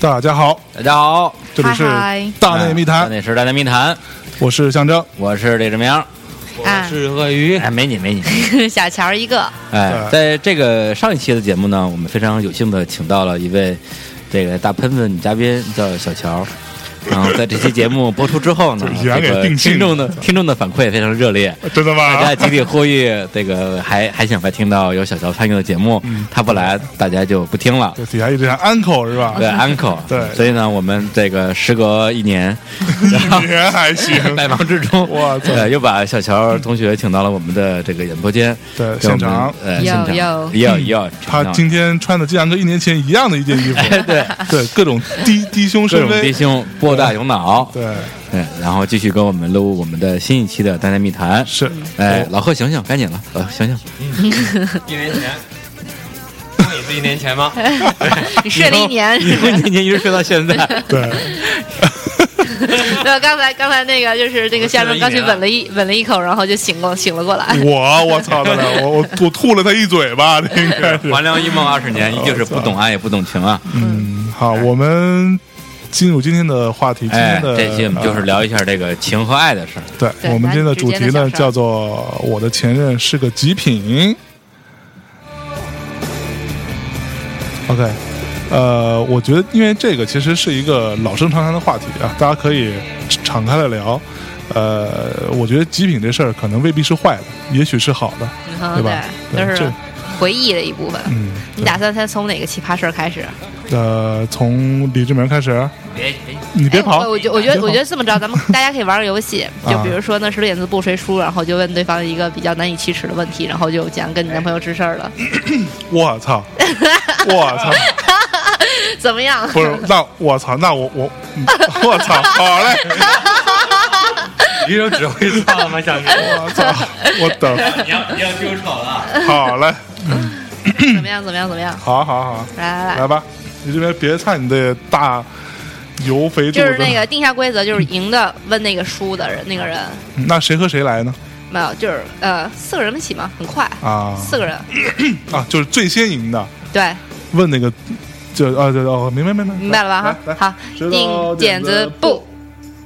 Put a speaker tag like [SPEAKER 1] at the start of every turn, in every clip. [SPEAKER 1] 大家好，
[SPEAKER 2] 大家好，
[SPEAKER 1] 这里是
[SPEAKER 3] 嗨嗨
[SPEAKER 1] 大内密
[SPEAKER 2] 啊大
[SPEAKER 1] 谈，
[SPEAKER 2] 内是大内密谈，
[SPEAKER 1] 我是象征。
[SPEAKER 2] 我是李志明，
[SPEAKER 3] 啊，
[SPEAKER 4] 是鳄鱼，
[SPEAKER 2] 哎，没你没你，
[SPEAKER 3] 小乔儿一个，
[SPEAKER 2] 哎，在这个上一期的节目呢，我们非常有幸的请到了一位这个大喷子女嘉宾，叫小乔。然后在这期节目播出之后 呢，
[SPEAKER 4] 啊
[SPEAKER 1] 居然给
[SPEAKER 2] 这个
[SPEAKER 1] 定性
[SPEAKER 2] 听众的听众的反馈非常热烈，
[SPEAKER 1] 啊真的
[SPEAKER 2] 大家
[SPEAKER 1] 吗？
[SPEAKER 2] 集体呼吁，这个还还想再听到有小乔参与的节目，他不来，大家就不听了。
[SPEAKER 1] 嗯对，底下一直喊 uncle 是吧？
[SPEAKER 2] 对，uncle，
[SPEAKER 1] 对
[SPEAKER 2] 所以呢，我们这个时隔一年，然 后。
[SPEAKER 1] 一年还行
[SPEAKER 2] 百忙之中，
[SPEAKER 1] 哇塞
[SPEAKER 2] 呃，又把小乔同学请到了我们的这个演播间，
[SPEAKER 1] 对
[SPEAKER 2] 给我
[SPEAKER 1] 现
[SPEAKER 2] 们
[SPEAKER 1] 场嗯
[SPEAKER 2] 呃，
[SPEAKER 3] 哟
[SPEAKER 2] 现场，
[SPEAKER 3] 哟
[SPEAKER 2] 要要，
[SPEAKER 1] 他
[SPEAKER 2] 请到
[SPEAKER 1] 今天穿的竟然跟一年前一样的一件衣服，
[SPEAKER 2] 对
[SPEAKER 1] 对，各种低低胸
[SPEAKER 2] 各
[SPEAKER 1] 深
[SPEAKER 2] 种低
[SPEAKER 1] 微，
[SPEAKER 2] 胸，博大有脑，
[SPEAKER 1] 对，
[SPEAKER 2] 对，然后继续跟我们录我们的新一期的《大内密谈》，
[SPEAKER 1] 是，
[SPEAKER 2] 哎，老贺醒醒，赶紧了，呃，醒醒，
[SPEAKER 4] 一年前，那也是一年前吗？
[SPEAKER 3] 你睡了一年
[SPEAKER 2] 你
[SPEAKER 3] 是
[SPEAKER 2] 从
[SPEAKER 3] 吧？
[SPEAKER 2] 年年一直睡到现在，
[SPEAKER 1] 对，
[SPEAKER 3] 没有，刚才刚才 那个就是那个夏正刚
[SPEAKER 1] 啊
[SPEAKER 3] 去吻了一吻了一口，然后就醒过醒了过来。
[SPEAKER 1] 我我操的了，我我我吐了他一嘴巴，这应该是。
[SPEAKER 2] 黄粱一梦二十年，依旧是不懂爱也不懂情啊，
[SPEAKER 1] 嗯， 好，我们进入今天的话题，今
[SPEAKER 2] 哎
[SPEAKER 1] 天，的
[SPEAKER 2] 这期我们就是
[SPEAKER 1] 呃
[SPEAKER 2] 聊一下这个情和爱的事儿，
[SPEAKER 1] 对，
[SPEAKER 3] 对
[SPEAKER 1] 我们今天的主题
[SPEAKER 3] 男女之间的
[SPEAKER 1] 呢
[SPEAKER 3] 小事儿
[SPEAKER 1] 叫做“我的前任是个极品”。OK，呃，我觉得因为这个其实是一个老生常谈的话题啊，大家可以敞开来聊。呃，我觉得极品这事儿可能未必是坏的，也许是好的，
[SPEAKER 3] 嗯，
[SPEAKER 1] 对吧对
[SPEAKER 3] 都是
[SPEAKER 1] 这
[SPEAKER 3] 回忆的一部分。
[SPEAKER 1] 嗯，
[SPEAKER 3] 你打算先从哪个奇葩事儿开始？
[SPEAKER 1] 呃，从李志明开始，啊
[SPEAKER 2] 别别
[SPEAKER 1] 你别
[SPEAKER 3] 哎
[SPEAKER 1] 跑，
[SPEAKER 3] 我我觉我觉
[SPEAKER 1] 别
[SPEAKER 3] 得
[SPEAKER 1] 跑
[SPEAKER 3] 我觉得这么着，咱们大家可以玩个游 戏，
[SPEAKER 1] 啊
[SPEAKER 3] 就比如说呢，石头剪子布谁输，然后就问对方一个比较难以启齿的问题，然后就讲跟你男朋友之事 儿了，
[SPEAKER 1] 我 操，我操，
[SPEAKER 3] 怎么样？
[SPEAKER 1] 不是，那我操，那我我我操，好嘞。
[SPEAKER 4] 你有指挥错了吗？想
[SPEAKER 1] 我操！我等，
[SPEAKER 4] 你要你要丢丑了，
[SPEAKER 1] 好嘞，
[SPEAKER 3] 怎么样？怎么样？怎么样？
[SPEAKER 1] 好好好，
[SPEAKER 3] 来来来
[SPEAKER 1] 来。吧，你这边别看你的大油肥肚子，
[SPEAKER 3] 就是那个定下规则，就是赢的问那个输的人，那个人
[SPEAKER 1] 那谁和谁来呢？
[SPEAKER 3] 没有，就是呃四个人一起嘛，很快，
[SPEAKER 1] 啊
[SPEAKER 3] 四个人，
[SPEAKER 1] 啊，就是最先赢的，
[SPEAKER 3] 对，
[SPEAKER 1] 问那个，就啊对哦，明白明白
[SPEAKER 3] 明白了吧？
[SPEAKER 1] 来
[SPEAKER 3] 哈，
[SPEAKER 1] 来
[SPEAKER 3] 好，
[SPEAKER 1] 石头
[SPEAKER 3] 定
[SPEAKER 1] 剪
[SPEAKER 3] 剪
[SPEAKER 1] 子
[SPEAKER 3] 子
[SPEAKER 1] 布哎
[SPEAKER 3] 布。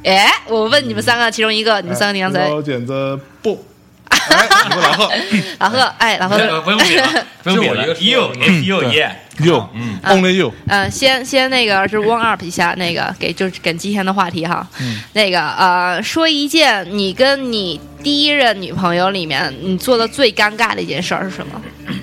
[SPEAKER 3] 哎，我问你们三个，其中一个，你
[SPEAKER 1] 你
[SPEAKER 3] 们三个定谁？
[SPEAKER 1] 剪子布，哎，你们老贺，
[SPEAKER 3] 老贺，哎，老贺，
[SPEAKER 4] 呃不用比了，不用比了，you is you
[SPEAKER 1] 对
[SPEAKER 4] yeah，
[SPEAKER 1] you
[SPEAKER 4] 嗯
[SPEAKER 1] only you，
[SPEAKER 3] 呃，先先那个是 warm up 一下，那个给就是给今天的话题哈，那个呃，说一件你跟你第一任女朋友里面你做的最尴尬的一件事儿是什么？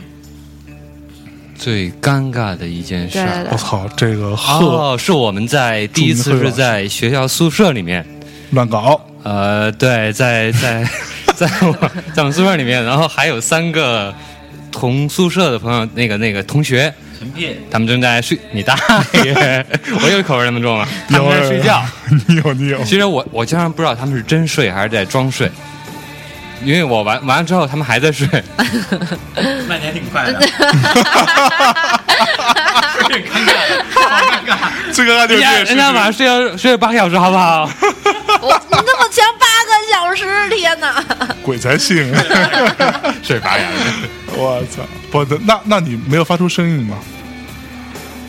[SPEAKER 4] 最尴尬的一件事
[SPEAKER 3] 对
[SPEAKER 4] 儿。
[SPEAKER 3] 对
[SPEAKER 1] 我
[SPEAKER 3] 对，
[SPEAKER 1] 操，这个贺
[SPEAKER 4] 哦，是我们在第一次是在学校宿舍里面，
[SPEAKER 1] 乱搞，
[SPEAKER 4] 呃，对，在 在在我在我们宿舍里面，然后还有三个同宿舍的朋友，那个那个同学，
[SPEAKER 2] 纯屁，
[SPEAKER 4] 他们正在睡，你大 爷，我有口味那么重吗？他们在睡觉。
[SPEAKER 1] 你有你有，
[SPEAKER 4] 其实我我经常不知道他们是真睡还是在装睡，因为我玩完了之后他们还在睡，
[SPEAKER 2] 那你还挺快的，挺尴尬的，好尴尬。
[SPEAKER 1] 这个就是
[SPEAKER 4] 人家人家晚上睡觉睡了八个小时，好不好？
[SPEAKER 3] 我你这么强哦八个小时，天哪！
[SPEAKER 1] 鬼才信，
[SPEAKER 4] 睡八个小时，
[SPEAKER 1] 我操，不，那那你没有发出声音吗？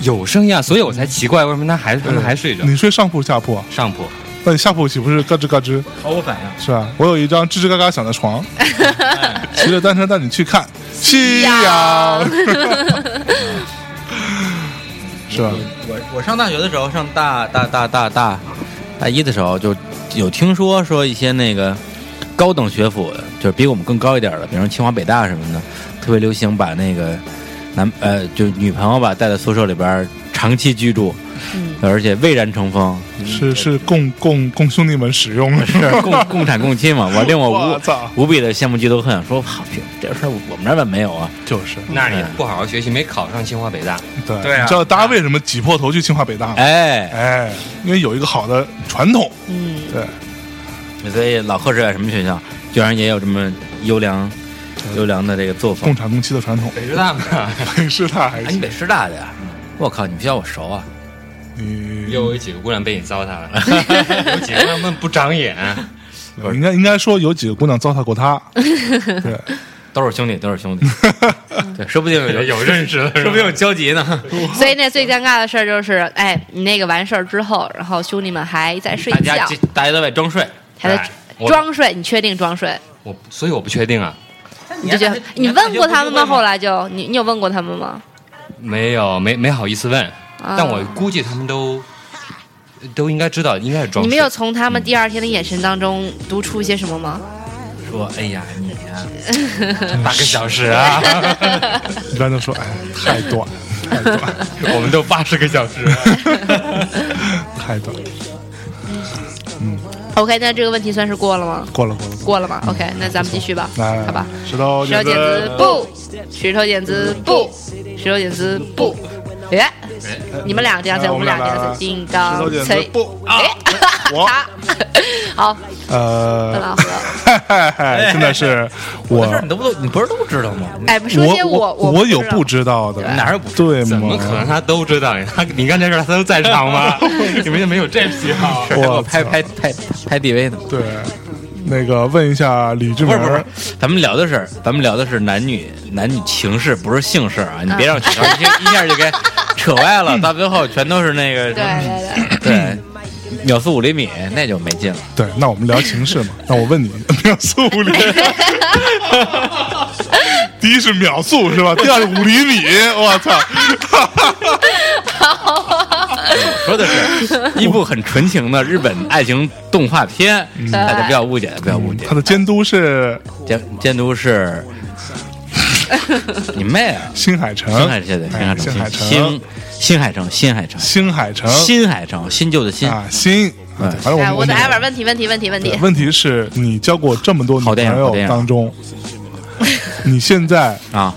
[SPEAKER 4] 有声音啊，所以我才奇怪为什么他还他们还睡着。
[SPEAKER 1] 你睡上铺下铺啊？
[SPEAKER 4] 上铺，
[SPEAKER 1] 那你下铺岂不是嘎吱嘎吱
[SPEAKER 2] 毫无反应。
[SPEAKER 1] 是吧？我有一张吱吱嘎嘎响的 床，骑着单车带你去看夕阳， 是吧？
[SPEAKER 2] 我我上大学的时候，上大大大大大大一的时候，就有听说说一些那个高等学府，就是比我们更高一点的，比如清华、北大什么的，特别流行把那个男呃，就女朋友吧带在宿舍里边儿长期居住，
[SPEAKER 3] 嗯
[SPEAKER 2] 而且蔚然成风，
[SPEAKER 1] 是是供供供兄弟们使用的，
[SPEAKER 2] 是共共产 共妻嘛。我令我
[SPEAKER 1] 我操
[SPEAKER 2] 无无比的羡慕嫉妒恨，说好这事儿我们那儿怎么没有啊？
[SPEAKER 1] 就是
[SPEAKER 4] 那你不好好学习，没考上清华北大，
[SPEAKER 1] 对。
[SPEAKER 4] 对啊
[SPEAKER 1] 你知道大家为什么挤破头去清华北大吗？
[SPEAKER 2] 哎，
[SPEAKER 1] 哎，因为有一个好的传统，
[SPEAKER 3] 嗯，
[SPEAKER 1] 对，
[SPEAKER 2] 所以老贺是在什么学校，居然也有这么优良优良的这个作风
[SPEAKER 1] 共。产共妻的传统。
[SPEAKER 4] 北师大嘛，
[SPEAKER 1] 北师大 还
[SPEAKER 2] 哎，你
[SPEAKER 1] 行，
[SPEAKER 2] 北师大的呀？我靠，你们学校我熟啊！
[SPEAKER 1] 你
[SPEAKER 4] 又有几个姑娘被你糟蹋了， 有几个姑娘们不长眼，
[SPEAKER 1] 应该应该说有几个姑娘糟蹋过他， 对，
[SPEAKER 2] 都是兄弟，都是兄弟。对，说不定 有，
[SPEAKER 4] 有认识的是
[SPEAKER 2] 说
[SPEAKER 4] 吧
[SPEAKER 2] 不定有交集呢。
[SPEAKER 3] 所以那最尴尬的事儿就是，哎，你那个完事儿之后，然后兄弟们还在睡
[SPEAKER 2] 大
[SPEAKER 3] 觉
[SPEAKER 2] 家，大家都在装睡，
[SPEAKER 3] 还在
[SPEAKER 4] 哎我
[SPEAKER 3] 装睡，你确定装睡？
[SPEAKER 4] 我，所以我不确定啊，
[SPEAKER 3] 你就觉得你问过他们吗？后来就你你有问过他们吗？
[SPEAKER 4] 没有，没没好意思问，
[SPEAKER 3] 啊
[SPEAKER 4] 但我估计他们都都应该知道，应该是装
[SPEAKER 3] 你
[SPEAKER 4] 睡。
[SPEAKER 3] 没有从他们第二天的眼神当中读出些什么吗？
[SPEAKER 2] 说， 哎呀，你呀，
[SPEAKER 4] 八个小时 啊，
[SPEAKER 1] 一般都说哎太短了，太短了。
[SPEAKER 4] 我们都八十个小时，
[SPEAKER 1] 太短了，
[SPEAKER 3] OK，那这个问题算是过了吗？
[SPEAKER 1] 过了过了过了。
[SPEAKER 3] 过了吗？OK，那咱们继续吧，
[SPEAKER 1] 来，来
[SPEAKER 3] 好吧。，
[SPEAKER 1] 石头
[SPEAKER 3] 石头
[SPEAKER 1] 剪
[SPEAKER 3] 剪子布，石头剪子布，石头剪子布。哎，你们俩这样子，
[SPEAKER 1] 哎
[SPEAKER 3] 我们俩
[SPEAKER 1] 我
[SPEAKER 3] 这
[SPEAKER 1] 们俩
[SPEAKER 3] 样
[SPEAKER 1] 来
[SPEAKER 3] 子，叮
[SPEAKER 1] 石头
[SPEAKER 3] 当
[SPEAKER 1] 剪
[SPEAKER 3] 锤
[SPEAKER 1] 子。布啊，
[SPEAKER 3] 哎，
[SPEAKER 1] 我
[SPEAKER 3] 他 好，何
[SPEAKER 1] 呃
[SPEAKER 3] 老，何老，
[SPEAKER 1] 现在是
[SPEAKER 2] 我的事儿
[SPEAKER 1] 我
[SPEAKER 2] 你都不都，你不是都知道吗？
[SPEAKER 3] 哎，不说些
[SPEAKER 1] 我
[SPEAKER 3] 我
[SPEAKER 1] 我有
[SPEAKER 3] 不
[SPEAKER 1] 不知道的，
[SPEAKER 2] 哪有不知
[SPEAKER 1] 对吗？
[SPEAKER 4] 怎么可能他都知道呀？他你干这事儿他都在场吗？ 你们就没有这癖好？
[SPEAKER 2] 还给我
[SPEAKER 1] 我
[SPEAKER 2] 拍
[SPEAKER 1] 操
[SPEAKER 2] 拍拍拍 DV 呢。
[SPEAKER 1] 对，那个问一下李志
[SPEAKER 2] 不
[SPEAKER 1] 明
[SPEAKER 2] 是不是，咱们聊的是咱们聊的是男女男女情事，不是性事啊！你别让小孩一下一下就给扯歪了，到最后全都是那个
[SPEAKER 3] 对对对，
[SPEAKER 2] 对秒速五厘米，那就没劲了。
[SPEAKER 1] 对，那我们聊情事嘛。那我问你， 秒速五厘，第一是秒速是吧？第二是五厘米，我操！
[SPEAKER 2] 说的是一部很纯情的日本爱情动画片，大家不要误解，不要误解
[SPEAKER 1] 嗯他。的监督是
[SPEAKER 2] 监监督是你妹啊！
[SPEAKER 1] 新海诚，
[SPEAKER 2] 新海对对，新海
[SPEAKER 1] 哎新海
[SPEAKER 2] 诚，
[SPEAKER 1] 诚，
[SPEAKER 2] 新新海诚，新海诚，
[SPEAKER 1] 新海诚，
[SPEAKER 2] 新海诚，新旧的新，
[SPEAKER 1] 啊，新。
[SPEAKER 2] 哎
[SPEAKER 1] 啊反正我
[SPEAKER 3] 哎，
[SPEAKER 1] 们
[SPEAKER 3] 我的
[SPEAKER 1] 们
[SPEAKER 3] e v 问题问题问题问
[SPEAKER 1] 对
[SPEAKER 3] 题，
[SPEAKER 1] 问题是你交过这么多女
[SPEAKER 2] 好
[SPEAKER 1] 朋
[SPEAKER 2] 电影好
[SPEAKER 1] 友
[SPEAKER 2] 电影
[SPEAKER 1] 当中，你现在
[SPEAKER 2] 啊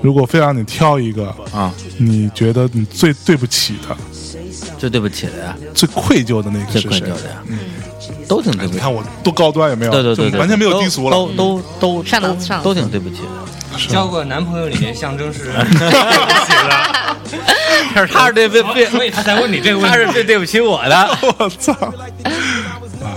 [SPEAKER 1] 如果非让你挑一个，
[SPEAKER 2] 啊！
[SPEAKER 1] 你觉得你最对不起的、
[SPEAKER 2] 最对不起的呀，
[SPEAKER 1] 最愧疚的那个
[SPEAKER 2] 最
[SPEAKER 1] 是
[SPEAKER 2] 愧
[SPEAKER 1] 谁
[SPEAKER 2] 疚？的呀，都挺
[SPEAKER 1] 哎
[SPEAKER 2] 对不
[SPEAKER 1] 你
[SPEAKER 2] 起。
[SPEAKER 1] 看我多高端，有没有？
[SPEAKER 2] 对对对
[SPEAKER 1] 就
[SPEAKER 2] 对，
[SPEAKER 1] 完全没有
[SPEAKER 2] 都
[SPEAKER 1] 低俗了
[SPEAKER 2] 都。都都
[SPEAKER 3] 上档
[SPEAKER 2] 都
[SPEAKER 3] 上档
[SPEAKER 2] 都挺对不起的。
[SPEAKER 4] 交过男朋友里面象征 是，
[SPEAKER 2] 可是他是对不对，
[SPEAKER 4] 所以他才问你这个问
[SPEAKER 2] 他
[SPEAKER 4] 题。
[SPEAKER 2] 是最对不起我的
[SPEAKER 1] 我操！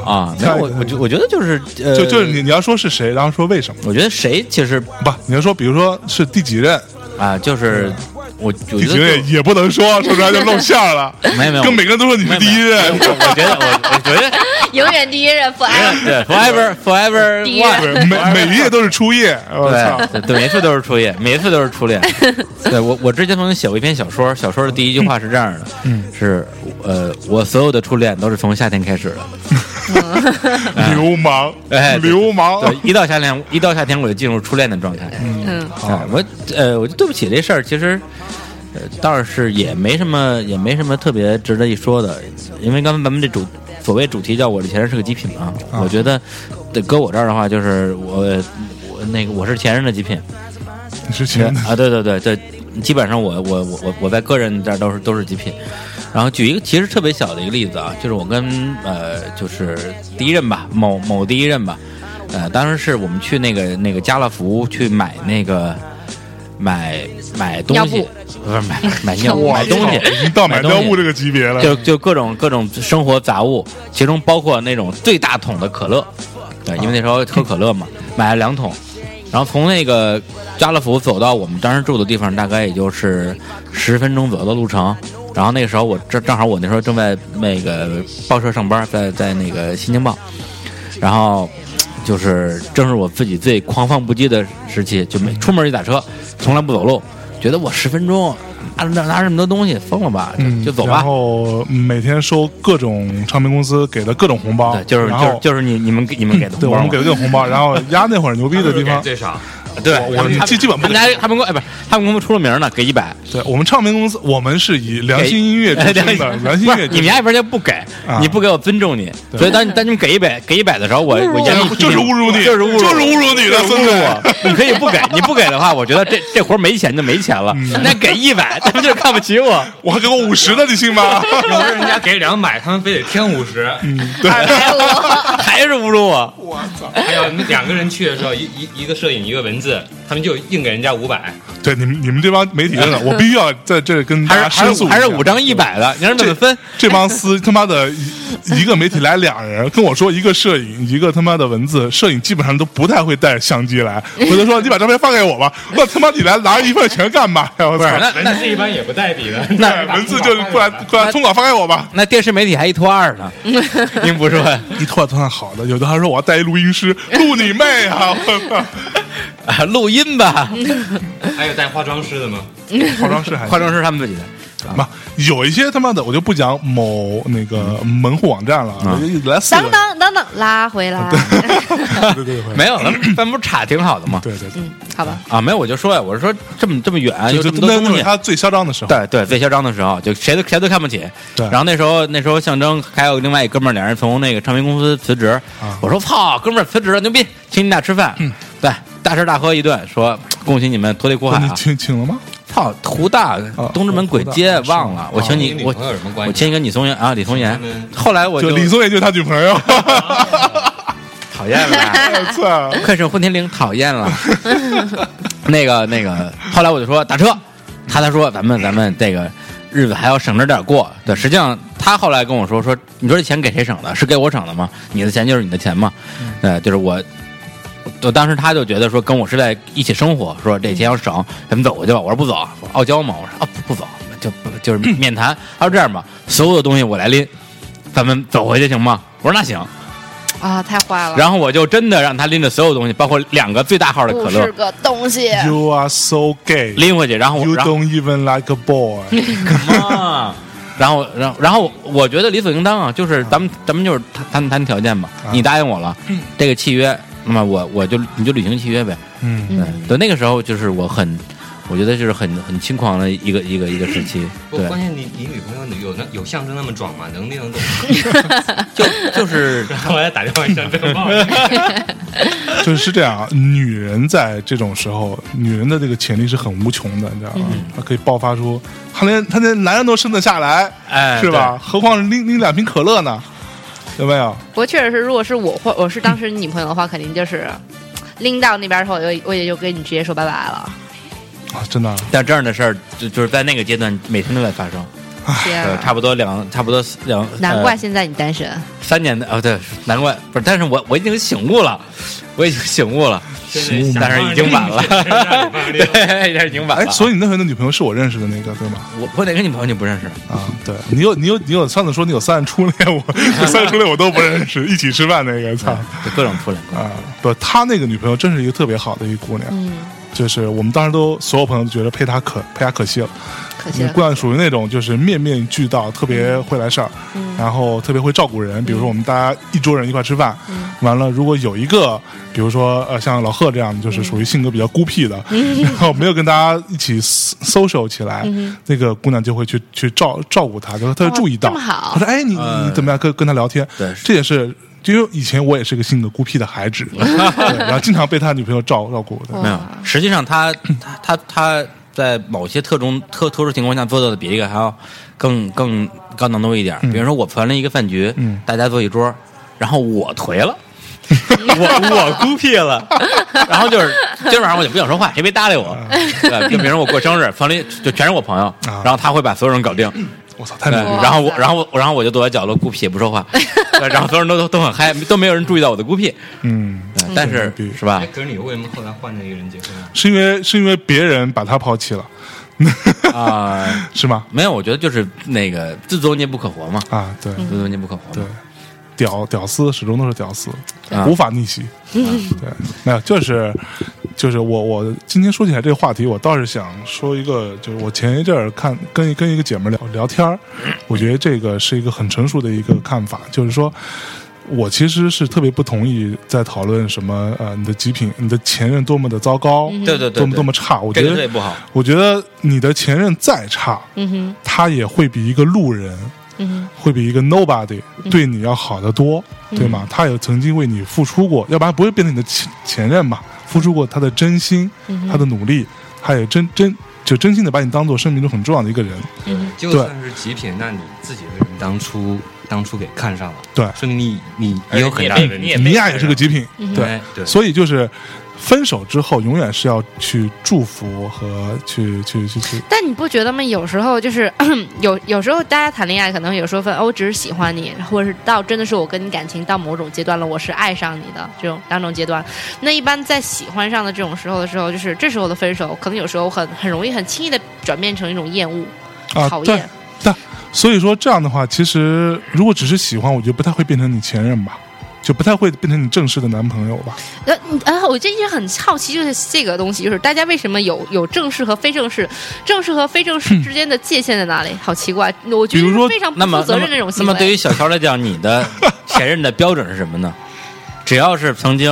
[SPEAKER 2] 啊！没有，我我觉我觉得就是呃，
[SPEAKER 1] 就就是你你要说是谁，然后说为什么？
[SPEAKER 2] 我觉得谁其实
[SPEAKER 1] 不，你要说比如说是第几任，
[SPEAKER 2] 啊，就是我我
[SPEAKER 1] 第
[SPEAKER 2] 觉得
[SPEAKER 1] 几任
[SPEAKER 2] 就
[SPEAKER 1] 也不能说，说出来就露馅儿了。
[SPEAKER 2] 没有没有
[SPEAKER 1] 跟每个人都说你是第一任，
[SPEAKER 2] 我觉得我我觉得
[SPEAKER 3] 永远第一任 forever。
[SPEAKER 2] 对 forever forever
[SPEAKER 3] 第一任
[SPEAKER 2] one。
[SPEAKER 1] 对，每每一页都是初夜。我操！
[SPEAKER 2] 对对对，每次都是初恋，每次都是初 恋。对我，我之前曾经写过一篇小说，小说的第一句话是这样的：
[SPEAKER 1] 嗯
[SPEAKER 2] 是呃，我所有的初恋都是从夏天开始的。
[SPEAKER 1] 流氓，
[SPEAKER 2] 哎对
[SPEAKER 1] 流氓，
[SPEAKER 2] 对，一到夏天，一到夏天我就进入初恋的状态。
[SPEAKER 3] 嗯，
[SPEAKER 1] 哦
[SPEAKER 2] 啊，我呃，我就对不起这事儿，其实。呃，倒是也没什么，也没什么特别值得一说的，因为刚才咱们这主所谓主题叫“我的前任是个极品”嘛，
[SPEAKER 1] 啊
[SPEAKER 2] 我觉得，对，搁我这儿的话，就是我我那个我是前任的极品，
[SPEAKER 1] 你是前
[SPEAKER 2] 啊， 对对对对，基本上我我我我我在个人这儿都是都是极品。然后举一个其实特别小的一个例子啊，就是我跟呃就是第一任吧，某某第一任吧，呃，当时是我们去那个那个家乐福去买那个买买东
[SPEAKER 3] 尿
[SPEAKER 2] 西
[SPEAKER 3] 布，
[SPEAKER 2] 不是买买尿布
[SPEAKER 1] 哇
[SPEAKER 2] 买东西
[SPEAKER 1] 操已经到买
[SPEAKER 2] 东
[SPEAKER 1] 尿
[SPEAKER 2] 西
[SPEAKER 1] 布这个级别了，
[SPEAKER 2] 就就各种各种生活杂物，其中包括那种最大桶的可乐，
[SPEAKER 1] 啊
[SPEAKER 2] 对，因为那时候喝可乐 嘛，买了两桶，然后从那个家乐福走到我们当时住的地方，大概也就是十分钟左右的路程。然后那个时候我正正好我那时候正在那个报社上班，在在那个新京报，然后就是正是我自己最狂放不羁的时期，就没出门就打车，从来不走路，觉得我十分钟拿拿拿这么多东西疯了吧，
[SPEAKER 1] 嗯
[SPEAKER 2] 就就走吧
[SPEAKER 1] 然。后每天收各种唱片公司给的各种红包，
[SPEAKER 2] 对，就是
[SPEAKER 1] 然
[SPEAKER 2] 就是
[SPEAKER 1] 后
[SPEAKER 2] 就是你你们给你们给的红包
[SPEAKER 1] 对我
[SPEAKER 2] 嘛，
[SPEAKER 1] 们给的各种红包，然后压那会儿牛逼的地方，
[SPEAKER 4] 最少，对
[SPEAKER 1] 哦我
[SPEAKER 2] 他
[SPEAKER 1] 我
[SPEAKER 2] 们
[SPEAKER 1] 基基本不
[SPEAKER 2] 他
[SPEAKER 1] 给
[SPEAKER 2] 们。家他们公哎不是他们公司出了名呢，给一百。
[SPEAKER 1] 对我们唱片公司，我们是以良心音 乐
[SPEAKER 2] 哎
[SPEAKER 1] 出身的，
[SPEAKER 2] 不
[SPEAKER 1] 良
[SPEAKER 2] 是
[SPEAKER 1] 心音乐出
[SPEAKER 2] 你
[SPEAKER 1] 身
[SPEAKER 2] 们家一边就不给
[SPEAKER 1] 啊，
[SPEAKER 2] 你不给我尊重你，
[SPEAKER 1] 对
[SPEAKER 2] 所以当你当你们给一百给一百的时候，我我严厉批评
[SPEAKER 1] 就是侮辱你，
[SPEAKER 2] 就是侮辱，
[SPEAKER 1] 就是侮辱你的
[SPEAKER 2] 就是
[SPEAKER 1] 孙
[SPEAKER 2] 侮辱
[SPEAKER 1] 子。
[SPEAKER 2] 我。你可以不给，你不给的话，我觉得这这活儿没钱就没钱了。那给一百，他们就是看不起我。
[SPEAKER 1] 嗯我还给我五十呢，你信 吗？嗯
[SPEAKER 4] 有的人家给两百，他们非得添五十。
[SPEAKER 1] 对，
[SPEAKER 2] 还是侮辱我。
[SPEAKER 1] 我操！
[SPEAKER 4] 还有你们两个人去的时候，一一一个摄影，一个文字，他们就硬给人家五百。
[SPEAKER 1] 对，你们你们这帮媒体真 的，我必须要在这跟大
[SPEAKER 2] 还
[SPEAKER 1] 家
[SPEAKER 2] 是还
[SPEAKER 1] 申
[SPEAKER 2] 是
[SPEAKER 1] 诉一
[SPEAKER 2] 还
[SPEAKER 1] 下
[SPEAKER 2] 是五张一百的，你让他
[SPEAKER 1] 这
[SPEAKER 2] 们分？
[SPEAKER 1] 这帮司他妈的一一个媒体来俩人，跟我说一个摄影，一个他妈的文字，摄影基本上都不太会带相机来。回头说你把照片发给我吧，那他妈你来拿一份钱干嘛呀？我操！
[SPEAKER 2] 那
[SPEAKER 4] 文字一般也不带笔的，
[SPEAKER 1] 对文字就过 来过来通稿发给我吧。
[SPEAKER 2] 那电视媒体还一拖二 呢，您不说？
[SPEAKER 1] 一拖拖算好的，有的还说我要带一录音师，录你妹啊！我操！
[SPEAKER 2] 啊录音 吧，
[SPEAKER 4] 还有带化妆师的吗？
[SPEAKER 1] 化妆师还行
[SPEAKER 2] 化妆师他们自己的，
[SPEAKER 1] 嘛，有一些他妈的，我就不讲某那个门户网站了，
[SPEAKER 2] 嗯
[SPEAKER 1] 我就来四个
[SPEAKER 3] 等
[SPEAKER 1] 人，
[SPEAKER 3] 等等等，拉回来。
[SPEAKER 1] 对对对，
[SPEAKER 2] 嗯没有， 咱们咱们不是插挺好的吗？
[SPEAKER 1] 对对对，
[SPEAKER 3] 嗯，好吧，
[SPEAKER 2] 啊，没有，我就说呀，我是说这么这么远，有
[SPEAKER 1] 就
[SPEAKER 2] 这
[SPEAKER 1] 就那
[SPEAKER 2] 么多
[SPEAKER 1] 那
[SPEAKER 2] 东
[SPEAKER 1] 是
[SPEAKER 2] 西。
[SPEAKER 1] 他最嚣张的时候，
[SPEAKER 2] 对对，最嚣张的时候，就谁都谁都看不起。
[SPEAKER 1] 对
[SPEAKER 2] 然后那时候那时候象征还有另外一哥们儿，俩人从那个唱片公司辞职。
[SPEAKER 1] 啊
[SPEAKER 2] 我说操，哥们儿辞职了，牛逼，请你俩吃饭。嗯，对，大吃大喝一顿，说恭喜你们脱离苦海
[SPEAKER 1] 哦你
[SPEAKER 2] 啊！
[SPEAKER 1] 请请了吗？
[SPEAKER 2] 操，湖大
[SPEAKER 1] 啊
[SPEAKER 2] 东直门鬼街
[SPEAKER 1] 湖大
[SPEAKER 2] 忘了，我请你我
[SPEAKER 4] 啊女朋友有什么关
[SPEAKER 2] 我
[SPEAKER 4] 系？
[SPEAKER 2] 签一个李松岩啊，李松岩
[SPEAKER 4] 他们。
[SPEAKER 2] 后来我
[SPEAKER 1] 就李松也就是他女朋友，
[SPEAKER 2] 讨厌了，
[SPEAKER 1] 我操！
[SPEAKER 2] 快手混天绫讨厌了。 那个那个，后来我就说打车，他他说咱们咱们这个日子还要省着点过。对，实际上他后来跟我说说，你说这钱给谁省的？是给我省的吗？你的钱就是你的钱嘛。呃，就是我。我当时他就觉得说跟我是在一起生活，说这钱要省，咱们走过去吧。我说不走，我说傲娇嘛。我说啊不不走，就不就是面谈。他说这样吧，所有的东西我来拎，咱们走回去行吗？我说那行。
[SPEAKER 3] 啊，太坏了。
[SPEAKER 2] 然后我就真的让他拎着所有东西，包括两个最大号的可
[SPEAKER 3] 不
[SPEAKER 2] 乐
[SPEAKER 3] 是，个东西，啊
[SPEAKER 1] You are so gay.
[SPEAKER 2] 拎回去，然后我
[SPEAKER 1] You
[SPEAKER 2] 然后
[SPEAKER 1] don't even like a boy.
[SPEAKER 2] 啊然后然后然后我觉得理所应当啊，就是咱们咱们就是谈谈谈条件吧
[SPEAKER 1] 啊，
[SPEAKER 2] 你答应我了，这个契约，那么我我就你就履行契约呗。
[SPEAKER 1] 嗯，
[SPEAKER 2] 对
[SPEAKER 3] 嗯，
[SPEAKER 2] 对，那个时候就是我很，我觉得就是很很轻狂的一个一个一个时 期，
[SPEAKER 4] 不，
[SPEAKER 2] 对
[SPEAKER 4] 关，键你你女朋友有那有象征那么壮吗？能力能懂？
[SPEAKER 2] 就 就是
[SPEAKER 4] 然后来打电话象征，不好意思
[SPEAKER 1] 就是是这样啊。女人在这种时候，女人的这个潜力是很无穷的，你知道
[SPEAKER 2] 嗯
[SPEAKER 1] 吗？她可以爆发出，她连她连男人都生得下来，
[SPEAKER 2] 哎
[SPEAKER 1] 是吧？何况是拎拎两瓶可乐呢？有没有？
[SPEAKER 3] 不过确实是，如果是我或我是当时女朋友的话，肯定就是拎到那边的话，我就我也就跟你直接说拜拜了。
[SPEAKER 1] 啊，真的啊，
[SPEAKER 2] 但这样的事儿就就是在那个阶段每天都在发生，
[SPEAKER 3] 天
[SPEAKER 4] 嗯
[SPEAKER 2] 对，
[SPEAKER 3] 啊，
[SPEAKER 2] 差不多两差不多两
[SPEAKER 3] 难
[SPEAKER 2] 呃
[SPEAKER 3] 怪现在你单身。
[SPEAKER 2] 三年的哦，对，难怪不是，但是我我已经醒悟了，我已经醒悟了，
[SPEAKER 4] 真的
[SPEAKER 2] 但是已经晚了，
[SPEAKER 4] 想让你
[SPEAKER 2] 对，但是已经晚
[SPEAKER 1] 哎，
[SPEAKER 2] 了。
[SPEAKER 1] 所以你那时候的女朋友是我认识的那个，对吗？
[SPEAKER 2] 我我哪个女朋友你不认识？
[SPEAKER 1] 啊，对你有你有你有上次说你有三任初恋， 我这三任初恋我都不认识，一起吃饭那个，操
[SPEAKER 2] 就各种出来，
[SPEAKER 1] 啊！不，他那个女朋友真是一个特别好的一姑娘，
[SPEAKER 3] 嗯，
[SPEAKER 1] 就是我们当时都所有朋友都觉得配她可配她可惜了，
[SPEAKER 3] 可惜了。嗯
[SPEAKER 1] 姑娘属于那种就是面面俱到，特别会来事儿，然后特别会照顾人。比如说我们大家一桌人一块吃饭，
[SPEAKER 3] 嗯
[SPEAKER 1] 完了如果有一个，比如说呃像老贺这样，
[SPEAKER 3] 嗯
[SPEAKER 1] 就是属于性格比较孤僻的，然后没有跟大家一起 social 起来，那个姑娘就会去去照照顾他，就是她会注意到，
[SPEAKER 3] 嗯哦这么好
[SPEAKER 1] 她说哎你你怎么样跟跟他聊天？
[SPEAKER 2] 呃对
[SPEAKER 1] 这也是。因为以前我也是个性格孤僻的孩 子，对然后经常被他女朋友照照顾。对
[SPEAKER 3] 哦
[SPEAKER 2] 没有。实际上他他他他在某些特中特特殊情况下做到的比这个还要更更高难度一
[SPEAKER 1] 嗯
[SPEAKER 2] 点。比如说我传了一个饭局，大家坐一桌，然后我颓 了。我我孤僻了，然后就是 今儿晚上我就不想说话，谁别搭理我。对，就比如说我过生日，房里就全是我朋友，
[SPEAKER 1] 啊
[SPEAKER 2] 然后他会把所有人搞定，
[SPEAKER 1] 我操，太牛
[SPEAKER 2] 对，
[SPEAKER 1] 逼了！
[SPEAKER 2] 然后我，然后我，然后我就躲在角落孤僻也不说话，对然后所有人都都都很嗨，都没有人注意到我的孤僻，
[SPEAKER 1] 嗯，
[SPEAKER 2] 对但是
[SPEAKER 1] 嗯
[SPEAKER 2] 是吧
[SPEAKER 4] 哎，？可是你为什么后来换那个人结婚啊？
[SPEAKER 1] 是因为是因为别人把他抛弃了，
[SPEAKER 2] 啊、
[SPEAKER 1] 是吗？
[SPEAKER 2] 没有，我觉得就是那个自作孽不可活嘛，
[SPEAKER 1] 啊，对
[SPEAKER 2] 自作孽不可活
[SPEAKER 1] 对
[SPEAKER 2] 嘛，，
[SPEAKER 1] 屌屌丝始终都是屌丝，
[SPEAKER 2] 啊
[SPEAKER 1] 无法逆袭。
[SPEAKER 3] 嗯
[SPEAKER 1] 对，没有，就是就是我我今天说起来这个话题，我倒是想说一个，就是我前一阵儿看跟跟一个姐们儿聊聊天儿，我觉得这个是一个很成熟的一个看法，就是说。我其实是特别不同意在讨论什么呃你的极品、你的前任多么的糟糕，
[SPEAKER 3] 嗯
[SPEAKER 2] 对对对，
[SPEAKER 1] 多么
[SPEAKER 2] 对
[SPEAKER 1] 多么差。我觉
[SPEAKER 2] 这个最
[SPEAKER 1] 得，
[SPEAKER 2] 不好。
[SPEAKER 1] 我觉得你的前任再差，
[SPEAKER 3] 嗯哼，
[SPEAKER 1] 他也会比一个路人，
[SPEAKER 3] 嗯哼，
[SPEAKER 1] 会比一个 nobody
[SPEAKER 5] 嗯
[SPEAKER 1] 对你要好得多，对吗？他也曾经为你付出过，要不然不会变成你的前前任嘛。付出过他的真心，
[SPEAKER 3] 嗯
[SPEAKER 1] 他的努力，他也真真就真心的把你当做生命中很重要的一个人。
[SPEAKER 3] 嗯
[SPEAKER 4] 就
[SPEAKER 1] 对
[SPEAKER 4] 算是极品，那你自己为什么当初当初给看上了？
[SPEAKER 1] 对
[SPEAKER 4] 说明你你也有很大的问
[SPEAKER 5] 哎你也
[SPEAKER 4] 题。
[SPEAKER 5] 被
[SPEAKER 1] 米娅也是个极品，
[SPEAKER 3] 嗯
[SPEAKER 1] 对。
[SPEAKER 4] 哎对，
[SPEAKER 1] 所以就是分手之后，永远是要去祝福和去去去去，
[SPEAKER 3] 但你不觉得吗？有时候就是 有有时候大家谈恋爱，可能有时候分，哦，我只是喜欢你，或者是到真的是我跟你感情到某种阶段了，我是爱上你的这种两种阶段。那一般在喜欢上的这种时候的时候，就是这时候的分手，可能有时候很很容易很轻易的转变成一种厌恶、
[SPEAKER 1] 啊
[SPEAKER 3] 讨
[SPEAKER 1] 对
[SPEAKER 3] 厌。。
[SPEAKER 1] 所以说这样的话，其实如果只是喜欢，我觉得不太会变成你前任吧，就不太会变成你正式的男朋友吧。
[SPEAKER 3] 呃，嗯然后我就一直很好奇，就是这个东西，就是大家为什么有有正式和非正式，正式和非正式之间的界限在哪里？好奇怪，我觉得
[SPEAKER 1] 比如说
[SPEAKER 3] 是非常不
[SPEAKER 2] 那么
[SPEAKER 3] 负责任的这种
[SPEAKER 2] 那
[SPEAKER 3] 行
[SPEAKER 2] 么
[SPEAKER 3] 为。
[SPEAKER 2] 对于小乔来讲，你的前任的标准是什么呢？只要是曾经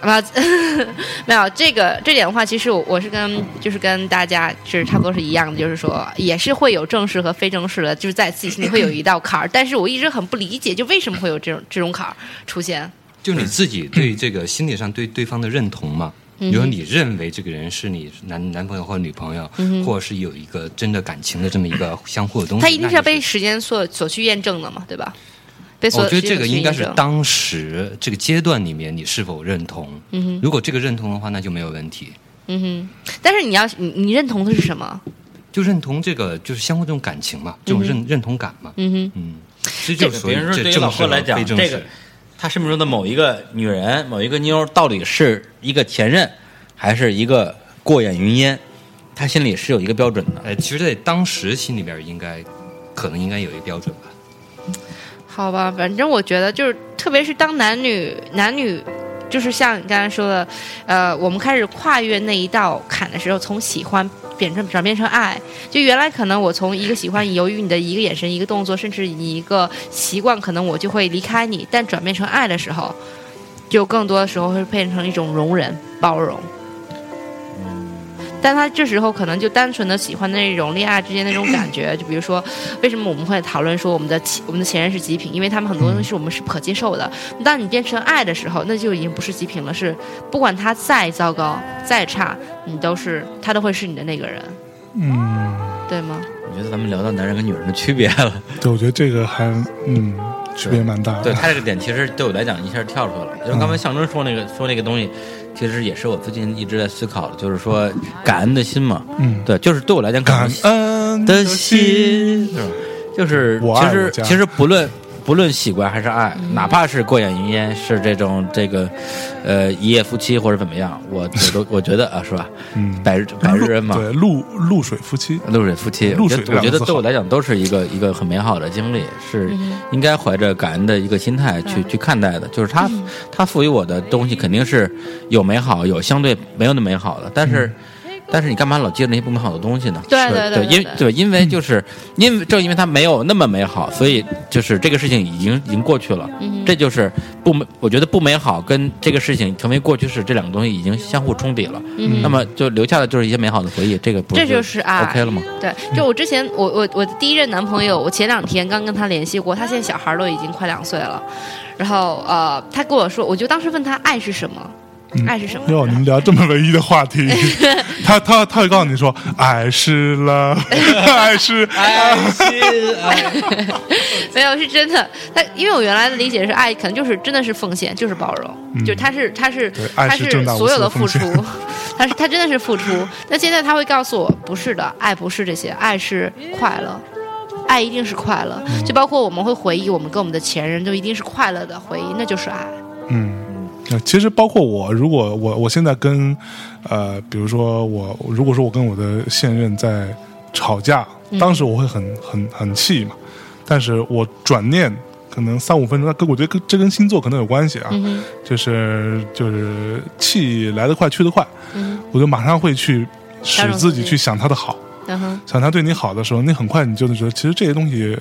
[SPEAKER 3] 啊， 没有这个这点的话，其实我我是跟就是跟大家是差不多是一样的，就是说也是会有正式和非正式的，就是在自己心里会有一道坎儿。但是我一直很不理解，就为什么会有这种这种坎儿出现？
[SPEAKER 4] 就你自己对这个心理上对对方的认同嘛？
[SPEAKER 3] 嗯嗯哼
[SPEAKER 4] 比如说你认为这个人是你男男朋友或女朋友，
[SPEAKER 3] 嗯哼
[SPEAKER 4] 或者是有一个真的感情的这么一个相互的东西，
[SPEAKER 3] 它一定是要
[SPEAKER 4] 那你
[SPEAKER 3] 被时间所所去验证的嘛，对吧？被所
[SPEAKER 4] 哦我觉得
[SPEAKER 3] 去
[SPEAKER 4] 这个应该
[SPEAKER 3] 去
[SPEAKER 4] 是
[SPEAKER 3] 验证
[SPEAKER 4] 当时这个阶段里面你是否认同。
[SPEAKER 3] 嗯哼
[SPEAKER 4] 如果这个认同的话，那就没有问题。
[SPEAKER 3] 嗯哼。但是你要你你认同的是什么？
[SPEAKER 4] 就认同这个，就是相互这种感情嘛，这种认、认同感嘛，
[SPEAKER 3] 嗯哼。
[SPEAKER 4] 嗯，这
[SPEAKER 2] 这
[SPEAKER 4] 就
[SPEAKER 2] 个
[SPEAKER 4] 是
[SPEAKER 2] 比如说对于
[SPEAKER 4] 正
[SPEAKER 2] 老
[SPEAKER 4] 式
[SPEAKER 2] 贺来
[SPEAKER 4] 和
[SPEAKER 2] 讲
[SPEAKER 4] 非正
[SPEAKER 2] 这
[SPEAKER 4] 式
[SPEAKER 2] 个他生命中的某一个女人、某一个妞儿，到底是一个前任，还是一个过眼云烟？他心里是有一个标准的。
[SPEAKER 4] 哎，其实，在当时心里边应该，可能应该有一个标准吧。
[SPEAKER 3] 好吧，反正我觉得就是，特别是当男女男女，就是像你刚才说的，呃，我们开始跨越那一道坎的时候，从喜欢变成转变成爱，就原来可能我从一个喜欢你，由于你的一个眼神、一个动作，甚至你一个习惯，可能我就会离开你，但转变成爱的时候，就更多的时候会变成一种容忍、包容。但他这时候可能就单纯的喜欢那种恋爱之间那种感觉，就比如说，为什么我们会讨论说我们的前我们的前任是极品？因为他们很多东西是我们是不可接受的。当你变成爱的时候，那就已经不是极品了，是不管他再糟糕、再差，你都是他都会是你的那个人，
[SPEAKER 1] 嗯，
[SPEAKER 3] 对吗？
[SPEAKER 2] 我觉得咱们聊到男人跟女人的区别了。
[SPEAKER 1] 对，我觉得这个还嗯 区别蛮大的。嗯
[SPEAKER 2] 对他这个点，其实对我来讲一下跳出来了。就是刚才象征说那个说那个东西，其实也是我最近一直在思考的，就是说感恩的心嘛。
[SPEAKER 1] 嗯，
[SPEAKER 2] 对，就是对我来讲，
[SPEAKER 1] 感恩
[SPEAKER 2] 的
[SPEAKER 1] 心，
[SPEAKER 2] 心，是吧就是
[SPEAKER 1] 我
[SPEAKER 2] 其
[SPEAKER 1] 爱我
[SPEAKER 2] 实
[SPEAKER 1] 家
[SPEAKER 2] 其实不论不论喜欢还是爱，哪怕是过眼云烟，是这种这个呃一夜夫妻或者怎么样，我我都我觉得啊，是吧？
[SPEAKER 1] 嗯，
[SPEAKER 2] 百日 百日恩嘛，
[SPEAKER 1] 对，露露水夫妻，
[SPEAKER 2] 露水夫妻，
[SPEAKER 1] 露水
[SPEAKER 2] 我觉得
[SPEAKER 1] 这
[SPEAKER 2] 我觉
[SPEAKER 1] 两个
[SPEAKER 2] 得
[SPEAKER 1] 字
[SPEAKER 2] 对我来讲都是一个一个很美好的经历，是
[SPEAKER 3] 嗯
[SPEAKER 2] 应该怀着感恩的一个心态去、去看待的。就是
[SPEAKER 3] 嗯
[SPEAKER 2] 他、他赋予我的东西肯定是有美好，有相对没有那么美好的，但是。但是你干嘛老记着那些不美好的东西呢？
[SPEAKER 3] 嗯对
[SPEAKER 2] 是
[SPEAKER 3] 对对
[SPEAKER 2] 对，
[SPEAKER 3] 对
[SPEAKER 2] 因对，因为就是因为正因为它没有那么美好，所以就是这个事情已经已经过去了。
[SPEAKER 3] 嗯
[SPEAKER 2] 这就是不美，我觉得不美好跟这个事情成为过去式这两个东西已经相互冲抵了。
[SPEAKER 3] 嗯
[SPEAKER 2] 那么就留下的就是一些美好的回忆，这个不
[SPEAKER 3] 这就是爱
[SPEAKER 2] OK 了吗？
[SPEAKER 3] 对，就我之前，我我我的第一任男朋友，我前两天刚跟他联系过，他现在小孩儿都已经快两岁了，然后呃，他跟我说，我就当时问他爱是什么，
[SPEAKER 1] 嗯
[SPEAKER 3] 爱 是什么？
[SPEAKER 1] 哟，你们聊这么文艺的话题，他他他会告诉你说，爱是 了，爱是
[SPEAKER 2] 爱心爱，
[SPEAKER 3] 没有，是真的。他因为我原来的理解是爱，可能就是真的是奉献，就是包容，就是他是他是
[SPEAKER 1] 嗯对爱
[SPEAKER 3] 他
[SPEAKER 1] 是正大无
[SPEAKER 3] 所有
[SPEAKER 1] 私
[SPEAKER 3] 的
[SPEAKER 1] 的
[SPEAKER 3] 付
[SPEAKER 1] 奉
[SPEAKER 3] 出
[SPEAKER 1] 献，
[SPEAKER 3] 他是他真的是付出。但现在他会告诉我，不是的，爱不是这些，爱是快乐。爱一定是快乐，
[SPEAKER 2] 嗯
[SPEAKER 3] 就包括我们会回忆我们跟我们的前任，就一定是快乐的回忆，那就是爱。
[SPEAKER 1] 嗯，呃其实包括我，如果我我现在跟呃，比如说我，如果说我跟我的现任在吵架，当时我会很很很气嘛，但是我转念可能三五分钟，那跟我觉得跟这跟星座可能有关系
[SPEAKER 3] 嗯
[SPEAKER 1] 啊，就是就是气来得快去得快，
[SPEAKER 3] 嗯
[SPEAKER 1] 我就马上会去使自己去想他的好。
[SPEAKER 3] 然后，
[SPEAKER 1] 想他对你好的时候，你很快你就能觉得，其实这些东西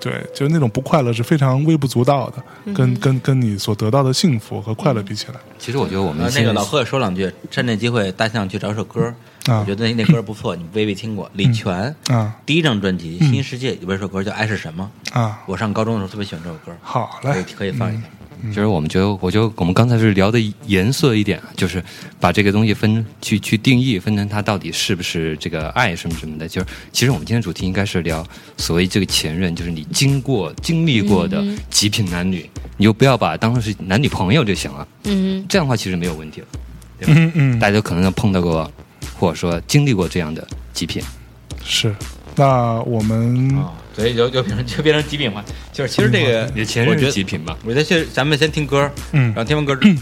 [SPEAKER 1] 对，就是那种不快乐是非常微不足道的，
[SPEAKER 2] 嗯
[SPEAKER 1] 跟跟跟你所得到的幸福和快乐比起来，
[SPEAKER 4] 其实我觉得我们
[SPEAKER 2] 呃，
[SPEAKER 4] 现在
[SPEAKER 2] 那个老贺说两句，趁这机会，大象去找首歌，
[SPEAKER 1] 啊
[SPEAKER 2] 我觉得那那歌不错，你未必听过。李泉
[SPEAKER 1] 啊
[SPEAKER 2] 第一张专辑《新世界》里边有首歌叫《爱是什么》，
[SPEAKER 1] 啊，
[SPEAKER 2] 我上高中的时候特别喜欢这首歌，
[SPEAKER 1] 好
[SPEAKER 2] 可以
[SPEAKER 1] 嘞，嗯
[SPEAKER 2] 可以放一下。
[SPEAKER 4] 就是我们觉得，我觉得我们刚才是聊的严肃一点啊，就是把这个东西分去去定义，分成它到底是不是这个爱什么什么的。就是其实我们今天主题应该是聊所谓这个前任，就是你经过经历过的
[SPEAKER 1] 嗯
[SPEAKER 4] 极品男女，你就不要把它当成是男女朋友就行了。
[SPEAKER 3] 嗯
[SPEAKER 4] 这样的话其实没有问题了，
[SPEAKER 1] 嗯嗯，
[SPEAKER 4] 大家都可能能碰到过，或者说经历过这样的极品。
[SPEAKER 1] 是。那我们
[SPEAKER 2] 啊，所以就就变成就变成极品化，就是其实这个
[SPEAKER 4] 你的嗯前
[SPEAKER 2] 我
[SPEAKER 4] 任
[SPEAKER 2] 觉
[SPEAKER 4] 是
[SPEAKER 2] 得
[SPEAKER 4] 极品吧？
[SPEAKER 2] 我觉得先咱们先听歌，
[SPEAKER 1] 嗯
[SPEAKER 2] 然后听完歌之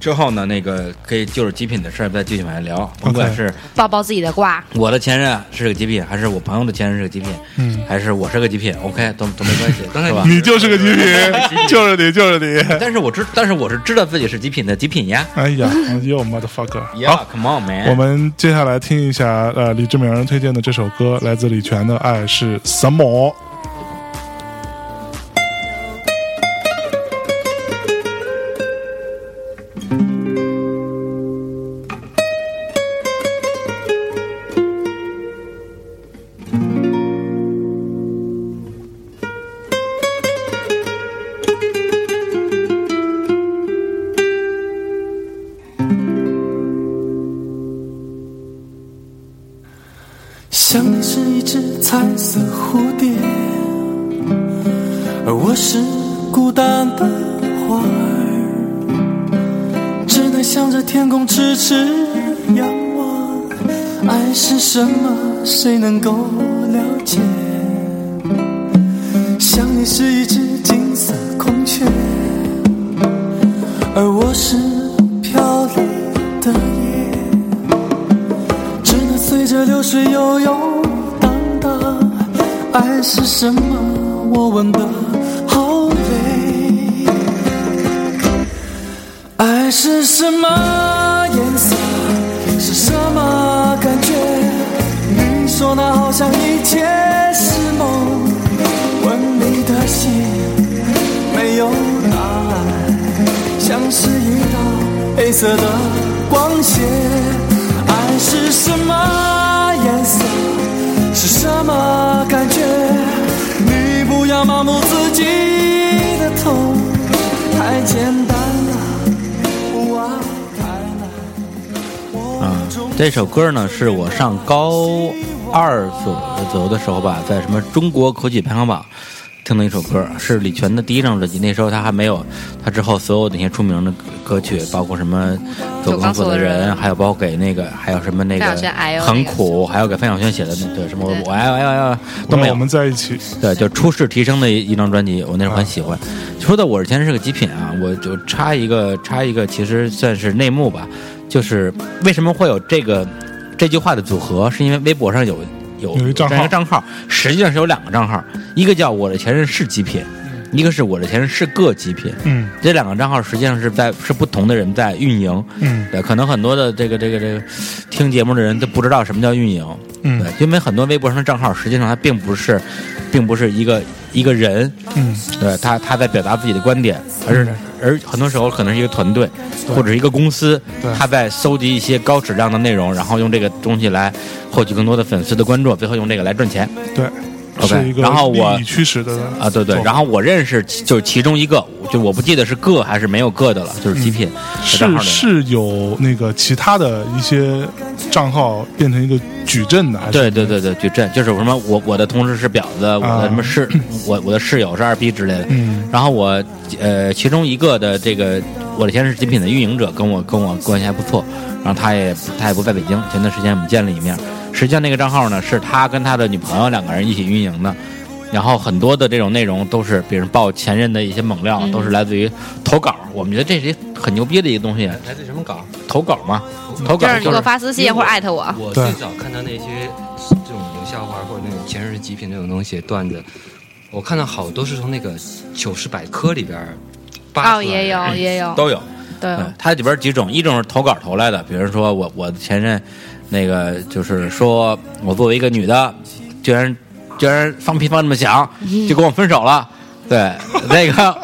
[SPEAKER 2] 之后呢，那个可以就是极品的事儿再继续往下聊，不管是
[SPEAKER 3] 抱抱自己的瓜，
[SPEAKER 2] 我的前任是个极品，还是我朋友的前任是个极品，
[SPEAKER 1] 嗯
[SPEAKER 2] 还是我是个极品，OK，都都没 关系，
[SPEAKER 4] 刚才
[SPEAKER 2] 是吧？
[SPEAKER 1] 你就是个极 品，就是你，就是你。
[SPEAKER 2] 但是我知，但是我是知道自己是极品的极品呀。
[SPEAKER 1] 哎呀， 哟，motherfucker！
[SPEAKER 2] Yeah, come on, man。
[SPEAKER 1] 我们接下来听一下，呃，李志明推荐的这首歌，来自李泉的《爱是什么》。
[SPEAKER 6] 想你是一只彩色蝴蝶，而我是孤单的花儿，只能向着天空痴痴仰望。爱是什么，谁能够了解？想你是一只金色孔雀，而我是飘零的夜。只能随着流水悠悠荡荡。爱是什么？我问的好累。爱是什么颜色？是什么感觉？你说那好像一切是梦，问你的心没有答案。像是一道黑色的光线。爱是什么颜色？是什么感觉？你不要麻木自己的痛，太简单了，不爱太难。我终
[SPEAKER 2] 啊这首歌呢，是我上高二左左右的时候吧，在什么中国口语排行榜听的一首歌，是李泉的第一张专辑。那时候他还没有他之后所有的那些出名的歌歌曲，包括什么《走钢索的
[SPEAKER 3] 走钢索的
[SPEAKER 2] 人》，
[SPEAKER 3] 人
[SPEAKER 2] 还有包括给那个，还有什么那个
[SPEAKER 3] 范晓萱哎呦
[SPEAKER 2] 很苦，还有给范晓萱写的那对什么我
[SPEAKER 3] 对
[SPEAKER 2] 我哎呦哎呦哎呦都没
[SPEAKER 1] 让
[SPEAKER 2] 有
[SPEAKER 1] 我。们在一起，
[SPEAKER 2] 对，就初试提升的一一张专辑，我那时候很喜欢。说到我之前是个极品啊，我就插一个插一个，其实算是内幕吧，就是为什么会有这个这句话的组合，是因为微博上有有
[SPEAKER 1] 有一账
[SPEAKER 2] 这样
[SPEAKER 1] 号
[SPEAKER 2] 个账号，实际上是有两个账号，一个叫我的前任是极品，一个是我的前任是个极品。
[SPEAKER 1] 嗯
[SPEAKER 2] 这两个账号实际上是在是不同的人在运营，
[SPEAKER 1] 嗯
[SPEAKER 2] 对，可能很多的这个这个这个听节目的人都不知道什么叫运营，
[SPEAKER 1] 嗯
[SPEAKER 2] 对，因为很多微博上的账号实际上它并不是，并不是一个一个人，
[SPEAKER 1] 嗯，
[SPEAKER 2] 对他他在表达自己的观点，而是而很多时候可能是一个团队或者是一个公司
[SPEAKER 1] 对，
[SPEAKER 2] 他在搜集一些高质量的内容，然后用这个东西来获取更多的粉丝的关注，最后用这个来赚钱。
[SPEAKER 1] 对
[SPEAKER 2] OK，
[SPEAKER 1] 是一个
[SPEAKER 2] 然后我
[SPEAKER 1] 利益驱使的
[SPEAKER 2] 啊，对对
[SPEAKER 1] 做，法
[SPEAKER 2] 然后我认识其就是其中一个，就我不记得是个还是没有个的了，就是极
[SPEAKER 1] 嗯
[SPEAKER 2] 品的账
[SPEAKER 1] 是
[SPEAKER 2] 号里面
[SPEAKER 1] 是有那个其他的一些账号变成一个矩阵的，啊还是
[SPEAKER 2] 对对对对，矩阵就是什么我我的同事是婊子，我
[SPEAKER 1] 啊
[SPEAKER 2] 的什么 室、我我的室友是二逼之类的。
[SPEAKER 1] 嗯
[SPEAKER 2] 然后我呃其中一个的这个我的前任是极品的运营者，跟我跟我关系还不错，然后他也他也不在北京，前段时间我们见了一面。实际上那个账号呢是他跟他的女朋友两个人一起运营的。然后很多的这种内容都是，比如报前任的一些猛料，
[SPEAKER 3] 嗯
[SPEAKER 2] 都是来自于投稿。我们觉得这是一很牛逼的一个东西，
[SPEAKER 4] 来自什么稿？
[SPEAKER 2] 投稿嘛，投
[SPEAKER 3] 嗯就
[SPEAKER 2] 稿
[SPEAKER 3] 是你
[SPEAKER 2] 就
[SPEAKER 3] 给
[SPEAKER 2] 是
[SPEAKER 3] 我发私信或者艾特我，
[SPEAKER 4] 我
[SPEAKER 1] 对
[SPEAKER 4] 最早看到那些这种营销话或者那种前日极品这种东西段子，我看到好多是从那个糗事百科里边儿扒出来的。
[SPEAKER 3] 哦，也有也有，
[SPEAKER 2] 哎都有。
[SPEAKER 3] 对，
[SPEAKER 7] 嗯
[SPEAKER 2] 对，嗯它里边几种，一种是投稿投来的，比如说我我的前任，那个就是说我作为一个女的，居然居然放屁放那么响，就跟我分手了。对，那个，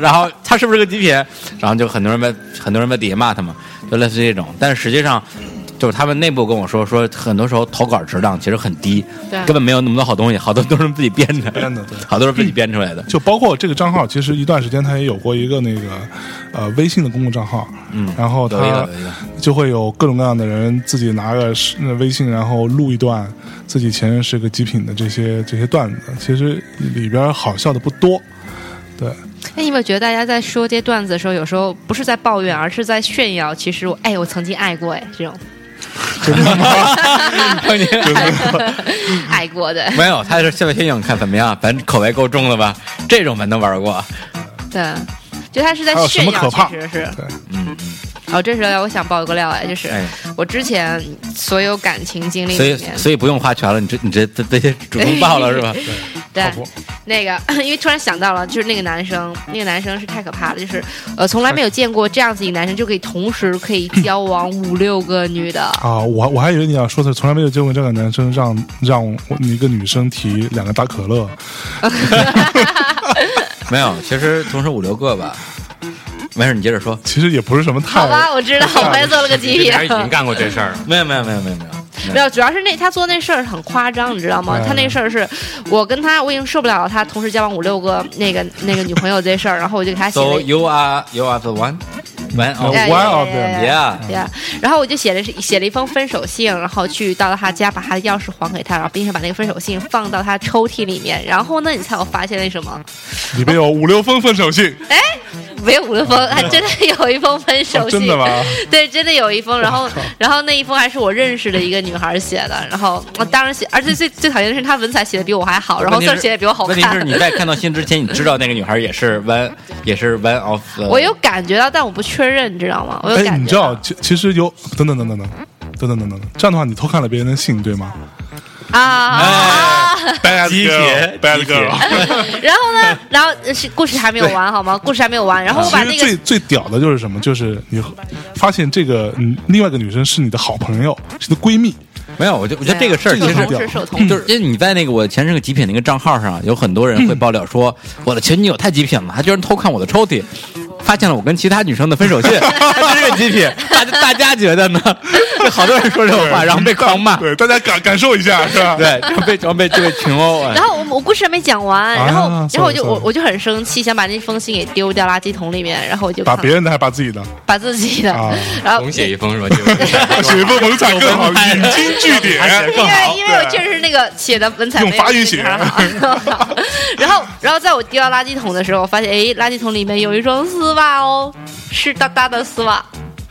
[SPEAKER 2] 然后他是不是个极品？然后就很多人在很多人在底下骂他嘛，就类似于这种。但是实际上，就是他们内部跟我说，说很多时候投稿质量其实很低，
[SPEAKER 3] 对
[SPEAKER 2] 根本没有那么多好东西，好多都是自己编的，
[SPEAKER 1] 编的对
[SPEAKER 2] 好多是自己编出来的。
[SPEAKER 1] 就包括这个账号，其实一段时间他也有过一个那个呃微信的公共账号， 嗯然后
[SPEAKER 2] 有一个
[SPEAKER 1] 他
[SPEAKER 2] 有一个
[SPEAKER 1] 就会有各种各样的人自己拿个是呃微信，然后录一段自己前任是个极品的这些这些段子，其实里边好笑的不多，对，
[SPEAKER 3] 那哎你有没有觉得大家在说这些段子的时候，有时候不是在抱怨，而是在炫耀？其实我哎，我曾经爱过哎，这种 爱过 的，
[SPEAKER 2] 没有，他是下面先影看怎么样，咱口味够重了吧？这种咱都玩过，
[SPEAKER 3] 对，就他是在
[SPEAKER 1] 还有什
[SPEAKER 3] 炫
[SPEAKER 1] 么可
[SPEAKER 3] 耀，
[SPEAKER 1] 怕
[SPEAKER 3] 其实是。
[SPEAKER 1] 对，
[SPEAKER 2] 嗯，
[SPEAKER 3] 哦，这时候我想爆一个料哎，就是
[SPEAKER 2] 哎
[SPEAKER 3] 我之前所有感情经历
[SPEAKER 2] 所以
[SPEAKER 3] 里面，
[SPEAKER 2] 所以不用花全了，你这你这这这些主动报了是 吧？
[SPEAKER 3] 对
[SPEAKER 1] 靠谱，
[SPEAKER 3] 那个， 因为突然想到了，就是那个男生，那个男生是太可怕了，就是呃，从来没有见过这样子一个男生就可以同时可以交往五六个女的。
[SPEAKER 1] 啊，我我还以为你要说的是从来没有见过这样的男生让让我一个女生提两个大可乐，
[SPEAKER 2] 没有，其实同时五六个吧。没事，你接着说。
[SPEAKER 1] 其实也不是什么太
[SPEAKER 3] 好吧，我知道，我也做了个啊极
[SPEAKER 8] 这
[SPEAKER 3] 品
[SPEAKER 8] 俩。人已经干过这事儿了。
[SPEAKER 2] 没有没有没有没有没有，
[SPEAKER 3] 没有，主要是那他做那事儿很夸张，你知道吗？
[SPEAKER 1] 嗯
[SPEAKER 3] 他那事儿是，我跟他我已经受不了他同时交往五六个那个那个女朋友这事儿，然后我就给他写了
[SPEAKER 2] So
[SPEAKER 3] 一
[SPEAKER 2] you are you are the one one
[SPEAKER 1] Yeah, one
[SPEAKER 2] of
[SPEAKER 3] Yeah, yeah,
[SPEAKER 1] of
[SPEAKER 3] yeah,
[SPEAKER 1] them，
[SPEAKER 2] yeah，
[SPEAKER 3] 对啊，然后我就写了写了一封分手信，然后去到他家把他的钥匙还给他，然后并且把那个分手信放到他抽屉里面。然后呢，你猜我发现了什么？
[SPEAKER 1] 里边有五六封分手信，
[SPEAKER 3] 没有五六封，还 真的有一封分手
[SPEAKER 1] 哦
[SPEAKER 3] 信，
[SPEAKER 1] 真的吗？
[SPEAKER 3] 对，真的有一封。然后，然后那一封还是我认识的一个女孩写的。然后我当然写，而且最最讨厌的是她文采写的比我还好，然后
[SPEAKER 2] 问题
[SPEAKER 3] 字儿
[SPEAKER 2] 是
[SPEAKER 3] 写的比我好
[SPEAKER 2] 问题是
[SPEAKER 3] 看。
[SPEAKER 2] 你在看到信之前，你知道那个女孩也是 one 也是 one of the。
[SPEAKER 3] 我有感觉到，但我不确认，你知道吗？我有
[SPEAKER 1] 哎，
[SPEAKER 3] 感
[SPEAKER 1] 你
[SPEAKER 3] 觉
[SPEAKER 1] 知
[SPEAKER 3] 啊到
[SPEAKER 1] 道，其其实有等等等等等等等等等，这样的话你偷看了别人的信，对 吗
[SPEAKER 3] 啊啊。啊
[SPEAKER 1] ？Bad
[SPEAKER 2] 极品
[SPEAKER 1] girl，bad
[SPEAKER 2] 极品
[SPEAKER 1] girl。
[SPEAKER 3] 然后呢？然后呃是故事还没有完好吗？故事还没有完。然后我
[SPEAKER 1] 其
[SPEAKER 3] 把
[SPEAKER 1] 实
[SPEAKER 3] 那个
[SPEAKER 1] 最最屌的就是什么？就是你发现这个嗯另外一个女生是你的好朋友，是你的闺蜜，啊
[SPEAKER 2] 没有？我就我觉得这个事儿
[SPEAKER 3] 啊这
[SPEAKER 2] 其
[SPEAKER 3] 个
[SPEAKER 2] 实
[SPEAKER 3] 同时受同
[SPEAKER 2] 就是因为你在那个我前任个极品那个账号上，有很多人
[SPEAKER 3] 嗯
[SPEAKER 2] 会爆料说、我的前女友太极品了，她居然偷看我的抽屉，发现了我跟其他女生的分 手信，她真是个极品。大家大家觉得呢？ 就好多人说这种话，然后被狂骂，
[SPEAKER 1] 对，大家感感受一下，是吧？
[SPEAKER 2] 对，，然后被然后被这个群殴。哎
[SPEAKER 3] 然后我我故事还没讲完，然后、
[SPEAKER 1] 啊
[SPEAKER 3] 然后我就
[SPEAKER 1] sorry，sorry
[SPEAKER 3] 我我就很生气，想把那封信给丢掉垃圾桶里面，然后我就
[SPEAKER 1] 把
[SPEAKER 3] 看
[SPEAKER 1] 别人的还把自己的
[SPEAKER 3] 把自己的，呃
[SPEAKER 1] 啊，
[SPEAKER 3] 然后
[SPEAKER 8] 重写一封是吧？就是
[SPEAKER 1] 写一封文采更好，引经据典，
[SPEAKER 3] 因为因为我
[SPEAKER 1] 对
[SPEAKER 3] 确实是那个写的文采
[SPEAKER 1] 用
[SPEAKER 3] 没有
[SPEAKER 1] 法语
[SPEAKER 3] 那个
[SPEAKER 1] 写
[SPEAKER 3] 啥好 然后然后在我丢到垃圾桶的时候，我发现哎，垃圾桶里面有一双丝袜哦，湿哒哒的丝袜，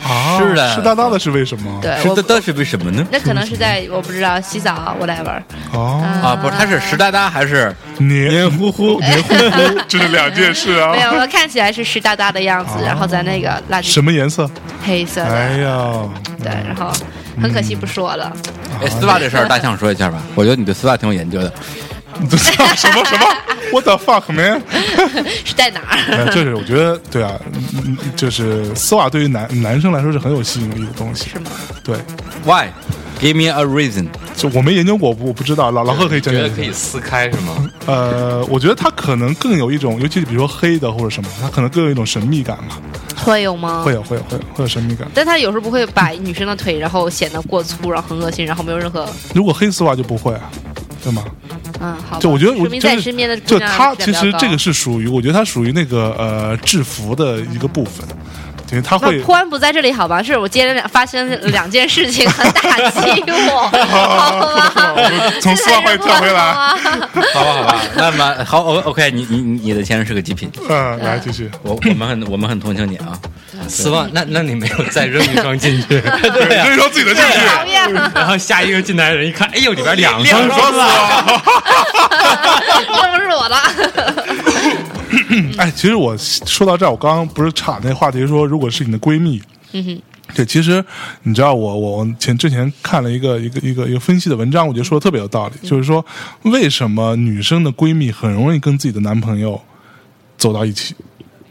[SPEAKER 1] 啊，
[SPEAKER 2] 是的
[SPEAKER 1] 湿哒哒的是为什么？
[SPEAKER 3] 哦对
[SPEAKER 2] 是
[SPEAKER 3] 我
[SPEAKER 2] 这。这是为什么呢？
[SPEAKER 3] 那可能是在我不知道洗澡啊，whatever。
[SPEAKER 1] 哦，
[SPEAKER 2] 啊，不是，她是湿哒哒还是
[SPEAKER 1] 黏黏糊糊，
[SPEAKER 3] 哎
[SPEAKER 1] 黏糊糊，这是两件事啊
[SPEAKER 3] 没。有，我看起来是湿哒哒的样子，然后在那个垃圾
[SPEAKER 1] 什么颜色？
[SPEAKER 3] 黑色的，
[SPEAKER 1] 啊哎呀，
[SPEAKER 3] 对，然后很可惜不是我了。
[SPEAKER 2] 哎丝袜这事儿？大象说一下吧，我觉得你对丝袜挺有研究的。
[SPEAKER 1] 你这嗯 什么什么？What the fuck man？
[SPEAKER 3] 是在哪儿？
[SPEAKER 1] 哎就是我觉得，对啊，嗯嗯就是丝袜对于男男生来说是很有吸引力的东西，
[SPEAKER 3] 是吗？
[SPEAKER 1] 对，
[SPEAKER 2] Why? Give me a reason。
[SPEAKER 1] 就我没研究过，我不我不知道，老老贺可以讲
[SPEAKER 8] 觉
[SPEAKER 1] 讲
[SPEAKER 8] 得。可以撕开是 吗？
[SPEAKER 1] 呃，我觉得它可能更有一种，尤其是比如说黑的或者什么，它可能更有一种神秘感嘛，
[SPEAKER 3] 会有吗？
[SPEAKER 1] 会有会有会有会有神秘感。
[SPEAKER 3] 但他有时候不会把女生的腿，然后显得过粗，然后很恶心，然后没有任何
[SPEAKER 1] 如果黑丝袜就不会啊，对吗？
[SPEAKER 3] 嗯，好吧。
[SPEAKER 1] 就我觉得我
[SPEAKER 3] 说明在
[SPEAKER 1] 就是
[SPEAKER 3] 身边的
[SPEAKER 1] 就
[SPEAKER 3] 姑娘
[SPEAKER 1] 它
[SPEAKER 3] 质
[SPEAKER 1] 其
[SPEAKER 3] 量比
[SPEAKER 1] 实
[SPEAKER 3] 较高
[SPEAKER 1] 这个是属于，我觉得它属于那个呃制服的一个部分，因为它
[SPEAKER 3] 不
[SPEAKER 1] 会
[SPEAKER 3] 突然不在这里，好吧？是我今天两发生两件事情，很打击我， 好吧？
[SPEAKER 1] 从丝袜会跳回来。
[SPEAKER 3] 好吧
[SPEAKER 2] 好吧，好吧，那么好，O OK，你你你的前任是个极品，
[SPEAKER 1] 嗯，来继续。
[SPEAKER 2] 我我们很我们很同情你啊。
[SPEAKER 4] 丝袜，那那你没有再扔一双进去，
[SPEAKER 1] 对，就是说自己的兴趣。
[SPEAKER 3] 啊讨厌了，
[SPEAKER 4] 啊 然后下一个进来的人一看，哎呦，里边两
[SPEAKER 1] 两
[SPEAKER 4] 双
[SPEAKER 1] 双丝袜。
[SPEAKER 3] 这不是我的。
[SPEAKER 1] 哎，其实我说到这儿，我刚刚不是岔那话题说，如果是你的闺蜜，
[SPEAKER 3] 嗯
[SPEAKER 1] 对，其实你知道我我前之前看了一个一个一个一个分析的文章，我觉得说的特别有道理，
[SPEAKER 8] 嗯
[SPEAKER 1] 就是说为什么女生的闺蜜很容易跟自己的男朋友走到一起，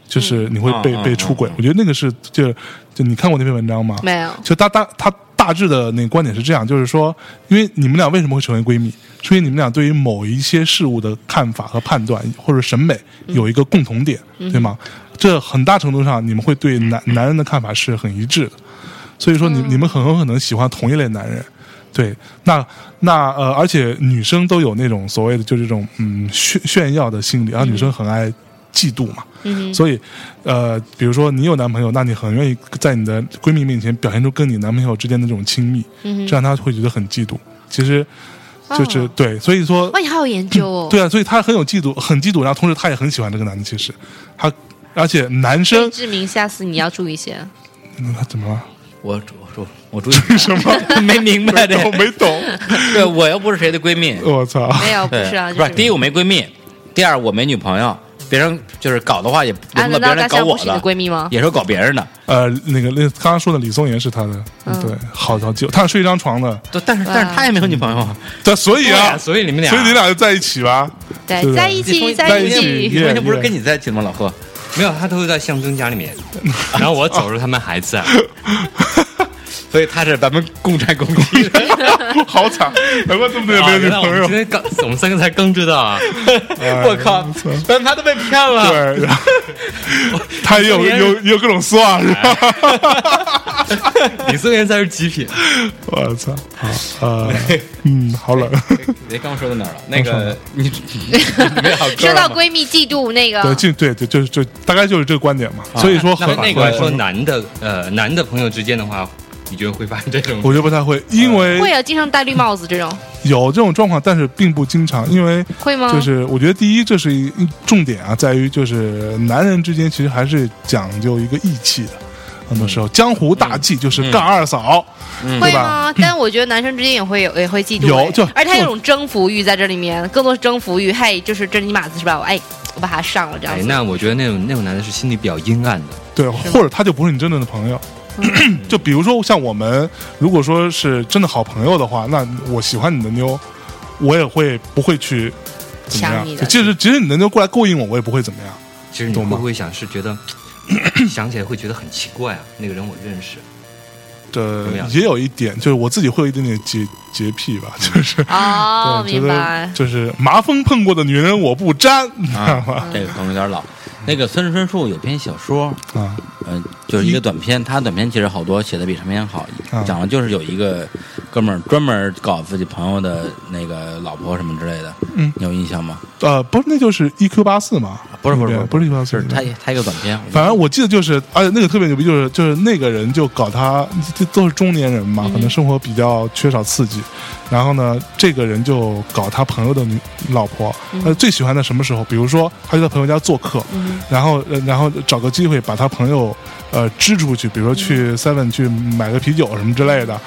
[SPEAKER 1] 就是你会被、
[SPEAKER 8] 嗯嗯
[SPEAKER 1] 被
[SPEAKER 8] 嗯
[SPEAKER 1] 出轨。我觉得那个是就就你看过那篇文章吗？
[SPEAKER 3] 没有
[SPEAKER 1] 就大大他大致的那个观点是这样，就是说，因为你们俩为什么会成为闺蜜，是因为你们俩对于某一些事物的看法和判断或者审美有一个共同点，对吗？
[SPEAKER 3] 嗯
[SPEAKER 1] 这很大程度上你们会对男男人的看法是很一致的，所以说你、你们很有可能喜欢同一类男人。对，那那呃，而且女生都有那种所谓的就这种嗯炫炫耀的心理，然后女生很爱嫉妒嘛，
[SPEAKER 3] 嗯哼
[SPEAKER 1] 所以，呃，比如说你有男朋友，那你很愿意在你的闺蜜面前表现出跟你男朋友之间的这种亲密，
[SPEAKER 3] 嗯哼，
[SPEAKER 1] 这样她会觉得很嫉妒。其实，就是、
[SPEAKER 3] 哦
[SPEAKER 1] 对，所以说，
[SPEAKER 3] 哇，你好有研究哦。
[SPEAKER 1] 对啊，所以她很有嫉妒，很嫉妒，然后同时她也很喜欢这个男的。其实，她而且男
[SPEAKER 3] 被
[SPEAKER 1] 生、
[SPEAKER 3] 志明，下次你要注意些。
[SPEAKER 1] 嗯、怎么了？
[SPEAKER 2] 我我我我注意什么？没明白这
[SPEAKER 1] 我没懂，
[SPEAKER 2] 对，我又不是谁的闺蜜，
[SPEAKER 1] 我操！
[SPEAKER 3] 没有，不
[SPEAKER 2] 对，
[SPEAKER 3] 是啊，
[SPEAKER 2] 不
[SPEAKER 3] 就是
[SPEAKER 2] 第一我没闺蜜，第二我没女朋友，别人就是搞的话也
[SPEAKER 3] 啊，
[SPEAKER 2] 轮不
[SPEAKER 3] 难
[SPEAKER 2] 到别
[SPEAKER 3] 道大
[SPEAKER 2] 人搞
[SPEAKER 3] 象不
[SPEAKER 2] 我
[SPEAKER 3] 是你的
[SPEAKER 2] 的，
[SPEAKER 3] 闺蜜吗？
[SPEAKER 2] 也说搞别人的。
[SPEAKER 1] 呃，那个那刚刚说的李松岩是她的，
[SPEAKER 3] 嗯
[SPEAKER 1] 对，好早就，他俩睡一张床的，
[SPEAKER 2] 都但是
[SPEAKER 3] 哇
[SPEAKER 2] 但是他也没有女朋友啊，
[SPEAKER 1] 对，所以
[SPEAKER 8] 对
[SPEAKER 1] 啊，
[SPEAKER 8] 呀所以你们俩，
[SPEAKER 1] 所以你俩就在一起吧。对
[SPEAKER 3] 对，
[SPEAKER 1] 的
[SPEAKER 3] 在一
[SPEAKER 2] 你
[SPEAKER 3] 起，
[SPEAKER 2] 从
[SPEAKER 1] 在
[SPEAKER 3] 一
[SPEAKER 1] 一起
[SPEAKER 3] 起。
[SPEAKER 2] 完全不是跟你在一起的吗？老贺，
[SPEAKER 4] 没有，他都是在象征家里面， 然后我走了，他们啊 还在。
[SPEAKER 2] 所以他是咱们共产共济 的。
[SPEAKER 1] 好惨，难怪这么多年
[SPEAKER 4] 啊
[SPEAKER 1] 没有女
[SPEAKER 4] 原来我
[SPEAKER 1] 朋
[SPEAKER 4] 们
[SPEAKER 1] 友哎
[SPEAKER 4] 今。天刚，我们三个才刚知道 啊！
[SPEAKER 2] 我靠，咱他都被骗了。哎
[SPEAKER 1] 对，然后他 也有有有各种算是吧？
[SPEAKER 4] 李松岩才是极品，
[SPEAKER 1] 我操，好呃，嗯，好冷。
[SPEAKER 2] 哎，刚刚说到哪儿了？那个你你没好
[SPEAKER 3] 说
[SPEAKER 2] 哥
[SPEAKER 3] 到
[SPEAKER 2] 们儿吗
[SPEAKER 3] 闺蜜嫉妒那个，
[SPEAKER 1] 对，就对对，就就大概就是这个观点嘛。 所以说
[SPEAKER 4] 啊那
[SPEAKER 1] 很
[SPEAKER 4] 那个说男的，呃，男的朋友之间的话，你觉得会发生这种？
[SPEAKER 1] 我觉得不太会，因为
[SPEAKER 3] 会啊，经常戴绿帽子这种，
[SPEAKER 1] 有这种状况，但是并不经常，因为
[SPEAKER 3] 会吗？
[SPEAKER 1] 就是我觉得第一，这是一重点啊，在于就是男人之间其实还是讲究一个义气的，很多时候江湖大忌就是干二嫂，
[SPEAKER 3] 嗯会
[SPEAKER 1] 对吧？
[SPEAKER 3] 吗？但我觉得男生之间也会有，也会嫉妒。
[SPEAKER 1] 有
[SPEAKER 3] 哎
[SPEAKER 1] 就
[SPEAKER 3] 而且他
[SPEAKER 1] 就
[SPEAKER 3] 有种征服欲在这里面，更多是征服欲。嘿，就是这是你马子是吧？我哎，我把他上了这样
[SPEAKER 4] 哎，
[SPEAKER 3] 子。
[SPEAKER 4] 那我觉得那种那种男的是心里比较阴暗的，
[SPEAKER 1] 对，或者他就不是你真正的朋友。
[SPEAKER 3] 嗯
[SPEAKER 1] 就比如说像我们，如果说是真的好朋友的话，那我喜欢你的妞，我也会不会去怎么
[SPEAKER 3] 抢你
[SPEAKER 1] 样
[SPEAKER 3] 的？
[SPEAKER 1] 即使即使你的妞过来勾引我，我也不会怎么样。
[SPEAKER 4] 其实你会
[SPEAKER 1] 懂吗
[SPEAKER 4] 不会想是觉得 想起来会觉得很奇怪啊？那个人我认识，
[SPEAKER 1] 这
[SPEAKER 4] 么样
[SPEAKER 1] 也有一点，就是我自己会有一点点洁洁癖吧，
[SPEAKER 2] 嗯
[SPEAKER 1] 就是
[SPEAKER 3] 哦，
[SPEAKER 1] 对，觉
[SPEAKER 3] 明白
[SPEAKER 1] 得。就是麻风碰过的女人我不沾，你知道吗？
[SPEAKER 2] 这个可能有点老。那个村上春树有篇小说，
[SPEAKER 1] 啊，
[SPEAKER 2] 嗯，就是一个短片，他短片其实好多写的比长篇好
[SPEAKER 1] 啊，
[SPEAKER 2] 讲的就是有一个哥们儿专门搞自己朋友的那个老婆什么之类的，
[SPEAKER 1] 嗯
[SPEAKER 2] 你有印象吗？
[SPEAKER 1] 呃，不是，那就是 EQ 八四嘛？
[SPEAKER 2] 啊不是不是
[SPEAKER 1] 对
[SPEAKER 2] 不
[SPEAKER 1] 不是 EQ 八四，
[SPEAKER 2] 是他他一个短片，
[SPEAKER 1] 反正我记得就是，而且那个特别牛逼，就是就是那个人就搞他，这都是中年人
[SPEAKER 3] 嗯
[SPEAKER 1] 嘛，可能生活比较缺少刺激。然后呢，这个人就搞他朋友的女老婆，
[SPEAKER 3] 嗯
[SPEAKER 1] 呃，最喜欢在什么时候？比如说，他就在朋友家做客，然后呃然后找个机会把他朋友呃支出去，比如说去
[SPEAKER 3] 嗯
[SPEAKER 1] seven 去买个啤酒什么之类的。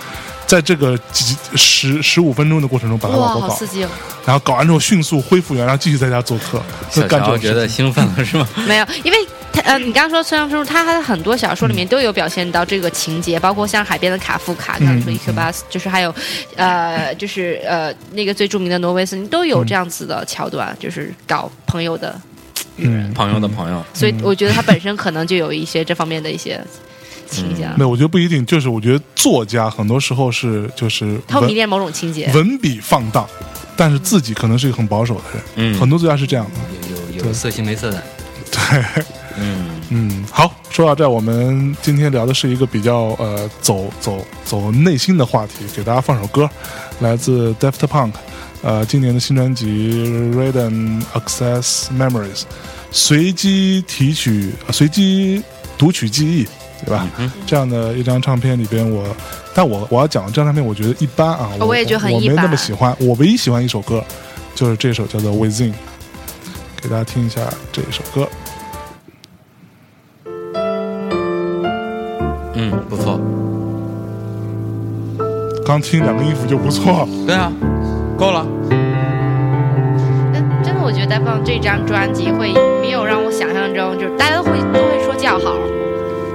[SPEAKER 1] 在这个几十十五分钟的过程中，把他
[SPEAKER 3] 哇，
[SPEAKER 1] 老婆
[SPEAKER 3] 好
[SPEAKER 1] 搞
[SPEAKER 3] 刺，激哦！
[SPEAKER 1] 然后搞完之后迅速恢复原来，继续在家做客，就
[SPEAKER 2] 小
[SPEAKER 1] 干这
[SPEAKER 2] 乔
[SPEAKER 1] 种
[SPEAKER 2] 觉
[SPEAKER 1] 事
[SPEAKER 2] 得
[SPEAKER 1] 情。
[SPEAKER 2] 兴奋了是吗？
[SPEAKER 3] 没有，因为他呃，你刚刚说村上春树，他的很多小说里面都有表现到这个情节，包括像《海边的卡夫卡》，刚刚说
[SPEAKER 1] 嗯
[SPEAKER 3] EQ 八，就是还有呃，就是呃那个最著名的挪威森林都有这样子的桥段，就是搞朋友的，
[SPEAKER 1] 嗯，
[SPEAKER 2] 朋友的朋友，
[SPEAKER 3] 所以我觉得他本身可能就有一些这方面的一
[SPEAKER 1] 嗯
[SPEAKER 3] 些情节啊，
[SPEAKER 1] 没有，我觉得不一定。就是我觉得作家很多时候是就是
[SPEAKER 3] 他会迷
[SPEAKER 1] 文
[SPEAKER 3] 恋某种情节。
[SPEAKER 1] 文笔放荡，但是自己可能是一个很保守的人。
[SPEAKER 2] 嗯
[SPEAKER 1] 很多作家是这样的。
[SPEAKER 4] 有有有色心没色胆。
[SPEAKER 1] 对，
[SPEAKER 2] 嗯，
[SPEAKER 1] 嗯，好，说到这儿，我们今天聊的是一个比较呃走走走内心的话题，给大家放首歌，来自 Daft Punk，呃，今年的新专辑《Random Access Memories》，随机提取、呃随机读取记忆，对吧？这样的一张唱片里边我，但我我要讲这张唱片，我觉得一般啊，我
[SPEAKER 3] 哦我也觉得很
[SPEAKER 1] 我
[SPEAKER 3] 一
[SPEAKER 1] 没那么
[SPEAKER 3] 般
[SPEAKER 1] 喜欢。我唯一喜欢一首歌，就是这首叫做《Within》，给大家听一下这一首歌。
[SPEAKER 2] 嗯，不错。
[SPEAKER 1] 刚听两个音符就不错。
[SPEAKER 2] 对啊，够了。
[SPEAKER 3] 但真的，我觉得戴放这张专辑会没有让我想象中，就是大家都会都会说叫好，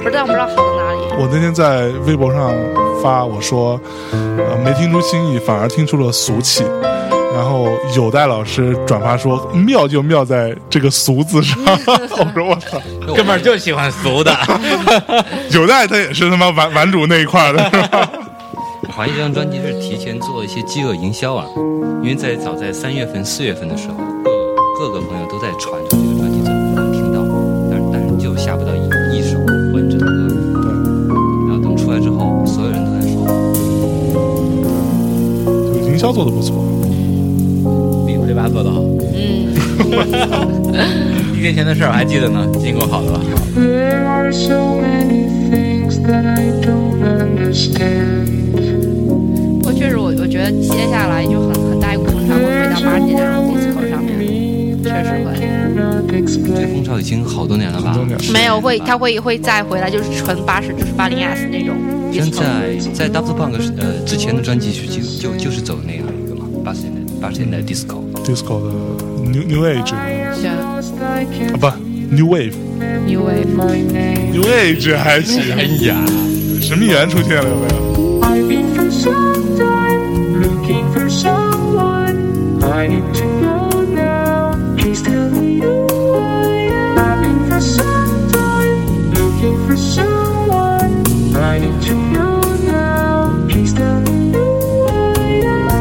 [SPEAKER 3] 不知道不知道好在哪里。
[SPEAKER 1] 我那天在微博上发，我说，呃，没听出新意，反而听出了俗气。然后有戴老师转发说妙就妙在这个俗字 上，我说我操，
[SPEAKER 2] 哥们儿就喜欢俗的，
[SPEAKER 1] 有戴他也是他妈玩玩主那一块儿的，是 吧？
[SPEAKER 4] 我怀疑这张专辑是提前做一些饥饿营销啊，因为在早在三月份、四月份的时候，各各个朋友都在传说这个专辑怎么能听到，但是但是就下不到一一首完整的歌。然后等出来之后，所有人都在说
[SPEAKER 1] 对，营 销做的不 错。
[SPEAKER 2] 比五六八做的好。
[SPEAKER 3] 嗯，
[SPEAKER 2] 一天前的事儿我还记得呢，今后好了吧？
[SPEAKER 7] There are so many things that I don't understand.
[SPEAKER 3] 不过确实 我我觉得接下来就很很大一股风潮会回到八十年代然后 disco 上面，确实会。
[SPEAKER 7] Cannot
[SPEAKER 4] 这
[SPEAKER 7] explain.
[SPEAKER 4] 风潮已经好多年了吧？
[SPEAKER 1] 很多年
[SPEAKER 3] 没有会，他会会再回来，就是纯八十，就是八零 S 那种
[SPEAKER 4] 像
[SPEAKER 3] disco。
[SPEAKER 4] 在在 Daft Punk 是呃之前的专辑是就就就是走那样一个嘛，八十年代八十年代 disco。
[SPEAKER 1] disco 的 new new age 啊
[SPEAKER 7] Just I can't
[SPEAKER 1] 不 new wave
[SPEAKER 3] New Wave，
[SPEAKER 7] my name.
[SPEAKER 1] new age 还行，
[SPEAKER 2] 哎
[SPEAKER 4] 呀，
[SPEAKER 1] 神秘园出现了有没有？
[SPEAKER 7] I've been for some time looking for someone. I need to know now. Please tell me who I am. I've been for some time looking for someone. I need to know now. Please tell me who I am.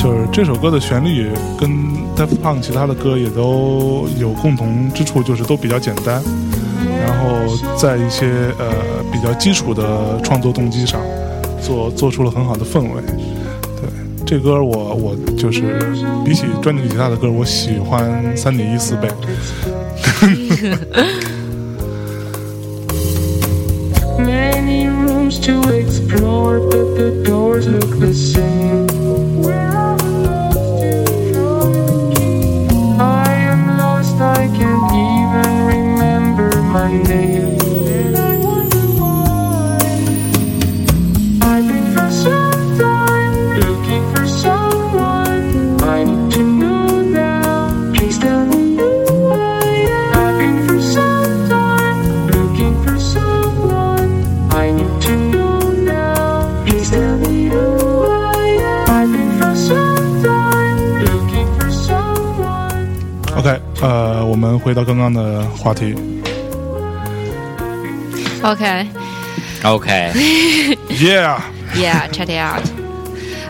[SPEAKER 1] 就是这首歌的旋律跟 Daft Punk 其他的歌也都有共同之处，就是都比较简单，然后在一些呃比较基础的创作动机上做做出了很好的氛围。对，这歌我我就是比起专辑里其他的歌，我喜欢三点一四倍。
[SPEAKER 7] Many rooms to explore, but the doors look the same. I am lost, I can't even remember my name. I've been for some time looking for someone. I need to know now. Please tell me who I am. I've been for some time looking for someone. I need to know now. Please tell me who I am. I've been for some time looking for someone.
[SPEAKER 1] OK，呃，我们回到刚刚的话题，
[SPEAKER 3] OK，
[SPEAKER 2] OK，
[SPEAKER 1] Yeah，
[SPEAKER 3] Yeah，check 哎 it out。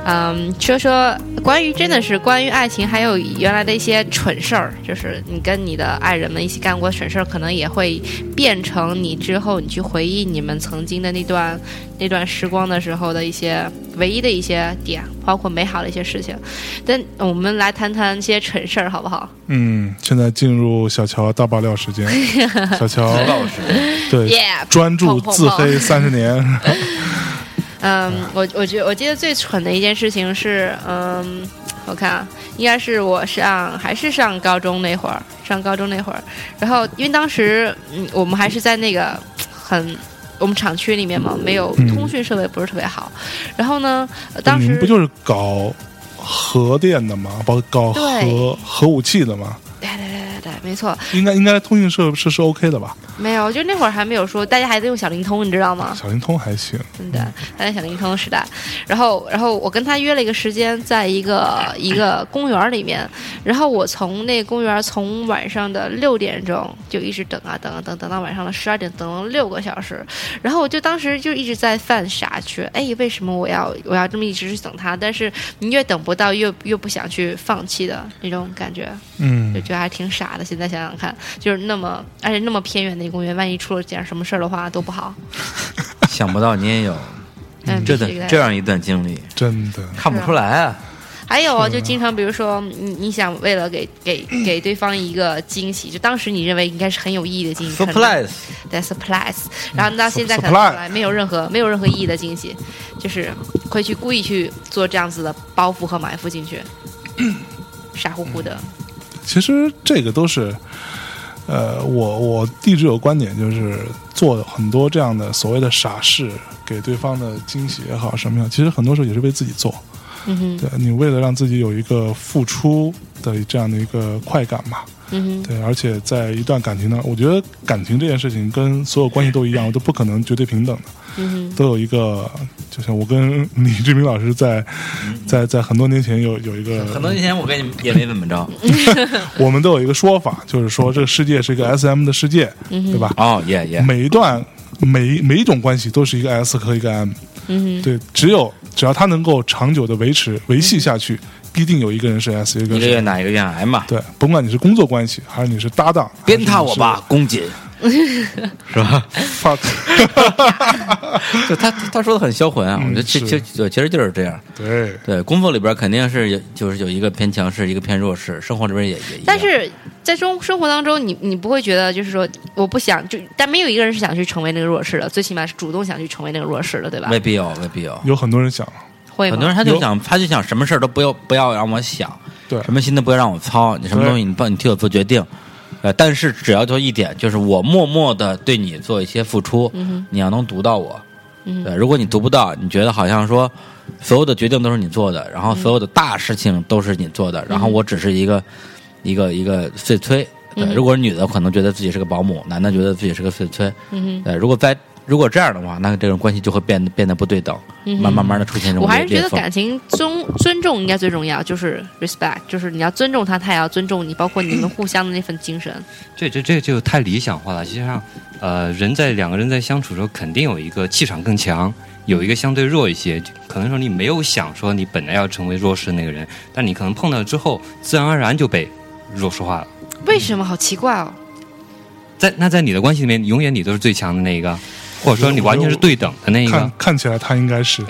[SPEAKER 3] 嗯，说说关于真的是关于爱情，还有原来的一些蠢事儿，就是你跟你的爱人们一起干过蠢事儿，可能也会变成你之后你去回忆你们曾经的那段那段时光的时候的一些唯一的一些点，包括美好的一些事情。但我们来谈谈这些蠢事儿，好不好？
[SPEAKER 1] 嗯，现在进入小乔大爆料时 间，小乔
[SPEAKER 8] 老师，
[SPEAKER 1] 对
[SPEAKER 3] Yeah，
[SPEAKER 1] 专注
[SPEAKER 3] 碰碰
[SPEAKER 1] 自黑三十年，
[SPEAKER 3] 嗯，我我觉我记得最蠢的一件事情是，嗯，我看啊应该是我上还是上高中那会儿，上高中那会儿，然后因为当时嗯我们还是在那个很我们厂区里面嘛，没有
[SPEAKER 1] 嗯
[SPEAKER 3] 通讯设备不是特别好，然后呢，呃当
[SPEAKER 1] 哎你
[SPEAKER 3] 时
[SPEAKER 1] 们不就是搞核电的吗？包搞核
[SPEAKER 3] 对
[SPEAKER 1] 核武器的吗？
[SPEAKER 3] 对对对对对，没错，
[SPEAKER 1] 应该应该通讯设施是 OK 的吧？
[SPEAKER 3] 没有，就那会儿还没有说大家还在用小灵通，你知道吗？
[SPEAKER 1] 小灵通还行，嗯
[SPEAKER 3] 真的，还在小灵通时代。然后，然后我跟他约了一个时间，在一个一个公园里面。然后我从那个公园从晚上的六点钟就一直等啊等啊等，等到晚上的十二点，等了六个小时。然后我就当时就一直在犯傻去，哎，为什么我要我要这么一直去等他？但是你越等不到，越越不想去放弃的那种感觉。就
[SPEAKER 1] 嗯，
[SPEAKER 3] 觉得还挺傻的。现在想想看，就是那么，而且那么偏远的一个公园，万一出了点什么事儿的话，多不好。
[SPEAKER 2] 想不到你也 有
[SPEAKER 3] 嗯，
[SPEAKER 2] 这
[SPEAKER 3] 必
[SPEAKER 2] 段
[SPEAKER 3] 须的
[SPEAKER 2] 这样一段经历，
[SPEAKER 1] 真的，
[SPEAKER 2] 看不出来啊。
[SPEAKER 3] 还有啊，就经常比如说，你你想为了给给 给对方一个惊喜，就当时你认为应该是很有意义的惊喜
[SPEAKER 2] Surprise，嗯
[SPEAKER 3] 对 surprise，然后到现在
[SPEAKER 1] sur-
[SPEAKER 3] 看出
[SPEAKER 1] surprise
[SPEAKER 3] 来没有任何没有任何意义的惊喜，就是会去故意去做这样子的包袱和埋伏进 去，傻乎乎的，
[SPEAKER 2] 嗯
[SPEAKER 1] 其实这个都是，呃，我我一直有观点，就是做很多这样的所谓的傻事，给对方的惊喜也好，什么样，其实很多时候也是为自己做。
[SPEAKER 3] 嗯哼，
[SPEAKER 1] 对你为了让自己有一个付出的这样的一个快感嘛，
[SPEAKER 3] 嗯
[SPEAKER 1] 对，而且在一段感情当中，我觉得感情这件事情跟所有关系都一样，都不可能绝对平等的，
[SPEAKER 3] 哼，嗯
[SPEAKER 1] 都有一个，就像我跟李志明老师在在在很多年前有有一个
[SPEAKER 2] 很多年前我跟你们也没怎么着。
[SPEAKER 1] 嗯我们都有一个说法，就是说这个世界是一个 S M 的世界，对吧？
[SPEAKER 2] 哦，耶耶，
[SPEAKER 1] 每一段每每一种关系都是一个 S 和一个 M，
[SPEAKER 3] 哼，嗯哼，
[SPEAKER 1] 对，只有只要它能够长久的维持维系下去，必定有一个人是 S，一个
[SPEAKER 2] 一
[SPEAKER 1] 人
[SPEAKER 2] 个
[SPEAKER 1] 是
[SPEAKER 2] 愿
[SPEAKER 1] M
[SPEAKER 2] 打一个愿挨嘛。
[SPEAKER 1] 对，甭管你是工作关系，还是你是搭档，
[SPEAKER 2] 鞭挞我吧，公瑾，
[SPEAKER 1] 嗯
[SPEAKER 2] 是吧？
[SPEAKER 1] 还是你是，fuck，
[SPEAKER 2] 就他他说的很销魂啊，我觉得
[SPEAKER 1] 嗯
[SPEAKER 2] 其
[SPEAKER 1] 是
[SPEAKER 2] 其就其实就是这样。
[SPEAKER 1] 对，
[SPEAKER 2] 对，工作里边肯定是有，就是有一个偏强势，一个偏弱势，生活这边也也一样。
[SPEAKER 3] 但是在中生活当中，你你不会觉得就是说我不想就，但没有一个人是想去成为那个弱势的，最起码是主动想去成为那个弱势的，对吧
[SPEAKER 2] 未？必有，未必有。
[SPEAKER 1] 有很多人想，
[SPEAKER 3] 会吗？
[SPEAKER 2] 很多人他就
[SPEAKER 1] 有
[SPEAKER 2] 想，他就想什么事儿都不要不要让我想，
[SPEAKER 1] 对
[SPEAKER 2] 什么心都不要让我操，你什么
[SPEAKER 1] 对
[SPEAKER 2] 东西你帮你替我做决定。呃，但是只要做一点，就是我默默的对你做一些付出，你要能读到我。
[SPEAKER 3] 嗯
[SPEAKER 2] 对，如果你读不到，你觉得好像说所有的决定都是你做的，然后所有的大事情都是你做的，然后我只是一个一个一个碎催。对，
[SPEAKER 3] 嗯
[SPEAKER 2] 如果是女的，可能觉得自己是个保姆；男的觉得自己是个碎催。
[SPEAKER 3] 嗯
[SPEAKER 2] 对，如果在如果这样的话，那这种关系就会变得变得不对等，
[SPEAKER 3] 嗯
[SPEAKER 2] 慢慢慢的出现这种
[SPEAKER 3] 我还
[SPEAKER 2] 裂
[SPEAKER 3] 是觉得
[SPEAKER 2] 缝
[SPEAKER 3] 感情尊尊重应该最重要，就是 respect，就是你要尊重他，他也要尊重你，包括你们互相的那份精神。
[SPEAKER 4] 这这这就太理想化了。实际上，呃，人在两个人在相处的时候，肯定有一个气场更强，有一个相对弱一些。就可能说你没有想说你本来要成为弱势那个人，但你可能碰到之后，自然而然就被弱势化了。
[SPEAKER 3] 为什么？好奇怪哦！
[SPEAKER 4] 在那在你的关系里面，永远你都是最强的那一个，或者说你完全是对等的那一个
[SPEAKER 1] 看。看起来他应该是，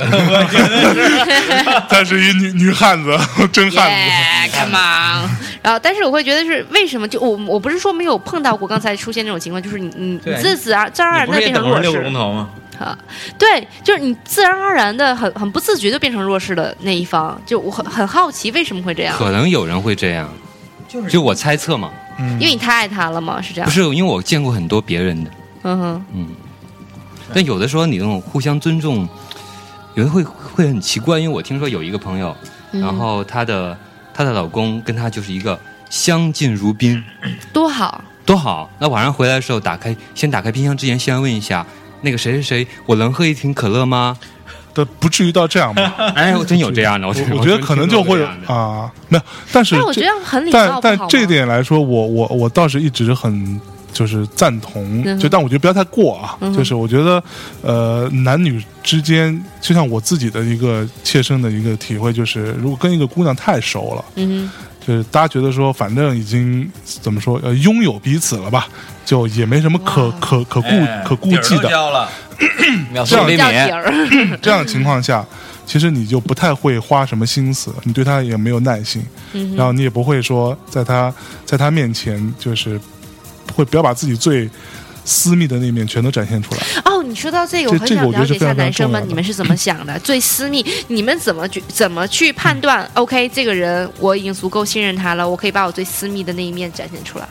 [SPEAKER 1] 她是一女女汉子， 真汉子，
[SPEAKER 3] Yeah，come on。然后，但是我会觉得是为什么？就我我不是说没有碰到过刚才出现这种情况，就是你你
[SPEAKER 2] 对
[SPEAKER 3] 你自自然自然而然
[SPEAKER 2] 你
[SPEAKER 3] 的
[SPEAKER 2] 不是也
[SPEAKER 3] 变成
[SPEAKER 2] 等了
[SPEAKER 3] 弱
[SPEAKER 2] 六个钟
[SPEAKER 3] 势，啊
[SPEAKER 2] 头吗？
[SPEAKER 3] 对，就是你自然而然的很很不自觉就变成弱势的那一方。就我很很好奇为什么会这样，
[SPEAKER 4] 可能有人会这样，就我猜测嘛，
[SPEAKER 1] 嗯
[SPEAKER 3] 因为你太爱他了嘛，是这样
[SPEAKER 4] 不。是因为我见过很多别人的，
[SPEAKER 3] 嗯哼，
[SPEAKER 4] 嗯，但有的时候你那种互相尊重，有的会会很奇怪，因为我听说有一个朋友，
[SPEAKER 3] 嗯
[SPEAKER 4] 然后她的她的老公跟她就是一个相敬如宾，
[SPEAKER 3] 嗯多好。
[SPEAKER 4] 多好。那晚上回来的时候，打开先打开冰箱之前，先问一下那个谁谁谁，我能喝一瓶可乐吗？
[SPEAKER 1] 但不至于到这样吧？
[SPEAKER 4] 哎，我真有这样的，我
[SPEAKER 1] 我我觉得可能就会
[SPEAKER 8] 我觉得挺多这样的
[SPEAKER 1] 啊，没有，但是
[SPEAKER 3] 但我
[SPEAKER 1] 这
[SPEAKER 3] 觉得很礼
[SPEAKER 1] 但
[SPEAKER 3] 貌，
[SPEAKER 1] 但
[SPEAKER 3] 不好吗
[SPEAKER 1] 这点来说，我我我倒是一直很就是赞同，
[SPEAKER 3] 嗯哼
[SPEAKER 1] 就但我觉得不要太过啊。
[SPEAKER 3] 嗯哼
[SPEAKER 1] 就是我觉得，呃，男女之间，就像我自己的一个切身的一个体会，就是如果跟一个姑娘太熟了，
[SPEAKER 3] 嗯
[SPEAKER 1] 就是大家觉得说，反正已经怎么说，呃，拥有彼此了吧，就也没什么可
[SPEAKER 3] 哇
[SPEAKER 1] 可可顾
[SPEAKER 7] 哎
[SPEAKER 2] 哎
[SPEAKER 1] 可顾忌的。
[SPEAKER 2] 交了，秒
[SPEAKER 1] 这
[SPEAKER 2] 速
[SPEAKER 1] 样
[SPEAKER 3] 哼，
[SPEAKER 2] 厘
[SPEAKER 3] 叫
[SPEAKER 2] 米
[SPEAKER 3] 底，儿。
[SPEAKER 1] 这样的情况下，其实你就不太会花什么心思，你对他也没有耐心，
[SPEAKER 3] 嗯哼
[SPEAKER 1] 然后你也不会说在他在他面前就是会不要把自己最私密的那一面全都展现出来。
[SPEAKER 3] 哦，你说到这个，
[SPEAKER 1] 这
[SPEAKER 3] 我很
[SPEAKER 1] 这个
[SPEAKER 3] 想
[SPEAKER 1] 我觉
[SPEAKER 3] 了
[SPEAKER 1] 得是
[SPEAKER 3] 解一
[SPEAKER 1] 非
[SPEAKER 3] 下
[SPEAKER 1] 常非常
[SPEAKER 3] 男生
[SPEAKER 1] 重要
[SPEAKER 3] 们，
[SPEAKER 1] 的
[SPEAKER 3] 你们是怎么 想的？最私密，你们怎么去怎么去判断？OK，这个人我已经足够信任他了，我可以把我最私密的那一面展现出来。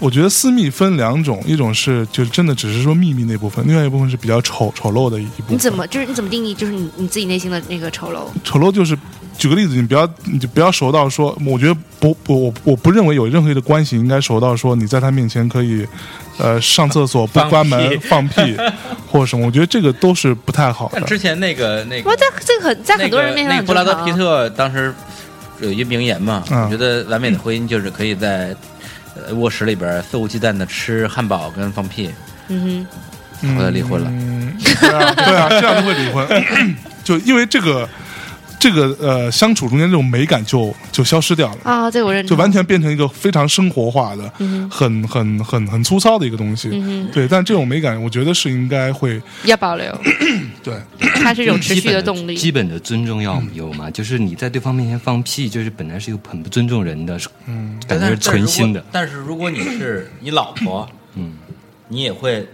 [SPEAKER 1] 我觉得私密分两种，一种是就是真的只是说秘密那部分，另外一部分是比较丑丑陋的一部分。
[SPEAKER 3] 你怎么就是你怎么定义就是你你自己内心的那个丑陋？
[SPEAKER 1] 丑陋就是，举个例子，你不要你就不要熟到说，我觉得不不我我不认为有任何一个关系应该熟到说你在他面前可以，呃，上厕所不
[SPEAKER 2] 放
[SPEAKER 1] 关门
[SPEAKER 2] 屁
[SPEAKER 1] 放 屁或者什么，我觉得这个都是不太好
[SPEAKER 2] 但
[SPEAKER 1] 的。
[SPEAKER 2] 之前那个那个
[SPEAKER 3] 哇，在这个很在
[SPEAKER 2] 那
[SPEAKER 3] 很多人面前
[SPEAKER 2] 那个
[SPEAKER 3] 很
[SPEAKER 2] 布拉
[SPEAKER 3] 正
[SPEAKER 2] 德
[SPEAKER 3] 常
[SPEAKER 2] 皮
[SPEAKER 3] 啊。
[SPEAKER 2] 特当时呃有一名言嘛，
[SPEAKER 1] 嗯
[SPEAKER 2] 我觉得完美的婚姻就是可以在呃卧室里边肆无忌惮的吃汉堡跟放屁。
[SPEAKER 3] 嗯
[SPEAKER 1] 嗯
[SPEAKER 2] 后来离婚了
[SPEAKER 1] 嗯，对啊，对 啊，这样就会离婚， 就因为这个这个呃相处中间这种美感就就消失掉了。
[SPEAKER 3] 哼，啊，这个我认
[SPEAKER 1] 就
[SPEAKER 3] 同。
[SPEAKER 1] 完全变成一个非常生活化的、很很很很粗糙的一个东西，
[SPEAKER 3] 嗯
[SPEAKER 1] 对。但这种美感，我觉得是应该会
[SPEAKER 3] 要 保留，
[SPEAKER 1] 对
[SPEAKER 3] 它是一种持
[SPEAKER 4] 基
[SPEAKER 3] 续
[SPEAKER 4] 本
[SPEAKER 3] 的动力。
[SPEAKER 4] 基本的尊重要有
[SPEAKER 1] 嗯
[SPEAKER 4] 嘛，就是你在对方面前放屁，就是本来是一个很不尊重人的，是
[SPEAKER 1] 嗯
[SPEAKER 4] 感觉是存心的。
[SPEAKER 2] 但是如果你是你老婆，
[SPEAKER 4] 嗯，
[SPEAKER 2] 你也会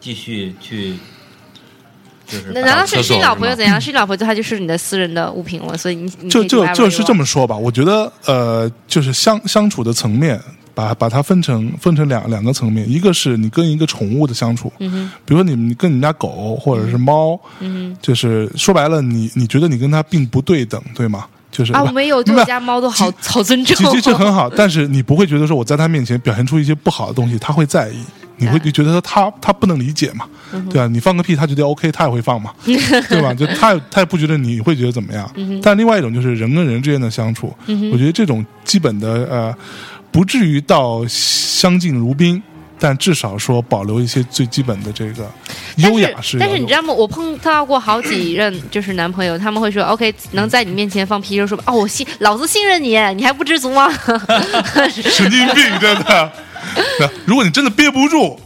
[SPEAKER 2] 继续去，就是
[SPEAKER 3] 那难道是
[SPEAKER 4] 厕
[SPEAKER 3] 是
[SPEAKER 4] 所
[SPEAKER 3] 你老婆
[SPEAKER 4] 是吗
[SPEAKER 3] 又怎样？是你老婆，她就是你的私人的物品了，所以你你
[SPEAKER 1] 就
[SPEAKER 3] 可以
[SPEAKER 1] 嗯就
[SPEAKER 3] 对外
[SPEAKER 1] 就是
[SPEAKER 3] 围
[SPEAKER 1] 这么说吧，我觉得呃，就是相相处的层面，把把它分成分成两两个层面，一个是你跟一个宠物的相处，嗯、比如说你你跟你们家
[SPEAKER 3] 嗯
[SPEAKER 1] 狗或者是猫，嗯、就是说白了，你你觉得你跟它并不对等，对吗？就是
[SPEAKER 3] 啊，我没有，对
[SPEAKER 1] 明
[SPEAKER 3] 我
[SPEAKER 1] 白
[SPEAKER 3] 家猫都好
[SPEAKER 1] 鸡
[SPEAKER 3] 好尊重
[SPEAKER 1] 其。实这很 好，但是你不会觉得说我在他面前表现出一些不好的东西，他会在意。你会
[SPEAKER 3] 对嗯
[SPEAKER 1] 觉得说他他不能理解嘛，对啊吧？你放个屁，他觉得 OK，他也会放嘛， 对吧？就他也他也不觉得你会觉得怎么样。
[SPEAKER 3] 嗯
[SPEAKER 1] 但另外一种就是人跟人之间的相处，我觉得这种基本的呃，不至于到相敬如宾，但至少说保留一些最基本的这个
[SPEAKER 3] 但
[SPEAKER 1] 优
[SPEAKER 3] 是
[SPEAKER 1] 雅是要有的。
[SPEAKER 3] 但是你知道吗？我碰到过好 几任就是男朋友，他们会说 OK，能在你面前放屁就说哦，我信老子信任你，你还不知足吗？
[SPEAKER 1] 神经病，真的。 那如果你真的憋不住，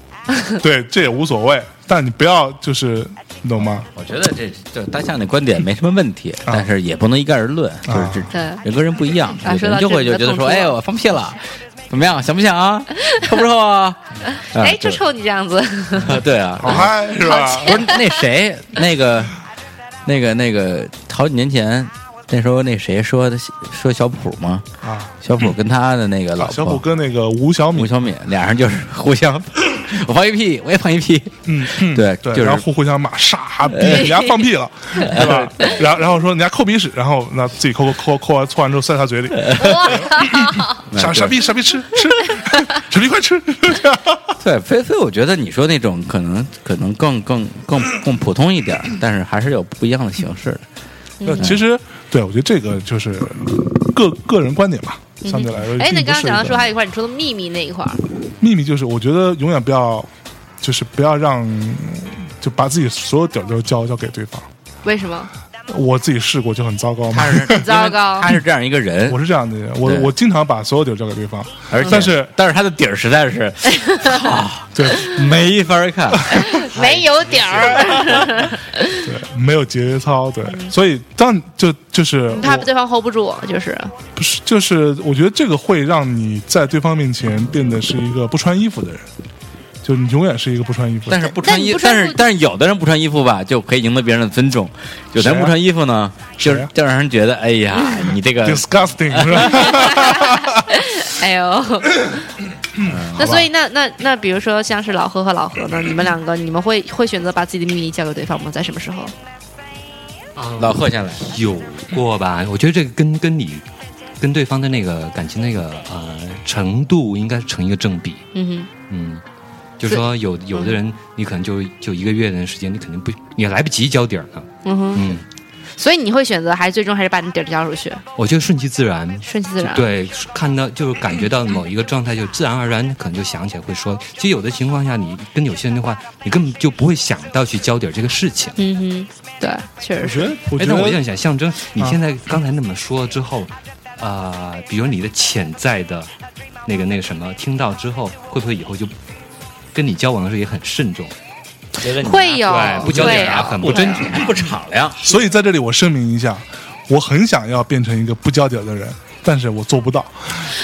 [SPEAKER 1] 对，这也无所谓，但你不要就是，你懂吗？啊
[SPEAKER 2] 我觉得这就大象的观点没什么问题，但是也不能一概而论，就是
[SPEAKER 4] 啊
[SPEAKER 2] 这
[SPEAKER 3] 对
[SPEAKER 2] 人跟人不一样，
[SPEAKER 3] 啊
[SPEAKER 2] 有
[SPEAKER 3] 说
[SPEAKER 2] 的人
[SPEAKER 3] 到
[SPEAKER 2] 就
[SPEAKER 3] 这
[SPEAKER 2] 会
[SPEAKER 3] 你
[SPEAKER 2] 就
[SPEAKER 3] 的
[SPEAKER 2] 觉得
[SPEAKER 3] 痛
[SPEAKER 2] 说，
[SPEAKER 3] 处
[SPEAKER 2] 哎，
[SPEAKER 3] 了
[SPEAKER 2] 我放屁了，怎么样，想不想 啊？臭不臭啊？啊
[SPEAKER 3] 哎，
[SPEAKER 2] 就
[SPEAKER 3] 就冲你这样 子，
[SPEAKER 2] 对啊，
[SPEAKER 1] 好嗨是吧？
[SPEAKER 2] 不是那谁，那个，那个，那个，好几年前，那时候那谁说的说小普嘛，
[SPEAKER 1] 啊，
[SPEAKER 2] 小普跟他的那个老婆
[SPEAKER 1] 小虎跟那个吴小
[SPEAKER 2] 吴
[SPEAKER 1] 米，
[SPEAKER 2] 小敏，俩人就是互相，我放一屁，我也放一屁，
[SPEAKER 1] 嗯，嗯
[SPEAKER 2] 对
[SPEAKER 1] 对，
[SPEAKER 2] 就是
[SPEAKER 1] 然后互互相骂，傻逼，人家放屁了，对吧？然后然后说人家抠鼻屎，然后那自己抠抠抠抠完，搓完之后塞他嘴里，傻傻逼傻逼吃吃，傻逼快吃，
[SPEAKER 2] 对，菲菲，我觉得你说那种可能可能更更更更普通一点儿，但是还是有不一样的形式的。
[SPEAKER 3] 嗯
[SPEAKER 1] 那其实对我觉得这个就是个个人观点吧，相对来说，
[SPEAKER 3] 哎，
[SPEAKER 1] 并
[SPEAKER 3] 那
[SPEAKER 1] 不
[SPEAKER 3] 刚刚
[SPEAKER 1] 是
[SPEAKER 3] 讲
[SPEAKER 1] 一
[SPEAKER 3] 到
[SPEAKER 1] 个
[SPEAKER 3] 说还有一块，你说的秘密那一块儿，
[SPEAKER 1] 秘密就是，我觉得永远不要，就是不要让，就把自己所有底儿都交交给对方。
[SPEAKER 3] 为什 么？
[SPEAKER 1] 我自己试过就很糟糕嘛
[SPEAKER 2] 他，是 很
[SPEAKER 3] 糟糕
[SPEAKER 2] 他是这样一个人
[SPEAKER 1] 我，是这样的人，我
[SPEAKER 2] 对
[SPEAKER 1] 我经常把所有底儿交给对方，
[SPEAKER 2] 而且
[SPEAKER 1] 但是
[SPEAKER 2] 但是他的底儿实在 是
[SPEAKER 1] 对
[SPEAKER 2] 没法儿看。
[SPEAKER 3] 没有点儿，
[SPEAKER 1] 对没有节操，对，
[SPEAKER 3] 嗯
[SPEAKER 1] 所以当就就是
[SPEAKER 3] 你怕
[SPEAKER 1] 我
[SPEAKER 3] 对方 hold 不住，就是
[SPEAKER 1] 不是就是我觉得这个会让你在对方面前变得是一个不穿衣服的人，就你永远是一个不穿衣服的
[SPEAKER 2] 但
[SPEAKER 1] 人。
[SPEAKER 2] 是不穿衣，但
[SPEAKER 3] 但你不穿
[SPEAKER 2] 是但是有的人不穿衣服吧，就可以赢得别人的尊重；有的
[SPEAKER 1] 谁
[SPEAKER 2] 人
[SPEAKER 1] 啊
[SPEAKER 2] 不穿衣服呢，就
[SPEAKER 1] 谁
[SPEAKER 2] 是
[SPEAKER 1] 啊
[SPEAKER 2] 就让人觉得哎呀，你这个
[SPEAKER 1] disgusting 是吧？
[SPEAKER 3] 哎呦。
[SPEAKER 1] 嗯
[SPEAKER 3] 那所以那那那，比如说像是老何和老何呢，你们两个，你们会会选择把自己的秘密交给对方吗？在什么时候？
[SPEAKER 2] 老贺先来，
[SPEAKER 4] 啊有过吧？我觉得这个跟跟你跟对方的那个感情那个呃程度应该成一个正比。
[SPEAKER 3] 嗯
[SPEAKER 4] 嗯，就是说有有的人你可能就就一个月的时间，你肯定不你来不及交底儿呢。
[SPEAKER 3] 哼，嗯哼，
[SPEAKER 4] 嗯，
[SPEAKER 3] 所以你会选择还最终还是把你底儿交出去，
[SPEAKER 4] 我觉得顺其自然。
[SPEAKER 3] 顺其自然。
[SPEAKER 4] 对，看到就是感觉到某一个状态，就自然而然可能就想起来会说。其实有的情况下，你跟有些人的话，你根本就不会想到去交底儿这个事情。
[SPEAKER 3] 嗯哼，对，确
[SPEAKER 1] 我
[SPEAKER 3] 实是。
[SPEAKER 1] 觉得，我
[SPEAKER 4] 哎
[SPEAKER 1] 觉，
[SPEAKER 4] 那我
[SPEAKER 1] 得
[SPEAKER 4] 想想，象征你
[SPEAKER 1] 啊
[SPEAKER 4] 现在刚才那么说之后，啊、比如你的潜在的那个那个什么，听到之后，会不会以后就跟你交往的时候也很慎重？
[SPEAKER 2] 觉得你
[SPEAKER 3] 会有
[SPEAKER 4] 对，不交
[SPEAKER 3] 会
[SPEAKER 4] 点儿啊，
[SPEAKER 3] 有
[SPEAKER 4] 很
[SPEAKER 2] 不
[SPEAKER 4] 不
[SPEAKER 2] 真
[SPEAKER 4] 真。
[SPEAKER 2] 不敞亮，
[SPEAKER 1] 所以在这里我声明一下，我很想要变成一个不交底儿的人，但是我做不到。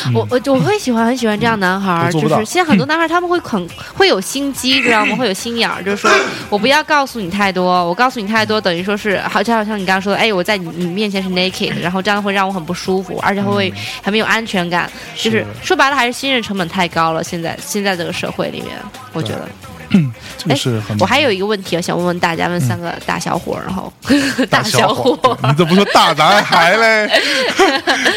[SPEAKER 4] 嗯
[SPEAKER 3] 我我我会喜欢很喜欢这样男孩
[SPEAKER 1] 我
[SPEAKER 3] 儿，
[SPEAKER 1] 做
[SPEAKER 3] 就
[SPEAKER 1] 不到
[SPEAKER 3] 是现在很多男孩儿他们会很会有心机，知道吗？会有心眼儿，就是 说我不要告诉你太多，我告诉你太多等于说是好像好像你刚刚说的，哎，我在你你面前是 naked，然后这样会让我很不舒服，而且会很没有安全感，就是
[SPEAKER 1] 嗯是
[SPEAKER 3] 说白了还是信任成本太高了。现在现在这个社会里面，我觉得
[SPEAKER 1] 这个是很。
[SPEAKER 3] 哎我还有一个问题啊想问问大家，问三个大小伙儿，然后大
[SPEAKER 1] 小
[SPEAKER 3] 小伙
[SPEAKER 1] 对你
[SPEAKER 3] 儿
[SPEAKER 1] 怎么说大男孩嘞？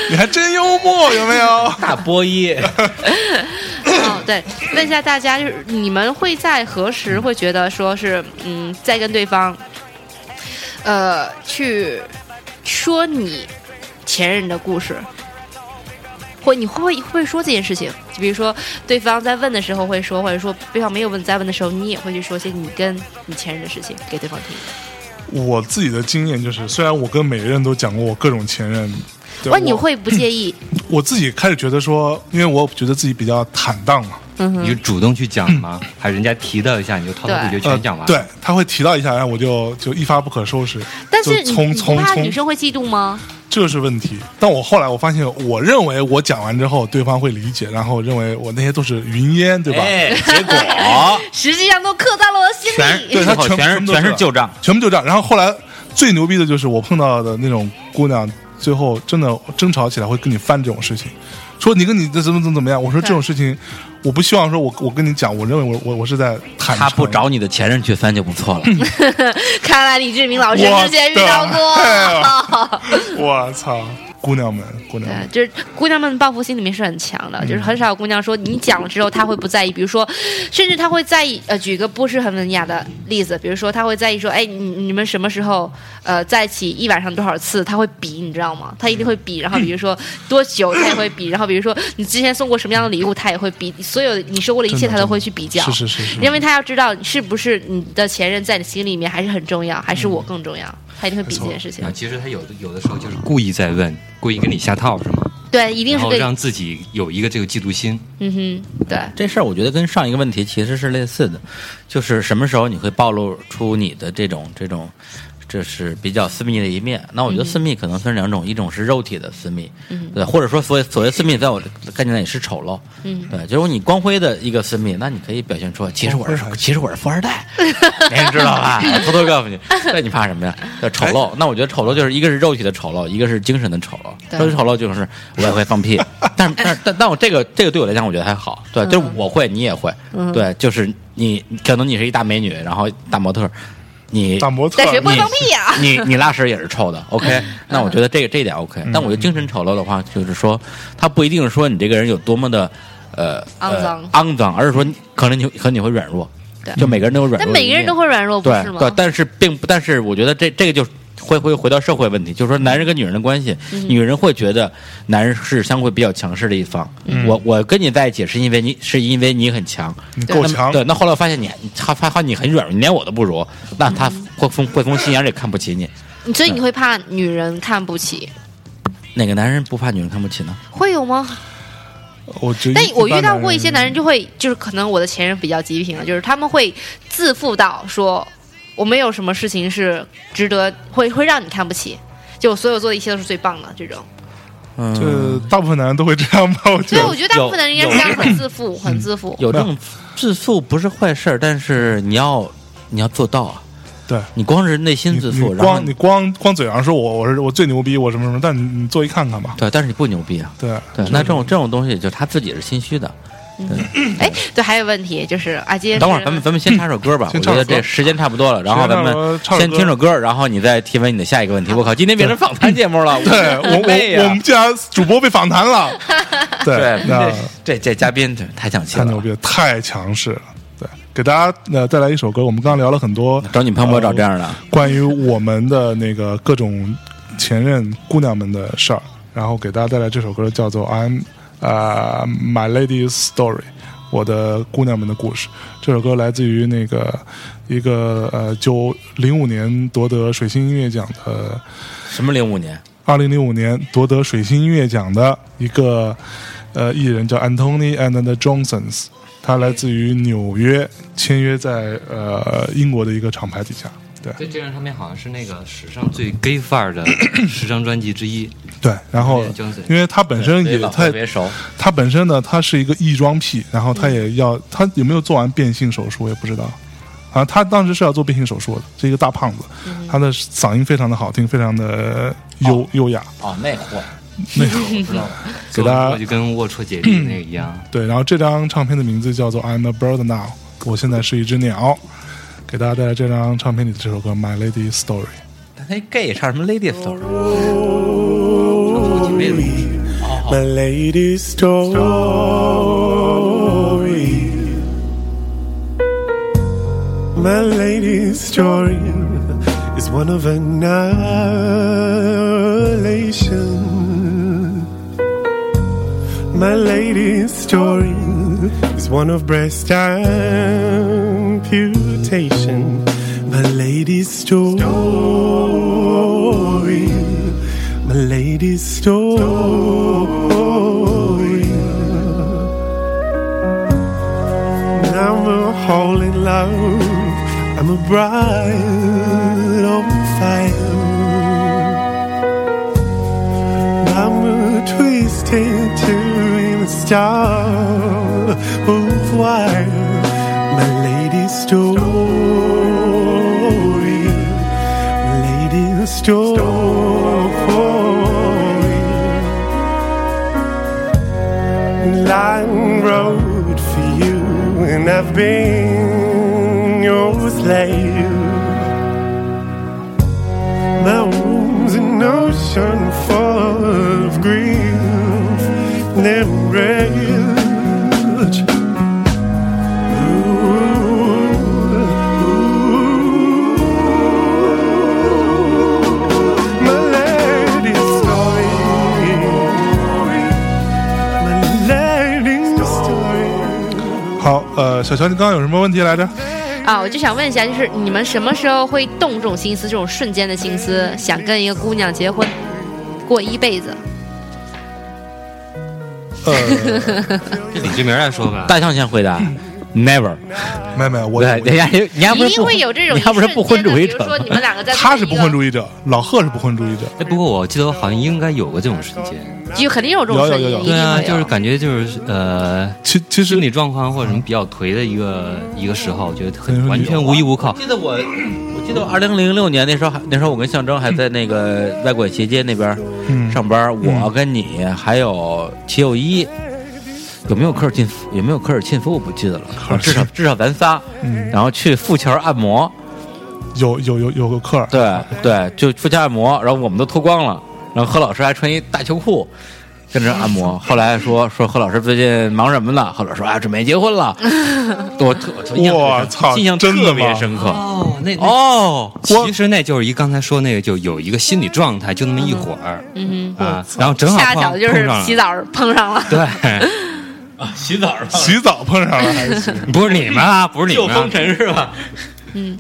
[SPEAKER 1] 你还真幽默，有没有？
[SPEAKER 2] 大波一，
[SPEAKER 3] 哦，对，问一下大家，就是你们会在何时会觉得说是，嗯，在跟对方，呃，去说你前任的故事，或你会不会会说这件事情？就比如说对方在问的时候会说，或者说对方没有问在问的时候，你也会去说些你跟你前任的事情给对方听。
[SPEAKER 1] 我自己的经验就是，虽然我跟每个人都讲过我各种前任，对
[SPEAKER 3] 哇，
[SPEAKER 1] 我
[SPEAKER 3] 你会不 介意？
[SPEAKER 1] 我自己开始觉得说，因为我觉得自己比较坦荡嘛，
[SPEAKER 3] 嗯
[SPEAKER 4] 你
[SPEAKER 3] 哼，
[SPEAKER 4] 就主动去讲 吗？还是人家提到一下你就滔滔不绝
[SPEAKER 1] 呃
[SPEAKER 4] 全讲完？，
[SPEAKER 1] 对，他会提到一下，然后我就就一发不可收拾。
[SPEAKER 3] 但是
[SPEAKER 1] 就
[SPEAKER 3] 你
[SPEAKER 1] 从
[SPEAKER 3] 你不
[SPEAKER 1] 从
[SPEAKER 3] 怕女
[SPEAKER 1] 从，
[SPEAKER 3] 生会嫉妒吗？
[SPEAKER 1] 这是问题。但我后来我发现，我认为我讲完之后，对方会理解，然后认为我那些都是云烟，对吧？
[SPEAKER 2] 哎，结果
[SPEAKER 3] 实际上都刻在了我的心
[SPEAKER 2] 全
[SPEAKER 3] 里。
[SPEAKER 1] 对他
[SPEAKER 2] 最后
[SPEAKER 1] 全
[SPEAKER 2] 全
[SPEAKER 1] 全
[SPEAKER 2] 是
[SPEAKER 1] 部都
[SPEAKER 2] 全
[SPEAKER 1] 知
[SPEAKER 2] 是
[SPEAKER 1] 道
[SPEAKER 2] 旧账，
[SPEAKER 1] 全部就这样。然后后来最牛逼的就是我碰到的那种姑娘，最后真的争吵起来会跟你翻这种事情，说你跟你这怎么怎么怎么样。我说这种事情，我不希望说我我跟你讲，我认为我我我是在坦诚。
[SPEAKER 2] 他不找你的前任去翻就不错了。
[SPEAKER 3] 看来李志明老师
[SPEAKER 1] 我
[SPEAKER 3] 之前遇到
[SPEAKER 1] 的
[SPEAKER 3] 过。
[SPEAKER 1] 我操！姑娘们，姑娘们，，
[SPEAKER 3] 对呃就是姑娘们报复心里面是很强的，就是很
[SPEAKER 1] 嗯
[SPEAKER 3] 少有姑娘说你讲了之后她会不在意，比如说，甚至她会在意。呃，举一个不是很文雅的例子，比如说她会在意说，哎，你你们什么时候呃在一起一晚上多少次？她会比，你知道吗？她一定会比。然后比如说多久，她也会比。然后比如说你之前送过什么样的礼物，她也会比。所有你收过的一切，
[SPEAKER 1] 真的
[SPEAKER 3] 她都会去比较。
[SPEAKER 1] 是是是是，
[SPEAKER 3] 因为她要知道是不是你的前任在你心里面还是很重要，还
[SPEAKER 1] 嗯
[SPEAKER 3] 是我更重要，她一定会比这件事情
[SPEAKER 4] 啊，。其实他有的有的时候就是故意在问，故意跟你下套是吗？
[SPEAKER 3] 对，一定
[SPEAKER 4] 然
[SPEAKER 3] 是
[SPEAKER 4] 后
[SPEAKER 3] 对，
[SPEAKER 4] 让自己有一个这个嫉妒心。
[SPEAKER 3] 嗯哼，对。
[SPEAKER 2] 这事儿我觉得跟上一个问题其实是类似的，就是什么时候你会暴露出你的这种这种，这是比较私密的一面。那我
[SPEAKER 3] 嗯
[SPEAKER 2] 觉得私密可能分两种，一种是肉体的私密，对，或者说所谓所谓私密，在我的概念里是丑陋，嗯，对，就是你光辉的一个私密，那你可以表现出，其实我是
[SPEAKER 1] 光辉
[SPEAKER 2] 其实我是富二 代，没人知道吧？偷偷告诉你，那你怕什么呀？叫丑
[SPEAKER 3] 哎
[SPEAKER 2] 陋。那我觉得丑陋就是一个是肉体的丑陋，一个是精神的丑陋。
[SPEAKER 3] 对
[SPEAKER 2] 肉体丑陋就是我也会放 屁，但是但是但但我这个这个对我来讲，我觉得还好。对，
[SPEAKER 3] 嗯
[SPEAKER 2] 就是我会，你也会。对，就是你可能你是一大美女，然后大模特儿，你
[SPEAKER 1] 大模特
[SPEAKER 3] 但谁不
[SPEAKER 2] 你
[SPEAKER 3] 会放屁呀
[SPEAKER 2] 你你拉屎也是臭的，OK？那 我觉得这个这一点 OK。但
[SPEAKER 1] 嗯
[SPEAKER 2] 我觉得精神丑陋的话，就是说，他不一定是说你这个人有多么的呃
[SPEAKER 3] 肮脏
[SPEAKER 2] 呃肮脏，而是说你可能你可能你会软弱，
[SPEAKER 3] 对
[SPEAKER 2] 就每个人都有软弱
[SPEAKER 3] 但
[SPEAKER 2] 的一面，
[SPEAKER 3] 每个人都会软弱，不
[SPEAKER 2] 对
[SPEAKER 3] 是吗？
[SPEAKER 2] 对，但是并不，但是我觉得这这个就是会会回到社会问题，
[SPEAKER 1] 嗯
[SPEAKER 2] 就是说男人跟女人的关系，
[SPEAKER 3] 嗯
[SPEAKER 2] 女人会觉得男人是相对比较强势的一方。我我跟你在一起是因为你是因为你很强，
[SPEAKER 1] 嗯你够
[SPEAKER 2] 那么
[SPEAKER 1] 强，
[SPEAKER 2] 对，那后来我发现你他发现你很软弱，你连我都不如，那他
[SPEAKER 3] 嗯
[SPEAKER 2] 会从会从心眼里看不起你。
[SPEAKER 3] 所以你会怕女人看不起，
[SPEAKER 2] 哪个男人不怕女人看不起呢？
[SPEAKER 3] 会有吗？
[SPEAKER 1] 我觉得
[SPEAKER 3] 但
[SPEAKER 1] 一
[SPEAKER 3] 我
[SPEAKER 1] 般
[SPEAKER 3] 遇到过一些男
[SPEAKER 1] 人
[SPEAKER 3] 人就会，就是可能我的前任比较极品啊，就是他们会自负到说我没有什么事情是值得会会让你看不起，就我所有做的一切都是最棒的这种。
[SPEAKER 1] 就
[SPEAKER 2] 嗯
[SPEAKER 1] 大部分男人都会这样吧，我觉
[SPEAKER 3] 所以
[SPEAKER 1] 得
[SPEAKER 3] 我觉得大部分的人应该是这样很自负，很自负。
[SPEAKER 2] 嗯有这种自负不是坏事儿，但是你要你要做到啊！
[SPEAKER 1] 对。
[SPEAKER 2] 你光是内心
[SPEAKER 1] 你
[SPEAKER 2] 自
[SPEAKER 1] 你
[SPEAKER 2] 负，然后
[SPEAKER 1] 光你光光嘴上说我我是我最牛逼，我什么什么，但你你坐一看看吧。
[SPEAKER 2] 对，但是你不牛逼啊。
[SPEAKER 1] 对
[SPEAKER 2] 对，那这种这种东西，就是他自己是心虚的。
[SPEAKER 3] 哎，对，还有问题就是啊，今天
[SPEAKER 2] 嗯等会儿
[SPEAKER 3] 是
[SPEAKER 2] 咱们咱们先插首歌
[SPEAKER 1] 嗯
[SPEAKER 2] 吧，
[SPEAKER 1] 先
[SPEAKER 2] 我
[SPEAKER 1] 唱
[SPEAKER 2] 觉
[SPEAKER 1] 首
[SPEAKER 2] 得
[SPEAKER 1] 歌
[SPEAKER 2] 这时间差不多了，然后咱们
[SPEAKER 1] 唱首歌
[SPEAKER 2] 先听首歌，然后你再提问你的下一个问题。我靠，今天变成访谈节目了，
[SPEAKER 1] 对，我
[SPEAKER 2] 累
[SPEAKER 1] 我我
[SPEAKER 2] 呀
[SPEAKER 1] 们！竟然主播被访谈了，
[SPEAKER 2] 对，
[SPEAKER 1] 那
[SPEAKER 2] 这这这嘉宾这太抢戏
[SPEAKER 1] 太牛
[SPEAKER 2] 了，
[SPEAKER 1] 逼了，太强势了。对，给大家呃带来一首歌，我们刚刚聊了很多
[SPEAKER 2] 嗯找你潘博找这样的。
[SPEAKER 1] 关于我们的那个各种前任姑娘们的事儿，然后给大家带来这首歌叫做《I'm 啊、My Lady's Story》，我的姑娘们的故事。这首歌来自于那个一个呃九零五年夺得水星音乐奖的，
[SPEAKER 2] 什么零五年？
[SPEAKER 1] 二零零五年夺得水星音乐奖的一个呃艺人叫 Anthony and the Johnsons。他来自于纽约，签约在呃英国的一个厂牌底下。对，
[SPEAKER 4] 对，这张唱片好像是那个史上最 gay 范儿的十张专辑 之一。
[SPEAKER 1] 对，然后
[SPEAKER 4] Dwayne Johnson
[SPEAKER 1] 因为他本身也
[SPEAKER 2] 老
[SPEAKER 1] 他
[SPEAKER 2] 特别熟，
[SPEAKER 1] 他本身呢，他是一个异装癖，然后他也
[SPEAKER 2] 嗯
[SPEAKER 1] 要他有没有做完变性手术我也不知道。啊，他当时是要做变性手术的，是一个大胖子，他的嗓音非常的好听，非常的优、优雅。
[SPEAKER 2] 嗯哦，那货
[SPEAKER 1] 那
[SPEAKER 2] 我知道 了。
[SPEAKER 1] 给大家
[SPEAKER 4] 做就跟龌龊姐弟那个一样。
[SPEAKER 1] 对，然后这张唱片的名字叫做《I'm a Bird Now》，我现在是一只鸟。给大家带来这张唱片里的这首歌《My Lady Story》。
[SPEAKER 2] 那 gay 唱什么 lady story？
[SPEAKER 9] My lady's story. My lady's story is one of annihilation. My lady's story is one of breast amputation. My lady's story. My lady's story. I'm a hole in love. I'm a bride on fire. I'm a twisted to the star of wire. My lady's story. My lady's story. Long road for you, and I've been your slave. My womb's an ocean full
[SPEAKER 1] 呃小乔，你刚刚有什么问题来着？
[SPEAKER 3] 啊，我就想问一下，就是你们什么时候会动这种心思，这种瞬间的心思，想跟一个姑娘结婚，过一辈子？
[SPEAKER 1] 呃，
[SPEAKER 4] 这李志明来说吧，
[SPEAKER 2] 大象先回答，never。
[SPEAKER 1] 没没，我
[SPEAKER 2] 对，人家人家不
[SPEAKER 3] 一
[SPEAKER 2] 是
[SPEAKER 3] 定
[SPEAKER 2] 不
[SPEAKER 3] 会有这种
[SPEAKER 2] 人家不是不
[SPEAKER 3] 一瞬
[SPEAKER 2] 婚
[SPEAKER 3] 间
[SPEAKER 2] 主
[SPEAKER 3] 的
[SPEAKER 2] 义
[SPEAKER 3] 比
[SPEAKER 2] 者
[SPEAKER 3] 如说
[SPEAKER 2] 吗
[SPEAKER 3] 你们两个在
[SPEAKER 1] 他是不婚
[SPEAKER 3] 义
[SPEAKER 1] 主义者，老贺是不婚主义者。
[SPEAKER 4] 哎，不过我记得我好像应该有过这种瞬间，，
[SPEAKER 3] 就肯定有这种
[SPEAKER 1] 有有
[SPEAKER 3] 瞬
[SPEAKER 1] 有
[SPEAKER 3] 间，
[SPEAKER 1] 有
[SPEAKER 3] 一定
[SPEAKER 4] 对啊，
[SPEAKER 3] 会有
[SPEAKER 4] 就是感觉就是呃，
[SPEAKER 1] 其其实
[SPEAKER 4] 心理状况或者什么比较颓的一个一个时候，我觉得
[SPEAKER 1] 肯定
[SPEAKER 4] 很
[SPEAKER 1] 是
[SPEAKER 4] 完全无依无靠
[SPEAKER 2] 我。记得我，我记得我二零零六年那时候还，那时候我跟象征还在那个外国斜街那边
[SPEAKER 1] 嗯
[SPEAKER 2] 上班，我跟你还有齐友一，有没有科尔沁夫？有没有科尔沁夫？我不记得了，
[SPEAKER 1] 尔沁
[SPEAKER 2] 至少至少咱仨，
[SPEAKER 1] 嗯
[SPEAKER 2] 然后去富桥按摩，
[SPEAKER 1] 有有有有个克尔，
[SPEAKER 2] 对对，就富桥按摩，然后我们都脱光了，然后何老师还穿一大秋裤。跟着按摩，后来说说何老师最近忙什么呢？何老师说啊，准备结婚 了。我特我特印象特别深
[SPEAKER 1] 我操
[SPEAKER 2] 印象
[SPEAKER 1] 真的
[SPEAKER 2] 特别
[SPEAKER 1] 吗
[SPEAKER 2] 深刻。
[SPEAKER 4] 哦，那哦，
[SPEAKER 2] 哦，
[SPEAKER 4] 其实那就是一刚才说那个，就有一个心理状态，就那么一会儿
[SPEAKER 3] 嗯
[SPEAKER 4] 啊，然后正
[SPEAKER 3] 哼，
[SPEAKER 4] 好
[SPEAKER 3] 下
[SPEAKER 4] 碰
[SPEAKER 3] 脚
[SPEAKER 4] 碰
[SPEAKER 3] 就
[SPEAKER 4] 上
[SPEAKER 3] 是
[SPEAKER 4] 了
[SPEAKER 3] 洗，澡碰上了，
[SPEAKER 4] 对，
[SPEAKER 2] 啊洗澡吧
[SPEAKER 1] 洗澡碰上了还是洗
[SPEAKER 4] 不是你们啊，不是你们啊，
[SPEAKER 2] 尘是吧？
[SPEAKER 1] 啊其
[SPEAKER 3] 嗯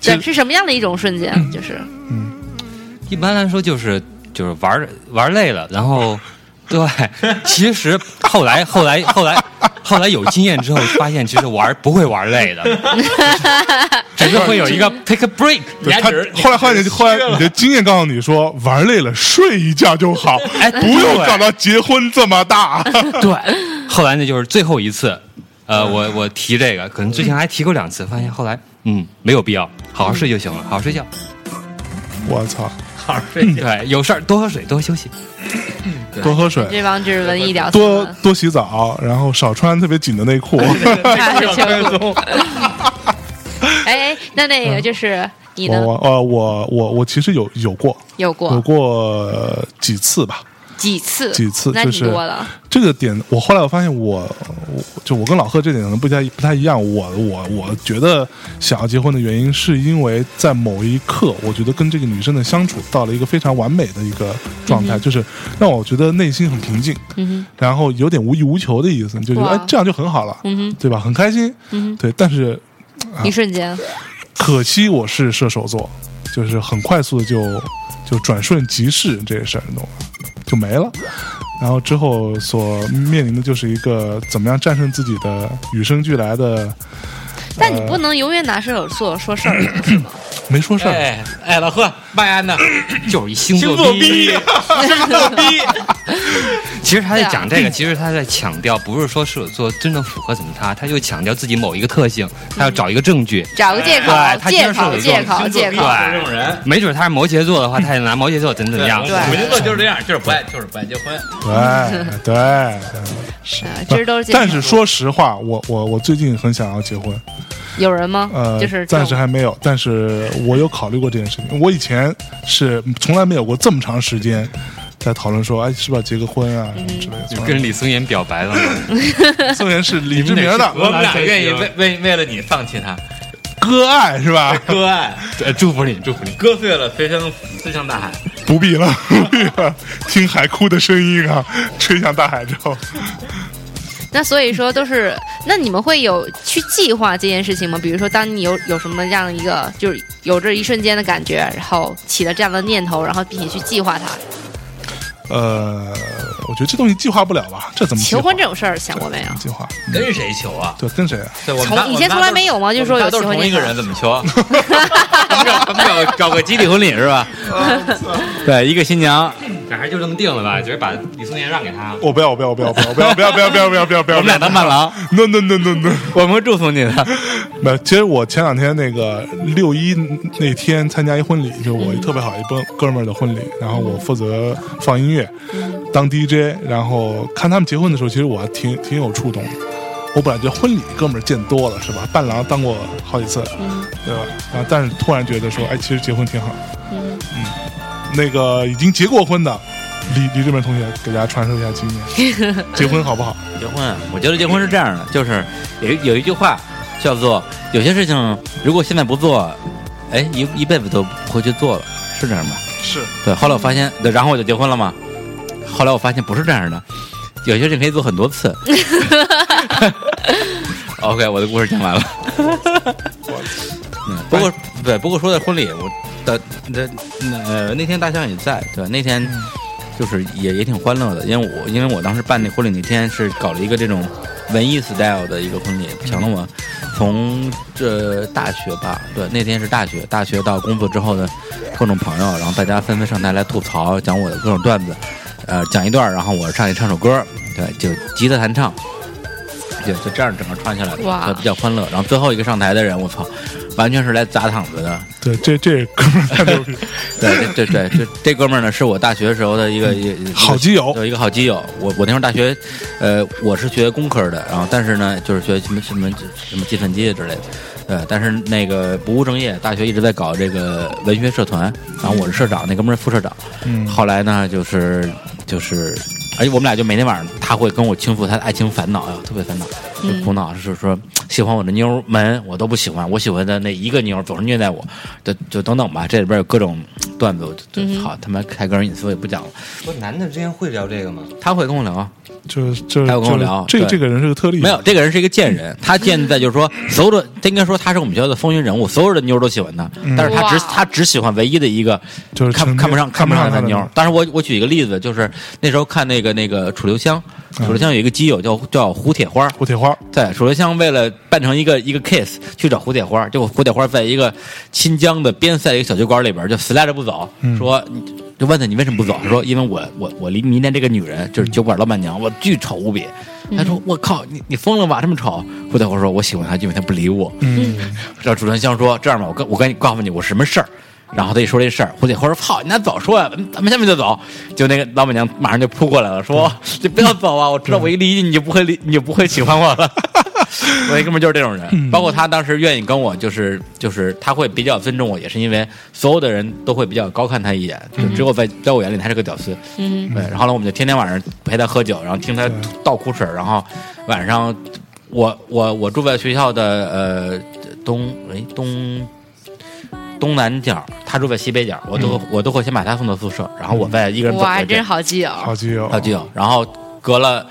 [SPEAKER 3] 对，
[SPEAKER 1] 实
[SPEAKER 3] 是什么样的一种瞬间？就是
[SPEAKER 4] 一般来说就是就是玩儿玩儿累了，然后对，其实后来后来后来后来有经验之后，发现其实玩儿不会玩儿累的， 只是会有一个 take a break。
[SPEAKER 1] 对他后来后来你后来你的经验告诉你说，玩累了睡一觉就好，
[SPEAKER 4] 哎
[SPEAKER 1] 不用
[SPEAKER 4] 对
[SPEAKER 1] 搞到结婚这么大。
[SPEAKER 4] 对，后来那就是最后一次，呃，我我提这个，可能之前还提过两次，发现后来嗯没有必要，好好睡就行了，好好睡觉。
[SPEAKER 1] 我操，
[SPEAKER 2] 好好睡 觉。
[SPEAKER 4] 对，有事儿多喝水，多休息。
[SPEAKER 1] 多喝水，
[SPEAKER 3] 这帮就是文艺屌丝
[SPEAKER 1] 多
[SPEAKER 3] 们，
[SPEAKER 1] 多洗澡，然后少穿特别紧的内裤。
[SPEAKER 3] 太秋裤。哎，哎那那个就是你
[SPEAKER 1] 我
[SPEAKER 3] 呢？
[SPEAKER 1] 我呃我我我其实有有过
[SPEAKER 3] 有
[SPEAKER 1] 有
[SPEAKER 3] 过
[SPEAKER 1] 过呃几次吧，
[SPEAKER 3] 几次？
[SPEAKER 1] 几次
[SPEAKER 3] 那
[SPEAKER 1] 就
[SPEAKER 3] 挺
[SPEAKER 1] 是
[SPEAKER 3] 多了。
[SPEAKER 1] 这个点，我后来我发现我，我就我跟老贺这点可能不太不太一样。我我我觉得想要结婚的原因，是因为在某一刻，我觉得跟这个女生的相处到了一个非常完美的一个状态，就是让我觉得内心很平静，
[SPEAKER 3] 嗯
[SPEAKER 1] 然后有点无欲无求的意思，就觉得
[SPEAKER 3] 哇
[SPEAKER 1] 哎这样就很好了，
[SPEAKER 3] 哼，嗯
[SPEAKER 1] 对吧？很开心，
[SPEAKER 3] 嗯
[SPEAKER 1] 对。啊但是
[SPEAKER 3] 哼，一瞬间，
[SPEAKER 1] 可惜我是射手座，就是很快速的就就转瞬即逝这些事儿，你懂吗？就没了。然后之后所面临的就是一个怎么样战胜自己的与生俱来的，呃
[SPEAKER 3] 但你不能永远拿射手座说事儿， 是吗？
[SPEAKER 1] 没说事儿，
[SPEAKER 2] 哎哎，老贺，嘛呀呢？
[SPEAKER 4] 就是一星座
[SPEAKER 2] 星 座逼，
[SPEAKER 4] 其实他在
[SPEAKER 3] 对啊
[SPEAKER 4] 讲这个，其实他在强调，不是说射手座真正符合怎么他，他就强调自己某一个特性，他要找一个证据。
[SPEAKER 3] 找个借口
[SPEAKER 4] 哎，他
[SPEAKER 3] 借
[SPEAKER 4] 接受
[SPEAKER 3] 口，
[SPEAKER 4] 了
[SPEAKER 3] 借口，
[SPEAKER 2] 星座
[SPEAKER 3] 借
[SPEAKER 2] 逼
[SPEAKER 3] 口。
[SPEAKER 2] 就是这种人。
[SPEAKER 4] 没准他是摩羯座的话，他也拿摩羯座怎么怎么样。
[SPEAKER 3] 对
[SPEAKER 2] 母座就是这样，就是不爱，就是不爱结婚。
[SPEAKER 1] 对哎对。
[SPEAKER 3] 啊其实都是借口。
[SPEAKER 1] 但是说实话，我我我最近很想要结婚，
[SPEAKER 3] 有人吗？
[SPEAKER 1] 呃，
[SPEAKER 3] 就是这
[SPEAKER 1] 暂
[SPEAKER 3] 种
[SPEAKER 1] 时还没有，但是我有考虑过这件事情。我以前是从来没有过这么长时间在讨论说，哎，是不是要结个婚啊
[SPEAKER 3] 嗯
[SPEAKER 1] 什么之类的。
[SPEAKER 4] 就
[SPEAKER 1] 从来
[SPEAKER 4] 跟李松岩表白了吗？
[SPEAKER 1] 宋元是李志明的
[SPEAKER 2] 我们俩
[SPEAKER 4] 啊
[SPEAKER 2] 愿意为为为了你放弃他，
[SPEAKER 1] 割爱是吧？
[SPEAKER 2] 割爱，
[SPEAKER 4] 对，哎祝福你，祝福你。
[SPEAKER 2] 割碎了飞向飞向大海。
[SPEAKER 1] 不必 了，不必了，听海哭的声音啊，吹向大海之后，
[SPEAKER 3] 那所以说都是，那你们会有去计划这件事情吗？比如说，当你有有什么样的一个，就是有这一瞬间的感觉，然后起了这样的念头，然后并且去计划它。
[SPEAKER 1] 呃，我觉得这东西计划不了吧？这怎么计
[SPEAKER 3] 求
[SPEAKER 1] 划
[SPEAKER 3] 婚这种事儿想过没有？
[SPEAKER 1] 计划？
[SPEAKER 2] 跟谁求啊？
[SPEAKER 1] 对，跟谁啊？
[SPEAKER 2] 对，我们
[SPEAKER 3] 从
[SPEAKER 2] 仨
[SPEAKER 3] 以前从来没有吗就是说有
[SPEAKER 2] 我们仨都是
[SPEAKER 3] 结婚
[SPEAKER 2] 同一
[SPEAKER 3] 这
[SPEAKER 2] 个
[SPEAKER 3] 个
[SPEAKER 2] 人，怎么求啊？ 搞搞搞个集体婚礼是 吧？对，一个新娘，
[SPEAKER 4] 反正就这么定了吧，就是把李松岩让给他。
[SPEAKER 1] 我不要，我不要，我不要，我不要，不要，不要，不要，不要，不要，不要，
[SPEAKER 2] 我们俩当伴郎，
[SPEAKER 1] no no no no no。
[SPEAKER 2] 我们会祝福你的。
[SPEAKER 1] 没有，其实我前两天那个六一那天参加一婚礼，就是我一特别好一帮哥们儿的婚礼，然后我负责放音乐，当 DJ，然后看他们结婚的时候，其实我还挺挺有触动的。我本来觉得婚礼哥们儿见多了是吧？伴郎当过好几次，对吧？然后但是突然觉得说，哎，其实结婚挺好。
[SPEAKER 3] 嗯，
[SPEAKER 1] 那个已经结过婚的，李李志明同学给大家传授一下经验，结婚好不好？
[SPEAKER 2] 结婚，啊，我觉得结婚是这样的，就是有有一句话叫做有些事情如果现在不做，哎，一一辈子都不会去做了，是这样吧？
[SPEAKER 1] 是
[SPEAKER 2] 对，后来我发现，对，然后我就结婚了嘛。后来我发现不是这样的，有些事情可以做很多次。 OK，我的故事讲完了。嗯不过对，不过说到婚礼，我的那那呃那天大象也在，对，那天就是也也挺欢乐的，因为我因为我当时办那婚礼那天是搞了一个这种文艺 style 的一个婚礼，请了我从这大学吧，对，那天是大学，大学到工作之后的各种朋友，然后大家纷纷上台来吐槽，讲我的各种段子，呃，讲一段，然后我上去唱首歌，对，就吉他弹唱。对，就这样整个串下来的，
[SPEAKER 3] 哇
[SPEAKER 2] 对比较欢乐。然后最后一个上台的人，我操，完全是来砸场子的。
[SPEAKER 1] 对，这这哥们儿太牛逼，
[SPEAKER 2] 对对对对，这这哥们儿呢是我大学时候的一个一个
[SPEAKER 1] 好基友
[SPEAKER 2] 有一个好基友。我我那时候大学，呃，我是学工科的，然后但是呢，就是学什么什么什么计算机之类的。对，但是那个不务正业，大学一直在搞这个文学社团，然后我是社长，那哥们儿是副社长。
[SPEAKER 1] 嗯，
[SPEAKER 2] 后来呢，就是就是，而且我们俩就每天晚上，他会跟我倾诉他的爱情烦恼，哎呦，特别烦恼，就苦恼，就是说喜欢我的妞们我都不喜欢，我喜欢的那一个妞总是虐待我，就就等等吧，这里边有各种段子，我就就好，他妈开个人隐私我也不讲了。
[SPEAKER 4] 不，男的之间会聊这个吗？
[SPEAKER 2] 他会跟我聊啊，
[SPEAKER 1] 就是就是
[SPEAKER 2] 还有跟我
[SPEAKER 1] 就是
[SPEAKER 2] 聊
[SPEAKER 1] 这
[SPEAKER 2] 对
[SPEAKER 1] 这个人是个特例，
[SPEAKER 2] 没有，这个人是一个贱人，他贱在就是说，所有的他应该说他是我们学校的风云人物，所有的妞儿都喜欢他，但是他只
[SPEAKER 3] 哇
[SPEAKER 2] 他只喜欢唯一的一个，
[SPEAKER 1] 就是
[SPEAKER 2] 看
[SPEAKER 1] 嗯成
[SPEAKER 2] 看不上
[SPEAKER 1] 看
[SPEAKER 2] 看
[SPEAKER 1] 不
[SPEAKER 2] 不
[SPEAKER 1] 上
[SPEAKER 2] 上他
[SPEAKER 1] 他的
[SPEAKER 2] 妞
[SPEAKER 1] 妞
[SPEAKER 2] 儿
[SPEAKER 1] 儿。
[SPEAKER 2] 当时我我举一个例子，就是那时候看那个那个楚留香，楚留香有一个基友叫叫胡铁花，
[SPEAKER 1] 嗯胡铁花，
[SPEAKER 2] 对，楚留香为了扮成一个一个 kiss 去找胡铁花，结果胡铁花在一个新疆的边塞的一个小酒馆里边就死赖着不走，说就问他你为什么不走？他说因为我我我离明天这个女人就是酒馆老板娘，我巨丑无比。他说我靠你你疯了吧这么丑？胡铁花说我喜欢她，因为她不理我。
[SPEAKER 1] 嗯，
[SPEAKER 2] 让楚留香说这样吧，我跟我跟你告诉你我什么事儿。然后他一说这事儿，胡铁花说：“操，你俩早说呀、咱们下面就走。”就那个老板娘马上就扑过来了，说：“ 你不要走啊！我知道我一离你，你就不会离，你就不会喜欢我了。”我那哥们儿就是这种人，包括他当时愿意跟我，就是就是他会比较尊重我，也是因为所有的人都会比较高看他一眼，就只有在在我眼里他是个屌丝。
[SPEAKER 3] 嗯，
[SPEAKER 2] 对，然后呢，我们就天天晚上陪他喝酒，然后听他倒苦水儿，然后晚上我我我住在学校的呃东哎东东南角，他住在西北角，我都、我都会先把他送到宿舍，然后我再一个人走
[SPEAKER 3] 我还
[SPEAKER 2] 回去
[SPEAKER 3] 真。好基友，
[SPEAKER 1] 好基友，
[SPEAKER 2] 好基友，然后隔了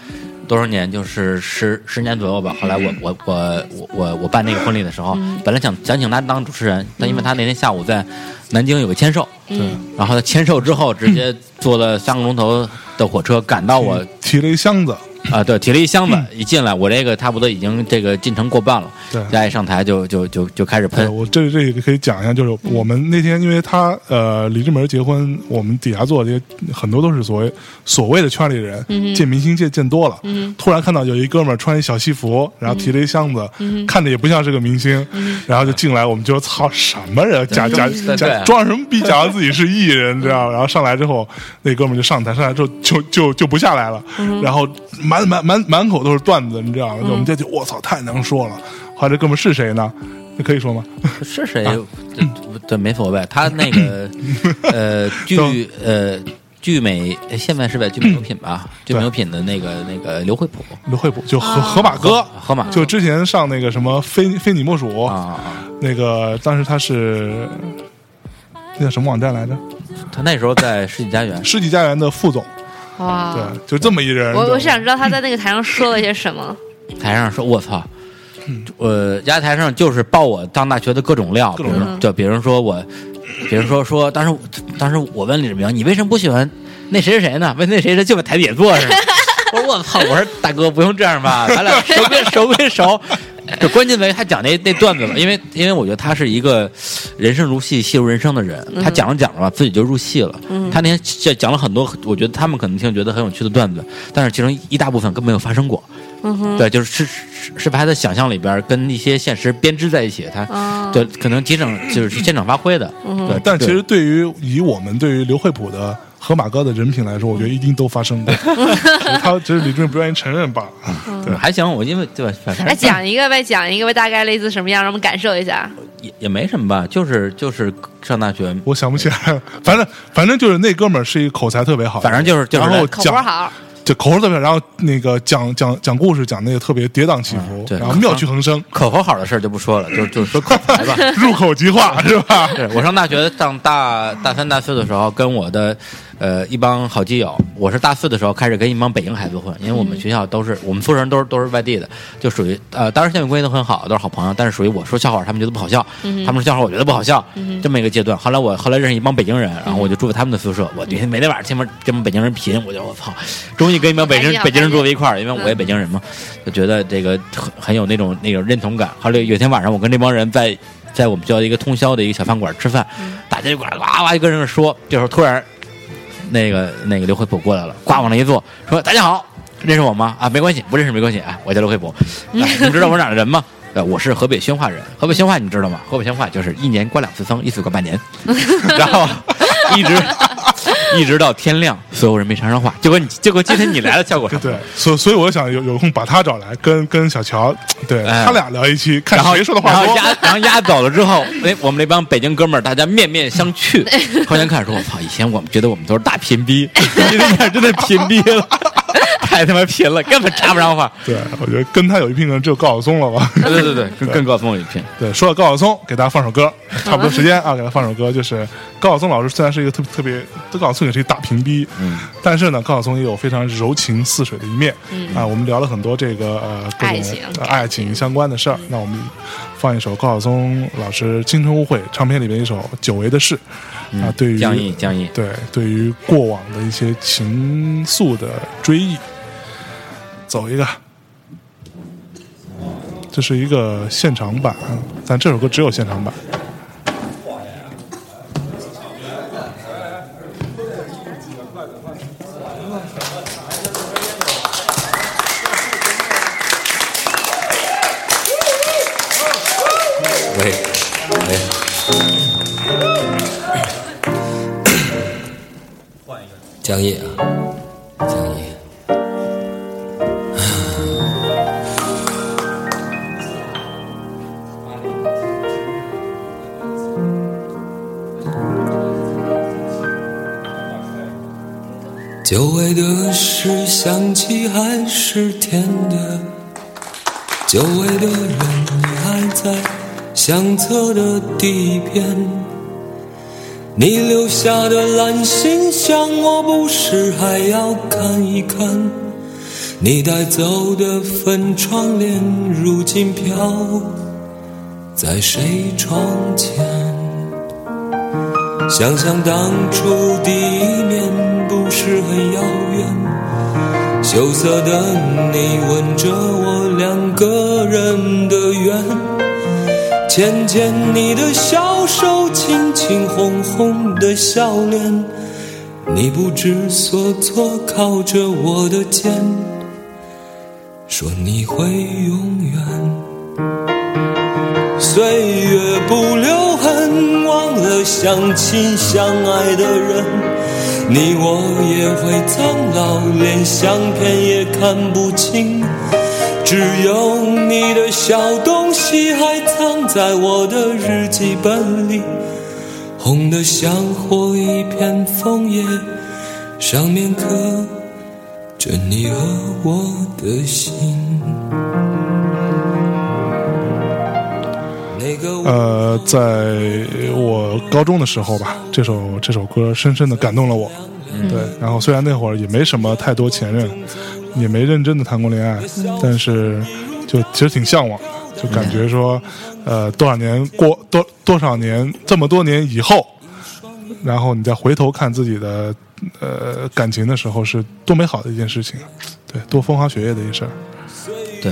[SPEAKER 2] 多少年，就是十十年左右吧。后来我我我我我我办那个婚礼的时候，本来想想请他当主持人，但因为他那天下午在南京有个签售，
[SPEAKER 3] 嗯，
[SPEAKER 2] 然后他签售之后直
[SPEAKER 1] 嗯
[SPEAKER 2] 接坐了三个钟头的火车赶到我
[SPEAKER 1] 提了一箱子，嗯
[SPEAKER 2] 啊，对，提了一箱子，一进来我这个差不多已经这个进程过半了，
[SPEAKER 1] 对
[SPEAKER 2] 再一上台就就就就开始
[SPEAKER 1] 对，
[SPEAKER 2] 喷，
[SPEAKER 1] 我这这里可以讲一下，就是我们那天因为他呃李志门结婚，我们底下坐的这很多都是所谓所谓的圈里人，见明星界见多了，
[SPEAKER 9] 嗯
[SPEAKER 1] 突然看到有一哥们儿穿一小西服，然后提了一箱子，
[SPEAKER 2] 嗯
[SPEAKER 1] 看着也不像是个明星，然后就进来，我们就操什么人，啊假假
[SPEAKER 2] 对嗯
[SPEAKER 1] 假
[SPEAKER 2] 对
[SPEAKER 1] 装什么逼，假装自己是艺人，知道吗？然后上来之后，那哥们儿就上台，上来之后就就就不下来了，
[SPEAKER 2] 嗯
[SPEAKER 1] 然后满满满满口都是段子，你知道吗？就我们这就我操太能说了，后来这哥们儿是谁呢？这可以说吗？
[SPEAKER 2] 是谁？
[SPEAKER 1] 啊
[SPEAKER 2] 这这没所谓。他那个 呃，聚呃聚美呃现在是在
[SPEAKER 1] 嗯
[SPEAKER 2] 聚美优品吧？聚美优品的那个那个刘惠普
[SPEAKER 1] 刘惠普，
[SPEAKER 2] 啊
[SPEAKER 1] 就河河马哥，
[SPEAKER 2] 河马
[SPEAKER 1] 就之前上那个什么非非你莫属，
[SPEAKER 2] 啊啊，啊
[SPEAKER 1] 那个当时他是那叫什么网站来着？。
[SPEAKER 2] 他那时候在世纪佳缘
[SPEAKER 1] 世纪佳缘的副总，
[SPEAKER 3] 哇，
[SPEAKER 1] 对，就这么一人。
[SPEAKER 3] 我
[SPEAKER 1] 就
[SPEAKER 3] 我是想知道他在那个台上说了些 什么，
[SPEAKER 2] 台上说：“我操！”呃，压台上就是爆我上大学的各种料，
[SPEAKER 1] 嗯各种料
[SPEAKER 2] 比如就比如说我，比如说说，当时我当时我问李志明，你为什么不喜欢那谁是谁呢？问那谁谁就把台底下坐着呢。 我说我操！我说大哥不用这样吧，咱俩熟 归熟归熟。这关键在于他讲那那段子吧，因为因为我觉得他是一个人生如戏，戏如人生的人。
[SPEAKER 1] 嗯
[SPEAKER 2] 他讲着讲着吧，自己就入戏了。他那天讲讲了很多，我觉得他们可能听觉得很有趣的段子，但是其中一大部分根本没有发生过。
[SPEAKER 3] 嗯
[SPEAKER 2] 对，就是是是是把他的想象里边儿跟一些现实编织在一起，他、对可能即场就是现场发挥的，
[SPEAKER 3] 嗯
[SPEAKER 2] 对，
[SPEAKER 1] 但其
[SPEAKER 2] 对
[SPEAKER 1] 实对于以我们对于刘惠普的河马哥的人品来说，我觉得一定都发 生过，只是他只是李志明不愿意承认罢了。
[SPEAKER 2] 对 还行，我因为对吧，反正
[SPEAKER 3] 来嗯哎讲一个呗，讲一个呗，大概类似什么样，让我们感受一下。
[SPEAKER 2] 也也没什么吧，就是就是上大学，
[SPEAKER 1] 我想不起来了，反正反正就是那哥们儿是一个口才特别好，
[SPEAKER 2] 反正就是就是
[SPEAKER 1] 然后
[SPEAKER 2] 来
[SPEAKER 3] 口活
[SPEAKER 1] 讲
[SPEAKER 3] 好，
[SPEAKER 1] 就口说特别，然后那个讲讲讲故事讲那个特别跌宕起伏
[SPEAKER 2] 嗯，对
[SPEAKER 1] 然后妙趣横生，
[SPEAKER 2] 口头好的事儿就不说了，就就说口才吧。
[SPEAKER 1] 入口即化是吧？
[SPEAKER 2] 对我上大学上大大三大四的时候，跟我的呃一帮好基友。我是大四的时候开始跟一帮北京孩子混，因为我们学校都是、我们宿舍人都是都是外地的，就属于呃，当然现在关系都很好，都是好朋友，但是属于我说笑话他们觉得不好笑，他们说笑话我觉得不好笑，这么一个阶段。后来我后来认识一帮北京人，然后我就住在他们的宿舍，我每天每天晚上听们这帮北京人贫，我就我操，终于跟一帮北京
[SPEAKER 7] 还是
[SPEAKER 2] 北京人
[SPEAKER 7] 还是
[SPEAKER 2] 住在一块儿，因为我也
[SPEAKER 7] 嗯
[SPEAKER 2] 北京人嘛，就觉得这个很很有那种那种认同感。后来有一天晚上，我跟这帮人在在我们学校的一个通宵的一个小饭馆吃饭，
[SPEAKER 7] 嗯
[SPEAKER 2] 大家就呱呱呱就跟人说，这时候突然那个那个刘惠普过来了，呱往那一坐，说大家好，认识我吗？啊，没关系，不认识没关系，哎，我叫刘惠 普，哎你们知道我是哪儿的人吗？呃，我是河北宣化人，河北宣化你们知道吗？河北宣化就是一年刮两次风，一次刮 半年，然后一直 一直到天亮，所有人没插上话，就跟你就跟今天你来了 效果差嗯不多
[SPEAKER 1] 对，所所以我想有有空把他找来，跟跟小乔，对、
[SPEAKER 2] 哎
[SPEAKER 1] 他俩聊一期，看
[SPEAKER 2] 然后
[SPEAKER 1] 谁说的
[SPEAKER 2] 然
[SPEAKER 1] 话
[SPEAKER 2] 后
[SPEAKER 1] 多。
[SPEAKER 2] 丫，然后丫走了之后，哎，我们那帮北京哥们儿大家面面相觑，互相看说：“我操，以前我们觉得我们都是大贫逼，今天真的贫逼 了，太他妈贫了，根本插不上话。
[SPEAKER 1] 对，我觉得跟他有一拼的人只有高晓松了吧？”
[SPEAKER 2] 对对对，跟跟高峰一拼。
[SPEAKER 1] 对，说到高晓松，给大家放首歌，差不多时间啊，给他放首歌。就是高晓松老师虽然是一个特别特别，高晓松也是一大屏逼，
[SPEAKER 2] 嗯，
[SPEAKER 1] 但是呢，高晓松也有非常柔情似水的一面。
[SPEAKER 7] 嗯
[SPEAKER 1] 啊，我们聊了很多这个呃各种
[SPEAKER 7] 爱情
[SPEAKER 1] 呃爱情相关的事儿。
[SPEAKER 2] 嗯
[SPEAKER 1] 那我们放一首高晓松老师《青春污秽》唱片里面一首《久违的事》
[SPEAKER 2] 嗯
[SPEAKER 1] 啊，对于
[SPEAKER 2] 降意 降意，
[SPEAKER 1] 对对于过往的一些情愫的追忆，走一个。这是一个现场版，但这首歌只有现场版。
[SPEAKER 4] 喂，喂。
[SPEAKER 10] 哎
[SPEAKER 4] 江毅啊，江毅。
[SPEAKER 10] 久违的事，想起还是甜的。久违的人，你还在相册的第一篇。你留下的蓝心香，我不时还要看一看。你带走的粉窗帘，如今飘在谁窗前？想想当初第一面不是很遥远，羞涩的你吻着我两个人的缘，牵牵你的小手，亲亲红红的笑脸，你不知所措靠着我的肩，说你会永远。岁月不留痕，忘了相亲相爱的人，你我也会苍老，连相片也看不清。只有你的小东西还藏在我的日记本里，红的像火一片枫叶，上面刻着你和我的心。那个我
[SPEAKER 1] 呃，在我高中的时候吧，这首这首歌深深的感动了我。对，然后虽然那会儿也没什么太多前任，也没认真的谈过恋爱，但是就其实挺向往的，就感觉说，呃，多少年过多多少年这么多年以后，然后你再回头看自己的呃感情的时候，是多美好的一件事情，啊对，多风花雪月的一事儿。
[SPEAKER 2] 对对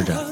[SPEAKER 2] 对，是这样。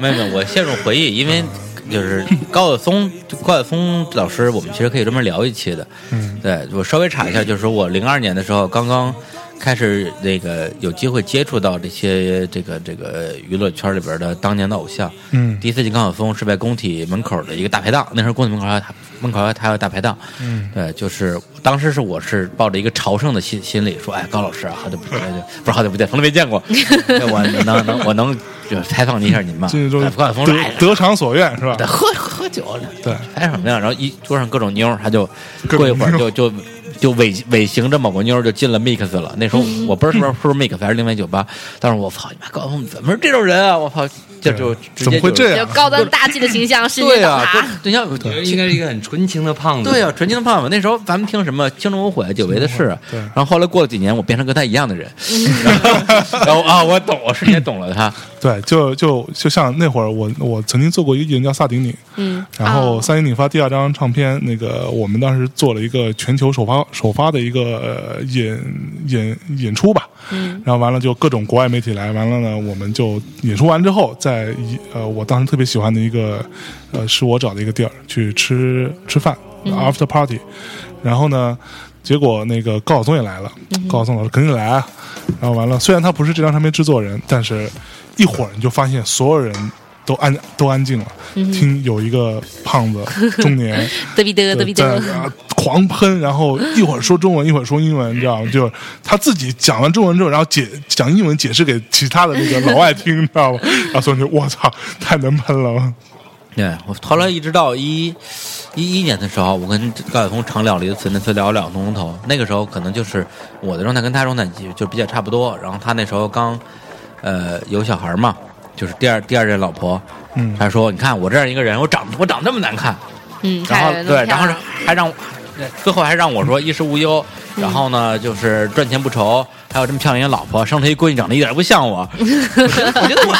[SPEAKER 2] 妹妹，我陷入回忆，因为就是高晓松，高晓松老师，我们其实可以专门聊一期的。嗯，对我稍微查一下，就是我零二年的时候刚刚开始那个有机会接触到这些这个这个娱乐圈里边的当年的偶像。
[SPEAKER 1] 嗯
[SPEAKER 2] 第一次见高晓松是在工体门口的一个大排档，那时候工体门口还有大门口还有大排档。嗯，对，就是当时是我是抱着一个朝圣的心心理，说哎，高老师啊，好久不见，不是好久不见，从来没见过，对我能能我能就采访你一下您吗？
[SPEAKER 1] 这就是
[SPEAKER 2] 哎高晓松说哎
[SPEAKER 1] 得得偿所愿是吧？
[SPEAKER 2] 对，喝喝酒了，
[SPEAKER 1] 对
[SPEAKER 2] 还什么呀？然后一桌上各种妞儿，他就
[SPEAKER 1] 各种
[SPEAKER 2] 过一会儿
[SPEAKER 1] 妞
[SPEAKER 2] 就就就尾尾行着某个妞儿就进了 Mix 了。那时候我不知道是不是 Mix 还是另外酒吧，但是我操你妈，高峰怎么是这种人啊？我操！这就直接
[SPEAKER 1] 怎么会
[SPEAKER 2] 就
[SPEAKER 1] 这
[SPEAKER 3] 就
[SPEAKER 1] 样？
[SPEAKER 3] 高端大气的形象是
[SPEAKER 2] 对啊
[SPEAKER 3] 你
[SPEAKER 2] 呀、
[SPEAKER 3] 倒
[SPEAKER 2] 这
[SPEAKER 3] 塌。
[SPEAKER 2] 对呀，
[SPEAKER 4] 应该是一个很纯情的胖子。
[SPEAKER 2] 对呀、啊纯情的胖子。那时候咱们听什么“青春无悔”“久违的事”，啊
[SPEAKER 1] 对
[SPEAKER 2] 然后后来过了几年，我变成跟他一样的人，
[SPEAKER 3] 嗯
[SPEAKER 2] 然后 啊，我懂，我瞬间懂了他。
[SPEAKER 1] 对，就就就像那会儿我我曾经做过一个艺人叫萨顶顶，
[SPEAKER 3] 嗯，
[SPEAKER 1] 然后
[SPEAKER 3] 啊
[SPEAKER 1] 萨顶顶发第二张唱片，那个我们当时做了一个全球首发首发的一个、呃、演演演出吧，嗯，然后完了就各种国外媒体来，完了呢我们就演出完之后，在一呃我当时特别喜欢的一个呃是我找的一个地儿去吃吃饭、after party，然后呢。结果那个高晓松也来了，高晓松老师肯定来啊。然后完了，虽然他不是这张唱片制作人，但是一会儿你就发现所有人都安都安静了，
[SPEAKER 3] 嗯
[SPEAKER 1] 听有一个胖子中年
[SPEAKER 3] 嘚逼嘚嘚逼
[SPEAKER 1] 在
[SPEAKER 3] 嘚，
[SPEAKER 1] 那啊狂喷，然后一会儿说中文，一会儿说英文，你知道吗？就是他自己讲完中文之后，然后解讲英文解释给其他的那个老外听，你知道吗？然后所以你就我操，太能喷了，
[SPEAKER 2] 对我后来一直到一一一年的时候，我跟高晓松长聊了一次，那次聊了两个钟头。那个时候可能就是我的状态跟他状态就就比较差不多，然后他那时候刚呃有小孩嘛，就是第二第二任老婆，
[SPEAKER 1] 嗯
[SPEAKER 2] 他说你看我这样一个人，我长我长这么难看，
[SPEAKER 3] 嗯，
[SPEAKER 2] 然后
[SPEAKER 3] 看着那
[SPEAKER 2] 对，
[SPEAKER 3] 么漂
[SPEAKER 2] 然后
[SPEAKER 3] 亮
[SPEAKER 2] 还让我对最后还让我说衣食无忧，然后呢就是赚钱不愁，还有这么漂亮一个老婆，生了一闺女长得一点儿不像我，我觉得 我。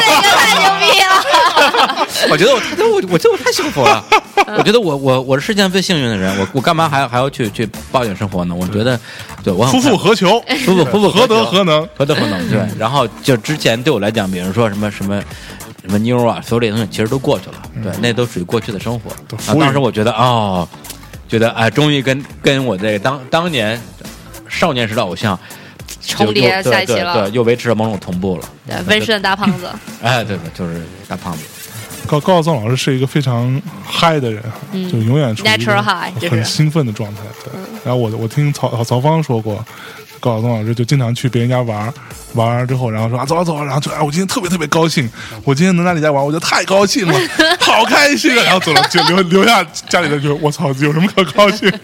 [SPEAKER 3] 这个太牛逼了，
[SPEAKER 2] 我觉得我太我我觉得我太幸福了，
[SPEAKER 3] 嗯
[SPEAKER 2] 我觉得我我我是世界上最幸运的人，我我干嘛还还要去去抱怨生活呢？我觉得，对我很
[SPEAKER 1] 夫妇何求？
[SPEAKER 2] 夫妇夫妇
[SPEAKER 1] 何德
[SPEAKER 2] 求
[SPEAKER 1] 何能？
[SPEAKER 2] 何德何能对。然后就之前对我来讲，比如说什么什么什么妞啊，所有这些东西其实都过去了，对，那都属于过去的生活。
[SPEAKER 1] 嗯都
[SPEAKER 2] 然
[SPEAKER 1] 浮
[SPEAKER 2] 后
[SPEAKER 1] 云
[SPEAKER 2] 当时我觉得哦，觉得哎，终于跟跟我这个当当年少年时的偶像
[SPEAKER 3] 重
[SPEAKER 2] 就
[SPEAKER 3] 叠
[SPEAKER 2] 又对
[SPEAKER 3] 在一起
[SPEAKER 2] 对
[SPEAKER 3] 了
[SPEAKER 2] 对，又维持了某种同步了。
[SPEAKER 3] 对温顺大胖子，
[SPEAKER 2] 哎，对对，就是大胖子。
[SPEAKER 1] 高高晓松老师是一个非常嗨的人，就永远处于一
[SPEAKER 3] 嗯
[SPEAKER 1] 个
[SPEAKER 3] Natural high，就是嗯
[SPEAKER 1] 很兴奋的状态。对，然后我我听曹曹芳说过，高晓松老师就经常去别人家玩儿，玩儿之后，然后说啊走啊走啊，然后就哎我今天特别特别高兴，我今天能来你家玩，我觉得太高兴了，好开心啊！然后走了就留留下家里的就我操，有什么可高兴？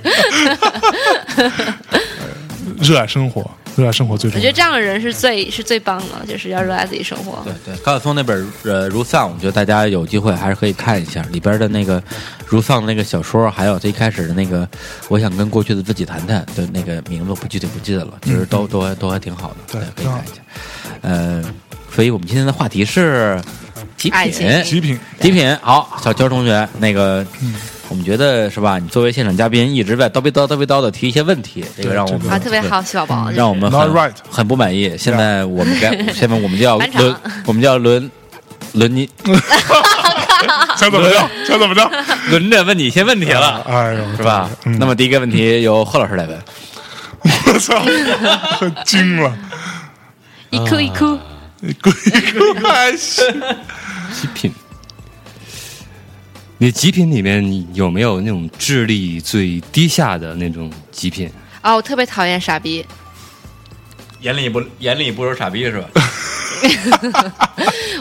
[SPEAKER 1] 热爱生活，热爱生活最
[SPEAKER 3] 我
[SPEAKER 1] 重
[SPEAKER 3] 觉得
[SPEAKER 1] 要。
[SPEAKER 3] 这样的人是最是最棒的，就是要热爱自己生活。
[SPEAKER 2] 对对，高晓松那本儿呃《如丧》，我觉得大家有机会还是可以看一下里边的那个《如丧》那个小说，还有最开始的那个《我想跟过去的自己谈谈》的那个名字，我不具体不记得了，其实都、
[SPEAKER 3] 嗯
[SPEAKER 2] 都还都还挺好的，
[SPEAKER 1] 对
[SPEAKER 2] 可以看一下。呃，所以我们今天的话题是极
[SPEAKER 3] 爱
[SPEAKER 2] 品，
[SPEAKER 3] 情
[SPEAKER 1] 极品，嗯
[SPEAKER 2] 极品。好，小娇同学，那个。我们觉得是吧？你作为现场嘉宾，一直在叨逼叨叨逼叨的提一些问题，这个
[SPEAKER 1] 对
[SPEAKER 2] 让我
[SPEAKER 1] 这
[SPEAKER 2] 们
[SPEAKER 1] 个
[SPEAKER 3] 啊，特别好，小宝宝，就是
[SPEAKER 2] 让我们
[SPEAKER 1] Not
[SPEAKER 2] 很
[SPEAKER 1] right
[SPEAKER 2] 很不满意。现在我们该，下面我们就要
[SPEAKER 3] 返场
[SPEAKER 2] 轮，我们就要轮轮你
[SPEAKER 1] 想怎么着？想怎么着？
[SPEAKER 2] 轮着问你一些问题了，
[SPEAKER 1] 哎呦，
[SPEAKER 2] 是吧？
[SPEAKER 1] 嗯
[SPEAKER 2] 那么第一个问题由贺老师来问，
[SPEAKER 1] 我操，我惊了。
[SPEAKER 3] 一哭一哭，
[SPEAKER 1] 你故意还行，
[SPEAKER 4] 极品。你极品里面有没有那种智力最低下的那种极品？
[SPEAKER 3] 啊，我特别讨厌傻逼，
[SPEAKER 2] 眼里不眼里不揉傻逼 是吧？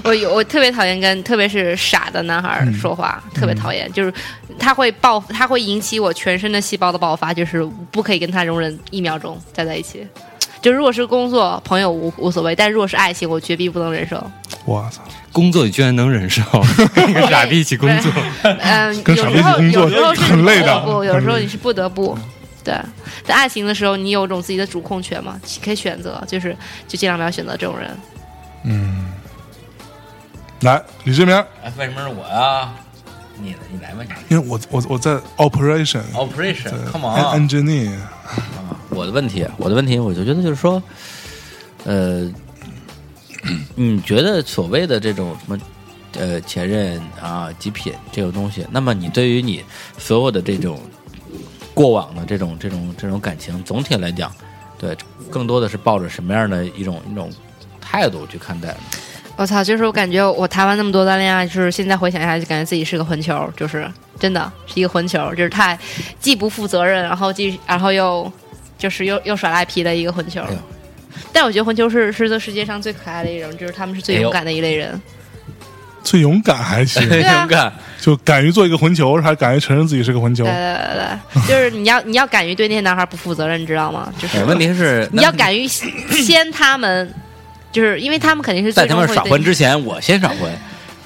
[SPEAKER 3] 我有我特别讨厌跟特别是傻的男孩
[SPEAKER 2] 嗯
[SPEAKER 3] 儿说话，特别讨厌，就是他会爆，他会引起我全身的细胞的爆发，就是不可以跟他容忍一秒钟待在一起。就如果是工作朋友无无所谓，但如果是爱情，我绝逼不能忍受。
[SPEAKER 1] 我操，
[SPEAKER 4] 工作你居然能 忍受，跟个傻逼一起工作，
[SPEAKER 3] 嗯，有
[SPEAKER 1] 跟傻逼
[SPEAKER 3] 时
[SPEAKER 1] 一起
[SPEAKER 3] 候
[SPEAKER 1] 工作
[SPEAKER 3] 有时候是
[SPEAKER 1] 很累的
[SPEAKER 3] 不得不，有时候
[SPEAKER 1] 很累
[SPEAKER 3] 你是不得不。对，在爱情的时候，你有种自己的主控权嘛，你可以选择，就是就尽量不要选择这种人。
[SPEAKER 1] 嗯，来，李志明，
[SPEAKER 2] 哎，为什么是我呀？你呢你来吧，你
[SPEAKER 1] 因为我我我在 operation
[SPEAKER 2] operation，come
[SPEAKER 1] en-
[SPEAKER 2] on，
[SPEAKER 1] engineer，
[SPEAKER 2] 啊我的问题，我的问题，我就觉得就是说，呃，你觉得所谓的这种什么？呃，前任啊，极品这种东西，那么你对于你所有的这种过往的这种这种这种感情，总体来讲，对，更多的是抱着什么样的一种一种态度去看待呢？
[SPEAKER 3] 我操！就是我感觉我谈完那么多段恋爱，就是现在回想一下，就感觉自己是个混球，就是真的是一个混球，就是太既不负责任，然后既然后又就是又又耍赖皮的一个混球
[SPEAKER 2] 哎呦。
[SPEAKER 3] 但我觉得混球是是这世界上最可爱的一种，就是他们是
[SPEAKER 2] 哎
[SPEAKER 3] 最勇敢的一类人。
[SPEAKER 1] 最勇敢还行，
[SPEAKER 2] 很
[SPEAKER 3] 啊
[SPEAKER 2] 勇敢，呃
[SPEAKER 1] 就敢于做一个混球，还敢于承认自己是个混球
[SPEAKER 3] 对。对对 对，就是你要你要敢于哎
[SPEAKER 2] 哎
[SPEAKER 3] 对那些男孩不负责任，你知道吗？就是
[SPEAKER 2] 哎问题是
[SPEAKER 3] 你要敢于掀他们，就是因为他们肯定是
[SPEAKER 2] 在
[SPEAKER 3] 最
[SPEAKER 2] 他
[SPEAKER 3] 终
[SPEAKER 2] 们
[SPEAKER 3] 会
[SPEAKER 2] 耍
[SPEAKER 3] 对
[SPEAKER 2] 婚之前，我先耍婚。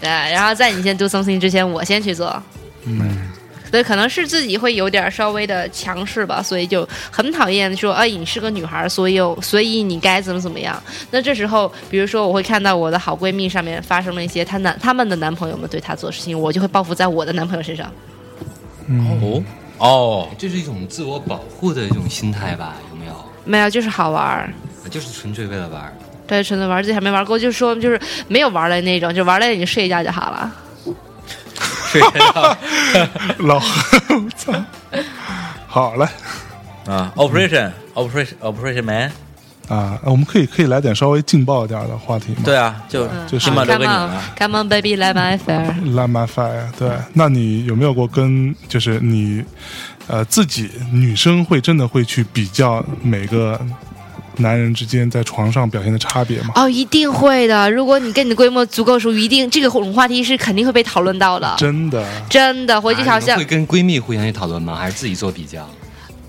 [SPEAKER 3] 对，然后在你先 do something 之前，我先去做。
[SPEAKER 1] 嗯，
[SPEAKER 3] 对，可能是自己会有点稍微的强势吧，所以就很讨厌说，哎，你是个女孩儿，所以有所以你该怎么怎么样。那这时候，比如说我会看到我的好闺蜜上面发生了一些她男她们的男朋友们对她做的事情，我就会报复在我的男朋友身上。
[SPEAKER 2] 哦哦，
[SPEAKER 4] 这是一种自我保护的一种心态吧？有没有？
[SPEAKER 3] 没有，就是好玩儿。
[SPEAKER 4] 就是纯粹为了玩儿。
[SPEAKER 3] 对，纯粹玩儿，自己还没玩过，就是说就是没有玩儿的那种，就玩儿累了你睡一觉就好了。
[SPEAKER 1] 老 我操，好嘞
[SPEAKER 2] 啊，operation operation operation man，
[SPEAKER 1] 啊，我们可以可以来点稍微劲爆一点的话题吗？
[SPEAKER 2] 对啊，就
[SPEAKER 3] 嗯
[SPEAKER 1] 就是
[SPEAKER 2] 起码
[SPEAKER 3] 好
[SPEAKER 2] 留给你
[SPEAKER 3] Come
[SPEAKER 2] 了
[SPEAKER 3] on,。come on baby, let my fair。
[SPEAKER 1] Light My Fire，对，那你有没有过跟就是你呃自己女生会真的会去比较每个男人之间在床上表现的差别
[SPEAKER 2] 啊
[SPEAKER 1] 吗？
[SPEAKER 3] 哦，一定会的。如果你跟你的规模足够熟，一定这个恐话题是肯定会被讨论到的。
[SPEAKER 1] 真的，
[SPEAKER 3] 真的，回去
[SPEAKER 4] 啊
[SPEAKER 3] 好
[SPEAKER 4] 你们
[SPEAKER 3] 像
[SPEAKER 4] 会跟闺蜜互相去讨论吗？还是自己做比较？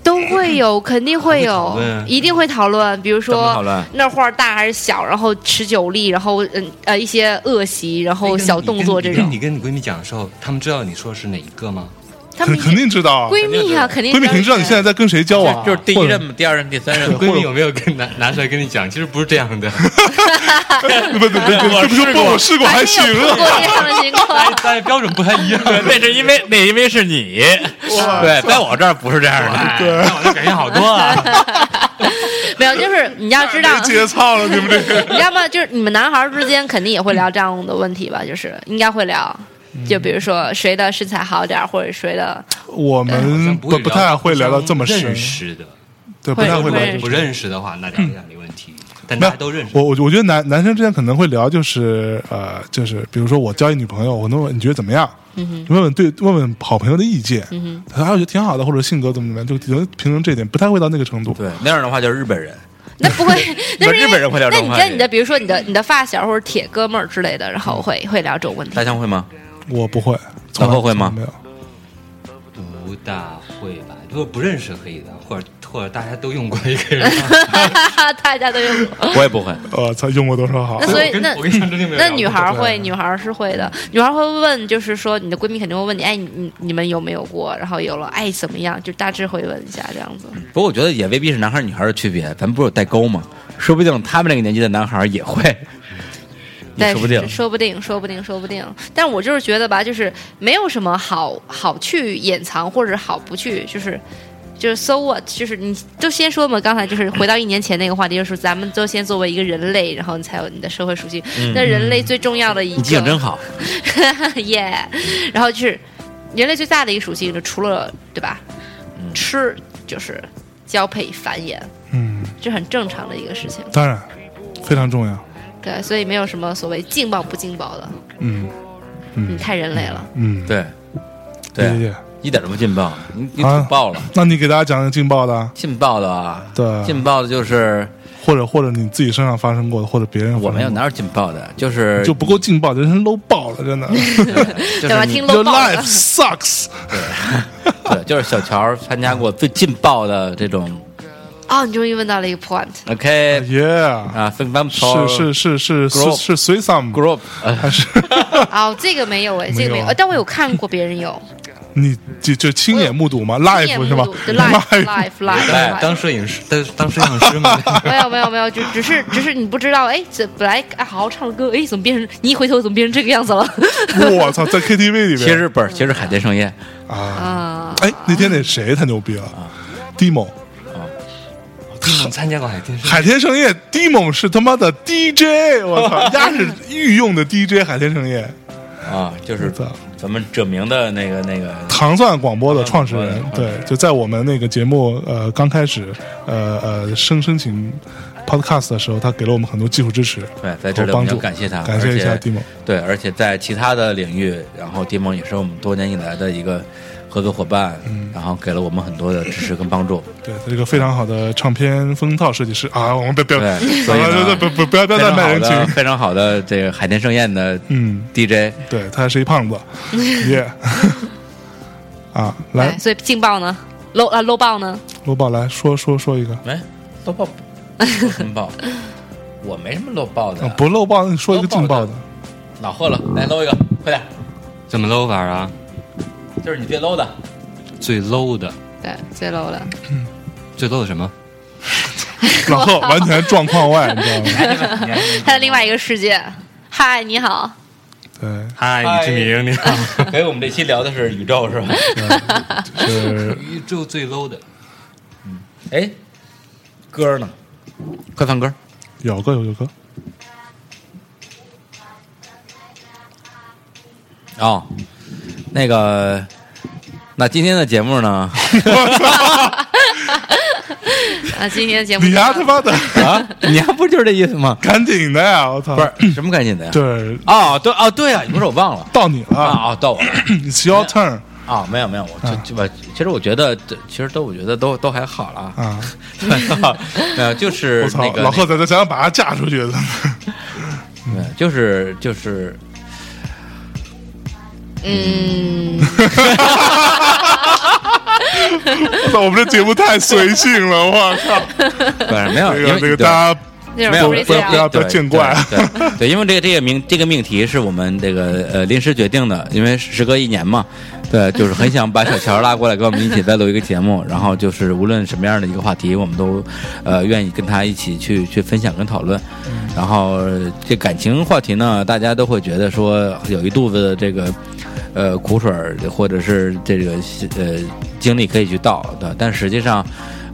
[SPEAKER 3] 都会有，肯定会有
[SPEAKER 4] 讨论，
[SPEAKER 3] 一定会讨论。比如
[SPEAKER 2] 怎么讨
[SPEAKER 3] 说
[SPEAKER 2] 论？
[SPEAKER 3] 那画大还是小，然后持久力，然后嗯呃一些恶习，然后小动作这
[SPEAKER 4] 那
[SPEAKER 3] 种。
[SPEAKER 4] 你跟你跟你闺蜜讲的时候，她们知道你说的是哪一个吗？
[SPEAKER 3] 他
[SPEAKER 1] 肯
[SPEAKER 3] 们
[SPEAKER 1] 肯定知道啊，
[SPEAKER 3] 闺蜜啊，肯定
[SPEAKER 1] 闺蜜肯定知道你现在在跟谁交往啊，
[SPEAKER 2] 就是第一
[SPEAKER 1] 或者
[SPEAKER 2] 任、嘛，第二任、第三任。
[SPEAKER 4] 闺蜜有没有跟 拿拿出来跟你讲？其实不是这样 的，。
[SPEAKER 1] 不不不不，这不是我试过还行
[SPEAKER 3] 有碰过
[SPEAKER 1] 啊，
[SPEAKER 3] 这 样的情况
[SPEAKER 4] 大家标准不太一样。
[SPEAKER 2] 那是因为那因为是你，对，在我这儿不是这样的。哎
[SPEAKER 1] 对，
[SPEAKER 4] 那我就感觉好多
[SPEAKER 2] 啊
[SPEAKER 4] 了。
[SPEAKER 3] 没有，就是你要知道，
[SPEAKER 1] 节操了，你们这个。
[SPEAKER 3] 你知道吗？就是你们男孩儿之间肯定也会聊这样的问题吧？就是应该会聊，
[SPEAKER 4] 嗯
[SPEAKER 3] 就比如说谁的身材好点儿，或者谁的
[SPEAKER 1] 我们不不太会聊到这么深
[SPEAKER 4] 认，识的，
[SPEAKER 1] 对，不
[SPEAKER 3] 会
[SPEAKER 1] 太会
[SPEAKER 3] 会
[SPEAKER 1] 聊
[SPEAKER 3] 认识
[SPEAKER 4] 不认识的话，那当然没问题。但大家都认识
[SPEAKER 1] 我，我我觉得男男生之间可能会聊，就是呃，就是比如说我交一女朋友，我能问你觉得怎么样？问问对，问问好朋友的意见。
[SPEAKER 3] 嗯
[SPEAKER 1] 他说啊，我觉得挺好的，或者性格怎么怎么样，就只能评论这一点，不太会到那个程度。
[SPEAKER 2] 对，那样的话就是日本人。
[SPEAKER 3] 那 不会，那是因为
[SPEAKER 2] 日本人会聊这
[SPEAKER 3] 那
[SPEAKER 2] 种
[SPEAKER 3] 哎你
[SPEAKER 2] 话题
[SPEAKER 3] 跟你的，比如说你的你的发小或者铁哥们儿之类的，然后
[SPEAKER 4] 嗯
[SPEAKER 3] 会会聊这种问题
[SPEAKER 2] 大。 象会吗？
[SPEAKER 1] 我不会，从来
[SPEAKER 2] 老贺会吗
[SPEAKER 1] 从来没有。
[SPEAKER 4] 不大会吧？如果不认识可以的，或者或者大家都用过一个 人。
[SPEAKER 3] 大家都 用过。
[SPEAKER 2] 我也不会。
[SPEAKER 1] 我操，用过多少好
[SPEAKER 3] 那？所以那
[SPEAKER 4] 我跟张真没有
[SPEAKER 3] 那
[SPEAKER 4] 聊过
[SPEAKER 3] 女孩儿会，女孩儿是会的，女孩儿会问，就是说你的闺蜜肯定会问你，哎，你你你们有没有过？然后有了，哎，怎么样？就大致会问一下这样子。
[SPEAKER 2] 不过我觉得也未必是男孩儿女孩儿的区别，咱们不是有代沟吗？说不定他们那个年纪的男孩儿也会，也
[SPEAKER 3] 但
[SPEAKER 2] 说不定
[SPEAKER 3] 是。说不定，说不定，说不定。但我就是觉得吧，就是没有什么好好去隐藏，或者好不去，就是就是 so what，就是你就先说嘛。刚才就是回到一年前那个话题，就是咱们都先作为一个人类，然后你才有你的社会属性。那人类最重要的一
[SPEAKER 2] 嗯你记性真
[SPEAKER 3] 个，
[SPEAKER 2] 好，
[SPEAKER 3] 耶 yeah，然后就是人类最大的一个属性，就除了对吧，
[SPEAKER 2] 嗯
[SPEAKER 3] 吃就是交配繁衍，
[SPEAKER 1] 嗯，
[SPEAKER 3] 这很正常的一个事情。
[SPEAKER 1] 当然非常重要。
[SPEAKER 3] 对，所以没有什么所谓劲爆不劲爆的，
[SPEAKER 1] 嗯
[SPEAKER 3] 你太人类了。
[SPEAKER 1] 嗯，
[SPEAKER 2] 对，
[SPEAKER 1] 理
[SPEAKER 2] 对，
[SPEAKER 1] 解。
[SPEAKER 2] 一点都不劲爆，你你
[SPEAKER 1] 啊
[SPEAKER 2] 土爆了，
[SPEAKER 1] 那你给大家讲讲劲爆的啊，
[SPEAKER 2] 劲爆的啊，
[SPEAKER 1] 对
[SPEAKER 2] 劲爆的就是
[SPEAKER 1] 或者或者你自己身上发生过的，或者别人发生过
[SPEAKER 2] 我
[SPEAKER 1] 的
[SPEAKER 2] 没有哪有劲爆的，就是
[SPEAKER 1] 就不够劲爆，这人 low 爆了，真的。
[SPEAKER 2] 就
[SPEAKER 3] 对吧？
[SPEAKER 2] 是你
[SPEAKER 3] 听
[SPEAKER 1] Your
[SPEAKER 3] 漏爆
[SPEAKER 1] life
[SPEAKER 3] 了，
[SPEAKER 1] sucks。
[SPEAKER 2] 对，就是小乔儿参加过最劲爆的这种
[SPEAKER 1] 嗯
[SPEAKER 3] 哦，你终于问到了一个 point。
[SPEAKER 2] OK
[SPEAKER 1] Yeah。
[SPEAKER 2] 啊，for example，
[SPEAKER 1] 是是是是
[SPEAKER 2] Group
[SPEAKER 1] 是是 threesome，
[SPEAKER 2] group，呃
[SPEAKER 1] 还是
[SPEAKER 3] 哦，这个没有哎，这个没
[SPEAKER 1] 没有
[SPEAKER 3] 有
[SPEAKER 1] 啊，
[SPEAKER 3] 呃但我有看过别 人有
[SPEAKER 1] 你就就亲眼目睹吗
[SPEAKER 3] 亲眼
[SPEAKER 1] ？live
[SPEAKER 3] 目
[SPEAKER 1] 是吧
[SPEAKER 3] 睹对 live live
[SPEAKER 2] 哎
[SPEAKER 3] live
[SPEAKER 4] 当
[SPEAKER 3] live。
[SPEAKER 4] 当摄影师，当当摄影师 嘛。
[SPEAKER 3] 没有没有没有，就只是只是你不知道，哎，这本来哎好好唱的歌，哎，怎么变成你一回头怎么变成这个样 子了？
[SPEAKER 1] 我操，在 KTV 里边。
[SPEAKER 2] 其实不是，其实海天盛宴，
[SPEAKER 1] 啊，
[SPEAKER 3] 啊，
[SPEAKER 1] 哎，那天那谁太牛逼啊了
[SPEAKER 2] 啊
[SPEAKER 1] ，Dimo，
[SPEAKER 4] 你们参加过海天盛
[SPEAKER 1] 海天盛宴，Dimo 是他妈的 DJ，我 操，丫是御用的 DJ，海天盛宴，
[SPEAKER 2] 啊，就是
[SPEAKER 1] 操
[SPEAKER 2] 咱们者明的那个那个
[SPEAKER 1] 糖蒜广播的创始
[SPEAKER 2] 糖蒜
[SPEAKER 1] 人
[SPEAKER 2] 广，播
[SPEAKER 1] 对，就在我们那个节目呃刚开始呃呃申申请 podcast 的时候，他给了我们很多技术支持，
[SPEAKER 2] 对，在这里
[SPEAKER 1] 和
[SPEAKER 2] 我
[SPEAKER 1] 帮
[SPEAKER 2] 们要
[SPEAKER 1] 助，
[SPEAKER 2] 感谢他，
[SPEAKER 1] 感谢一下
[SPEAKER 2] 而且
[SPEAKER 1] Dimo，
[SPEAKER 2] 对，而且在其他的领域，然后迪蒙也是我们多年以来的一个合作伙伴，
[SPEAKER 1] 嗯
[SPEAKER 2] 然后给了我们很多的支持 跟帮助。
[SPEAKER 1] 对，他是一个非常好的唱片封套设计师啊！我们不不要，啊
[SPEAKER 2] 对所以呢
[SPEAKER 1] 不不不不要不
[SPEAKER 2] 非
[SPEAKER 1] 要再
[SPEAKER 2] 常
[SPEAKER 1] 卖
[SPEAKER 2] 好
[SPEAKER 1] 人
[SPEAKER 2] 的，
[SPEAKER 1] 情。
[SPEAKER 2] 非常好的这个海天盛宴的
[SPEAKER 1] 嗯，
[SPEAKER 2] DJ，
[SPEAKER 1] 对，他是一胖子， 耶！ 啊，来
[SPEAKER 3] 哎，所以劲爆呢，漏啊漏爆呢，
[SPEAKER 1] 罗宝来说说说一个，
[SPEAKER 2] 哎，都爆，都爆，我没什么漏爆的
[SPEAKER 1] 嗯，不漏爆，你说一个劲爆的
[SPEAKER 2] 漏爆。脑喝了，来搂一个，快点，
[SPEAKER 4] 怎么 low 法啊？
[SPEAKER 2] 就是你最搂的，
[SPEAKER 4] 最 low 的，
[SPEAKER 3] 对，最 low 了。
[SPEAKER 4] 最 low 的什么？
[SPEAKER 1] 然后完全状况外，你知道吗？
[SPEAKER 3] 他的另外一个世界，嗨，你好，
[SPEAKER 1] 对，
[SPEAKER 4] 嗨，李
[SPEAKER 2] 嗨
[SPEAKER 4] 志 明，你好。
[SPEAKER 2] 所以我们这期聊的是宇宙是吧？
[SPEAKER 1] 就是
[SPEAKER 4] 宇宙最 low 的，嗯
[SPEAKER 2] 哎， 歌呢？快放歌。
[SPEAKER 1] 有个有个
[SPEAKER 2] 哦，那个，那今天的节目呢？
[SPEAKER 3] 啊，今天的节目
[SPEAKER 1] 你丫他妈的，
[SPEAKER 2] 啊，你还不就是这意思吗？
[SPEAKER 1] 赶紧的呀！我操，
[SPEAKER 2] 不是， 什么赶紧的呀？
[SPEAKER 1] 就是
[SPEAKER 2] 哦，对，哦，对啊，你不是我忘了
[SPEAKER 1] 到你
[SPEAKER 2] 啊，
[SPEAKER 1] 了
[SPEAKER 2] 哦，到我了
[SPEAKER 1] ，It's your turn
[SPEAKER 2] 啊，没有没有，我就就吧，其实我觉得，这其实都我觉得都都还好了啊，
[SPEAKER 1] 啊！
[SPEAKER 2] 没有，就是
[SPEAKER 1] 我操
[SPEAKER 2] 那，个
[SPEAKER 1] 老贺在这想想把他架出去 的，
[SPEAKER 2] 那个就是 就是
[SPEAKER 3] 嗯，
[SPEAKER 1] 我操，我们这节目太随性了，我靠！
[SPEAKER 2] 不是没有，
[SPEAKER 1] 这
[SPEAKER 2] 因
[SPEAKER 1] 个
[SPEAKER 2] 为
[SPEAKER 1] 这个
[SPEAKER 2] 对
[SPEAKER 1] 大
[SPEAKER 2] 啊
[SPEAKER 1] 家
[SPEAKER 3] 那
[SPEAKER 2] 没
[SPEAKER 3] 种啊
[SPEAKER 2] 有，
[SPEAKER 1] 不不不
[SPEAKER 3] freestyle，
[SPEAKER 1] 要不要见怪
[SPEAKER 2] 对对对，因为这个这个命这个命题是我们这个呃临时决定的，因为时隔一年嘛，对，就是很想把小乔拉过来跟我们一起再录一个节目，然后就是无论什么样的一个话题，我们都呃愿意跟他一起去去分享跟讨论。然后呃这感情话题呢，大家都会觉得说有一肚子的这个呃苦水儿，或者是这个呃精力可以去倒的，但实际上。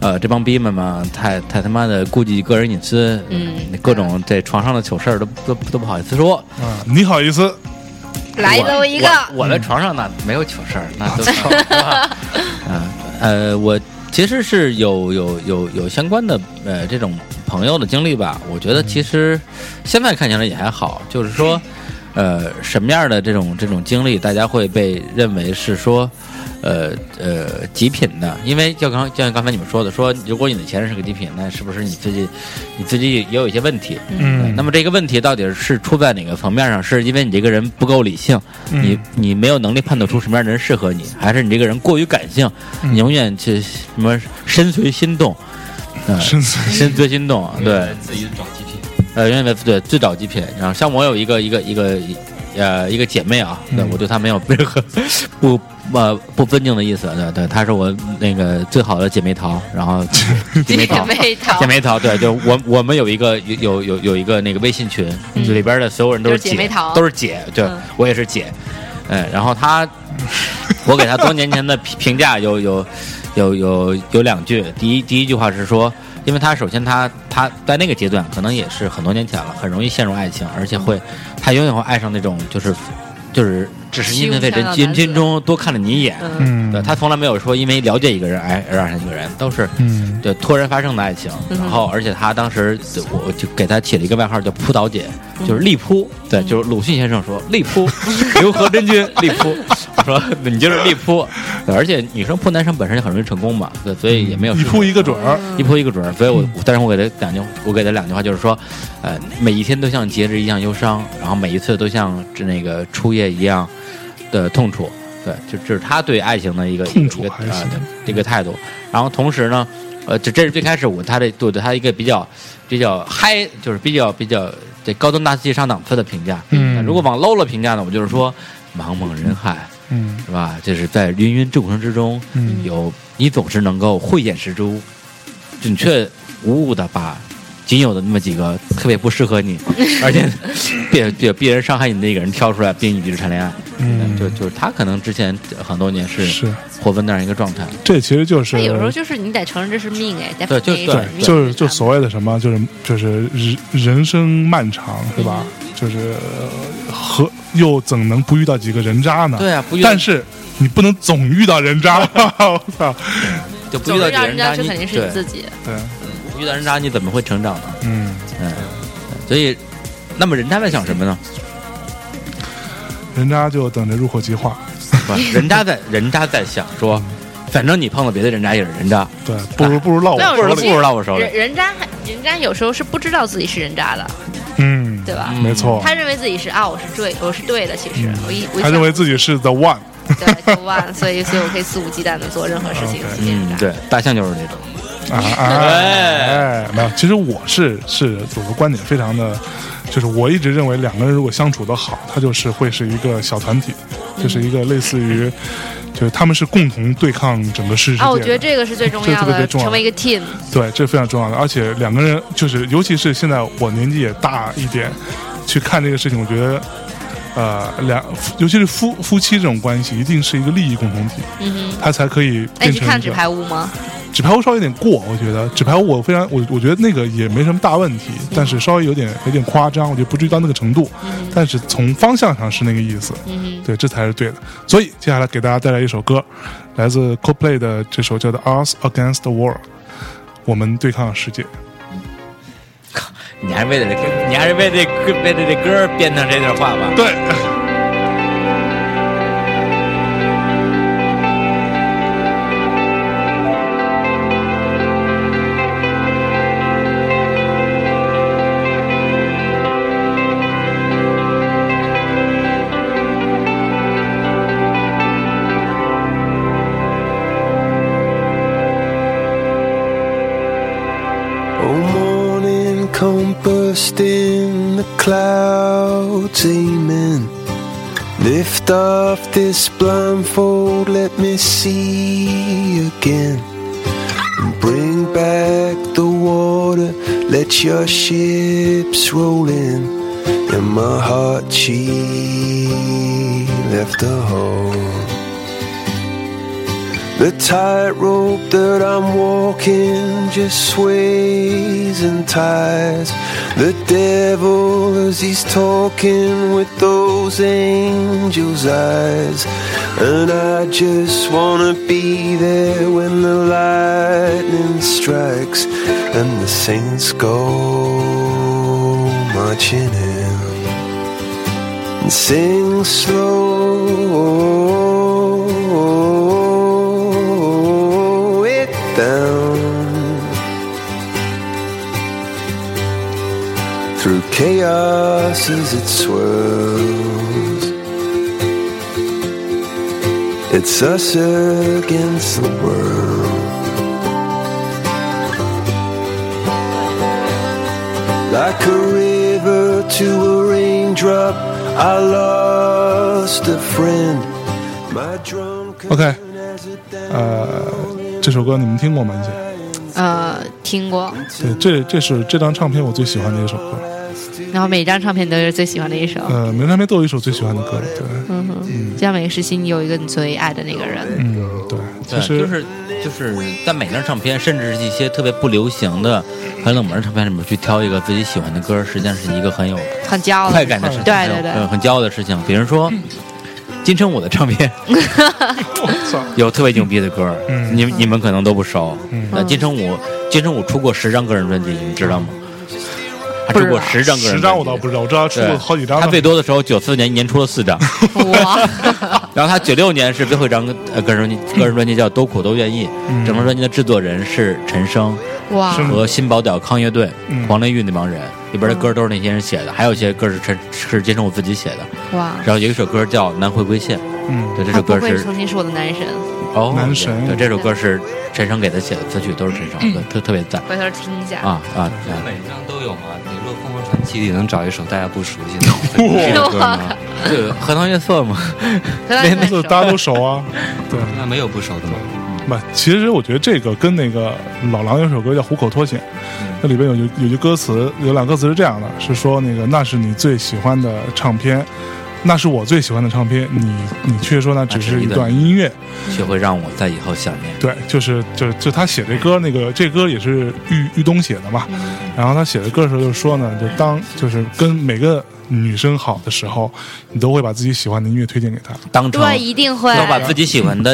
[SPEAKER 2] 呃，这帮逼们嘛，太太他妈的顾忌个人隐私，
[SPEAKER 3] 嗯
[SPEAKER 2] 各种这床上的糗事儿都都都不好意思说。
[SPEAKER 1] 啊，你好意思，
[SPEAKER 3] 来喽一个，
[SPEAKER 2] 我我在床上那没有糗事儿，那 都是啊呃，我其实是有有有有相关的呃这种朋友的经历吧。我觉得其实现在看起来也还好，就是说，呃，什么样的这种这种经历，大家会被认为是说。呃呃，极品的，因为就刚就像刚才你们说的，说如果你的前任是个极品，那是不是你自己你自己也有一些问题？对
[SPEAKER 1] 嗯
[SPEAKER 2] 那么这个问题到底是出在哪个层面上？是因为你这个人不够理性，你你没有能力判断出什么样的人适合你，还是你这个人过于感性，你永远去什么身随心动，嗯、
[SPEAKER 1] 深邃
[SPEAKER 2] 身随心动，啊嗯对，
[SPEAKER 4] 自己找极品。
[SPEAKER 2] 呃，因为对最早极品，然后像我有一个一个一个呃一个姐妹啊，对我对她没有任何不呃不尊敬的意思，对对，她是我那个最好的姐妹淘，然 后姐妹
[SPEAKER 3] 姐
[SPEAKER 2] 淘。
[SPEAKER 3] 妹淘
[SPEAKER 2] 姐，妹淘，对，就我我们有一个有有有一个那个微信群，就里边的所有人都是
[SPEAKER 3] 嗯就是姐妹淘
[SPEAKER 2] 都是姐，对、
[SPEAKER 3] 嗯
[SPEAKER 2] 我也是姐，哎，然后她， 我给她多年前的评评价有有有有有两句，第一第一句话是说，因为她首先她她在那个阶段可能也是很多年前了，很容易陷入爱情，而且会
[SPEAKER 3] 嗯
[SPEAKER 2] 她永远会爱上那种就是就是只是因为在
[SPEAKER 3] 虚无缥缈的
[SPEAKER 2] 人人
[SPEAKER 3] 男
[SPEAKER 2] 群
[SPEAKER 3] 子
[SPEAKER 2] 中多看了你一眼，
[SPEAKER 3] 嗯，
[SPEAKER 1] 嗯
[SPEAKER 2] 对她从来没有说因为了解一个人哎爱而爱上一个人，都是
[SPEAKER 1] 嗯
[SPEAKER 2] 对，突然发生的爱情。
[SPEAKER 3] 嗯
[SPEAKER 2] 然后，而且他当时我我就给他起了一个外号叫“扑倒姐”，就是力扑。对，就是鲁迅先生说“力扑”， 刘和真君力扑。我说你就是力扑，对而且女生扑男生本身就很容易成功嘛，对，所以也没有
[SPEAKER 1] 嗯一
[SPEAKER 2] 什么
[SPEAKER 1] 扑一个准儿，嗯
[SPEAKER 2] 一扑一个准儿。所以我，我但是我给他两句，我给他两句话，就是说，呃，每一天都像节日一样忧伤，然后每一次都像这那个初夜一样的痛楚。对，就这是他对爱情的一个
[SPEAKER 1] 痛楚
[SPEAKER 2] 一个
[SPEAKER 1] 还
[SPEAKER 2] 一个
[SPEAKER 1] 行
[SPEAKER 2] 呃一个态度。然后同时呢，呃，这这是最开始我他的对对他一个比较比较嗨，就是比较比较这高端大气上档次的评价。
[SPEAKER 1] 嗯
[SPEAKER 2] 如果往 low 了评价呢，我就是说茫茫人海。
[SPEAKER 1] 嗯
[SPEAKER 2] 是吧？就是在芸芸众生之中，
[SPEAKER 1] 嗯
[SPEAKER 2] 有你总是能够慧眼识珠，准确无误的把仅有的那么几个特别不适合你，而且别别别人伤害你的那个人挑出来，并与之谈恋爱。
[SPEAKER 1] 嗯，
[SPEAKER 2] 就就是他可能之前很多年是
[SPEAKER 1] 是，
[SPEAKER 2] 活在那样一个状态。
[SPEAKER 1] 这其实就是
[SPEAKER 3] 那有时候就是你得承认这是命哎，
[SPEAKER 2] 对就对
[SPEAKER 3] definitely
[SPEAKER 1] 对，
[SPEAKER 3] 命
[SPEAKER 1] 就是就所谓的什么，就是就是人人生漫长，是吧？
[SPEAKER 3] 嗯
[SPEAKER 1] 就是呃和又怎能不遇到几个人渣呢？
[SPEAKER 2] 对啊，不遇到
[SPEAKER 1] 但是你不能总遇到人渣， 我操！
[SPEAKER 2] 就不
[SPEAKER 3] 总
[SPEAKER 2] 遇
[SPEAKER 3] 是
[SPEAKER 2] 到
[SPEAKER 3] 让人家
[SPEAKER 2] 这
[SPEAKER 3] 这肯定是你自
[SPEAKER 2] 己
[SPEAKER 3] 己，
[SPEAKER 1] 对，
[SPEAKER 2] 嗯遇到人渣，你怎么会成长呢？
[SPEAKER 1] 嗯，
[SPEAKER 2] 嗯，所以那么人渣在想什么呢？
[SPEAKER 1] 人渣就等着入伙即化。
[SPEAKER 2] 不，人渣在人渣在想说，反正你碰到别的人渣也是人渣，
[SPEAKER 1] 嗯对，不如哦不如落我
[SPEAKER 3] 那
[SPEAKER 1] 手
[SPEAKER 2] 不如
[SPEAKER 3] 我
[SPEAKER 1] 里。
[SPEAKER 2] 不如到我手里
[SPEAKER 3] 人。人渣还人渣有时候是不知道自己是人渣的，
[SPEAKER 1] 嗯，
[SPEAKER 3] 对吧？
[SPEAKER 1] 没错。嗯
[SPEAKER 3] 他认为自己是啊，我是对，我是对的。其实我一我一
[SPEAKER 1] 他
[SPEAKER 3] 想
[SPEAKER 1] 认为自己是 the one，
[SPEAKER 3] 对就完，所以所以我可以肆无忌惮的做任何事情。
[SPEAKER 1] OK
[SPEAKER 2] 嗯
[SPEAKER 3] 自己是人渣
[SPEAKER 2] 对，大象就是那种，
[SPEAKER 1] 啊啊！哎，没有，其实我是是我的观点非常的，就是我一直认为两个人如果相处的好，他就是会是一个小团体，
[SPEAKER 3] 嗯
[SPEAKER 1] 就是一个类似于，就是他们是共同对抗整个世世界的。
[SPEAKER 3] 啊，我觉得这个是最重
[SPEAKER 1] 这个
[SPEAKER 3] 要
[SPEAKER 1] 特别
[SPEAKER 3] 的，
[SPEAKER 1] 重要
[SPEAKER 3] 成为一个 team。
[SPEAKER 1] 对，这非常重要的。而且两个人就是，尤其是现在我年纪也大一点，去看这个事情，我觉得，呃，两尤其是夫夫妻这种关系，一定是一个利益共同体，
[SPEAKER 3] 嗯哼，
[SPEAKER 1] 他才可以
[SPEAKER 3] 哎，
[SPEAKER 1] 变
[SPEAKER 3] 你去
[SPEAKER 1] 成
[SPEAKER 3] 看
[SPEAKER 1] 一
[SPEAKER 3] 纸
[SPEAKER 1] 个。
[SPEAKER 3] 牌屋吗？
[SPEAKER 1] 纸牌屋稍微有点过，我觉得纸牌屋我非常我我觉得那个也没什么大问题，但是稍微有点有点夸张，我觉得不至于到那个程度，但是从方向上是那个意思，
[SPEAKER 3] 嗯
[SPEAKER 1] 对，这才是对的。所以接下来给大家带来一首歌，来自 Coldplay 的这首叫做《Us Against the World》，我们对抗世界。
[SPEAKER 2] 你还为了这歌，你还是为这歌为了这歌编成这段话吧？
[SPEAKER 1] 对，
[SPEAKER 5] Oh, morning come bursting, the clouds aiming. Lift off this blindfold, let me see again. And bring back the water, let your ships roll in. And my heart, she left a hole. The tightrope that I'm walking just sways and ties. The devil as he's talking with those angels' eyes. And I just wanna be there when the lightning strikes and the saints go marching in and sing slow it down through chaos as it swirls. It's us against the world. like a river to a raindrop. I lost a friend. My drunk
[SPEAKER 1] Okay. 呃，这首歌你们听过吗？以前，
[SPEAKER 3] 呃，听过，
[SPEAKER 1] 对，这这是这张唱片我最喜欢的一首歌。
[SPEAKER 3] 然后每张唱片都是最喜欢的一首，
[SPEAKER 1] 呃，每张唱片都有一首最喜欢的歌，对，
[SPEAKER 3] 嗯哼，就像每个时期你有一个你最爱的那个人，
[SPEAKER 1] 嗯，对，其
[SPEAKER 2] 对，
[SPEAKER 1] 实
[SPEAKER 2] 就是就是在每张唱片，甚至是一些特别不流行的、很冷门的唱片里面去挑一个自己喜欢的歌，实际上是一个很有
[SPEAKER 3] 很骄傲，
[SPEAKER 2] 快感的事情，
[SPEAKER 3] 对对嗯对
[SPEAKER 2] 嗯很骄傲的事情。比如说，金城武的唱片
[SPEAKER 1] 我操，
[SPEAKER 2] 有特别牛逼的歌，
[SPEAKER 1] 嗯
[SPEAKER 2] 你你们可能都不熟。
[SPEAKER 1] 嗯
[SPEAKER 2] 呃，金城武，金城武出过十张个人专辑，你们知道吗？他
[SPEAKER 3] 不
[SPEAKER 2] 出
[SPEAKER 3] 知道
[SPEAKER 2] 过十张个人专辑，
[SPEAKER 1] 十张我倒不知道，我知道出
[SPEAKER 2] 对
[SPEAKER 1] 过好几张
[SPEAKER 2] 他
[SPEAKER 1] 呢。
[SPEAKER 2] 最多的时候九四年一年出了四张，
[SPEAKER 3] 哇，
[SPEAKER 2] 然后他九六年是最后一张呃个人专辑个人专辑叫《都苦都愿意》，整张专辑的制作人是陈升
[SPEAKER 1] 嗯
[SPEAKER 3] 哇，
[SPEAKER 1] 是
[SPEAKER 2] 和新宝岛康乐队
[SPEAKER 1] 嗯、
[SPEAKER 2] 黄连玉那帮人，里边的歌都是那些人写的，还有一些歌是陈是金城武自己写的。
[SPEAKER 3] 哇，
[SPEAKER 2] 然后有一首歌叫《南回归线》，
[SPEAKER 1] 嗯，
[SPEAKER 2] 对，这
[SPEAKER 3] 他
[SPEAKER 2] 首
[SPEAKER 3] 啊不
[SPEAKER 2] 歌
[SPEAKER 3] 愧
[SPEAKER 2] 是
[SPEAKER 3] 曾经是我的男神，
[SPEAKER 2] 哦
[SPEAKER 1] 男神
[SPEAKER 2] 对，这首歌是陈升给他写的词曲，都是陈
[SPEAKER 3] 嗯
[SPEAKER 2] 升，对，特特别赞
[SPEAKER 3] 回头听一下。
[SPEAKER 2] 啊啊啊！
[SPEAKER 4] 每一张都有啊嘛？你若凤凰传奇里能找一首大家不熟悉 的歌 吗？
[SPEAKER 2] 这个荷塘月色嘛，
[SPEAKER 3] 回头听一
[SPEAKER 1] 就
[SPEAKER 3] 首
[SPEAKER 1] 大家都熟啊， 对。
[SPEAKER 4] 那没有不熟的吗？
[SPEAKER 1] 不，其实我觉得这个跟那个老狼有首歌叫《虎口脱险》，
[SPEAKER 2] 嗯
[SPEAKER 1] 那里边有有有句歌词，有两个歌词是这样的，是说那个那是你最喜欢的唱片，那是我最喜欢的唱片，你你却说那只是一段音乐。
[SPEAKER 2] 学会让我在以后想念。
[SPEAKER 1] 对，就是就是就他写这歌，那个这歌也是玉玉东写的嘛。
[SPEAKER 3] 嗯
[SPEAKER 1] 然后他写的歌的时候就说呢，就当就是跟每个女生好的时候，你都会把自己喜欢的音乐推荐给她。
[SPEAKER 2] 当成
[SPEAKER 3] 对，一定会。
[SPEAKER 2] 要把自己喜欢的，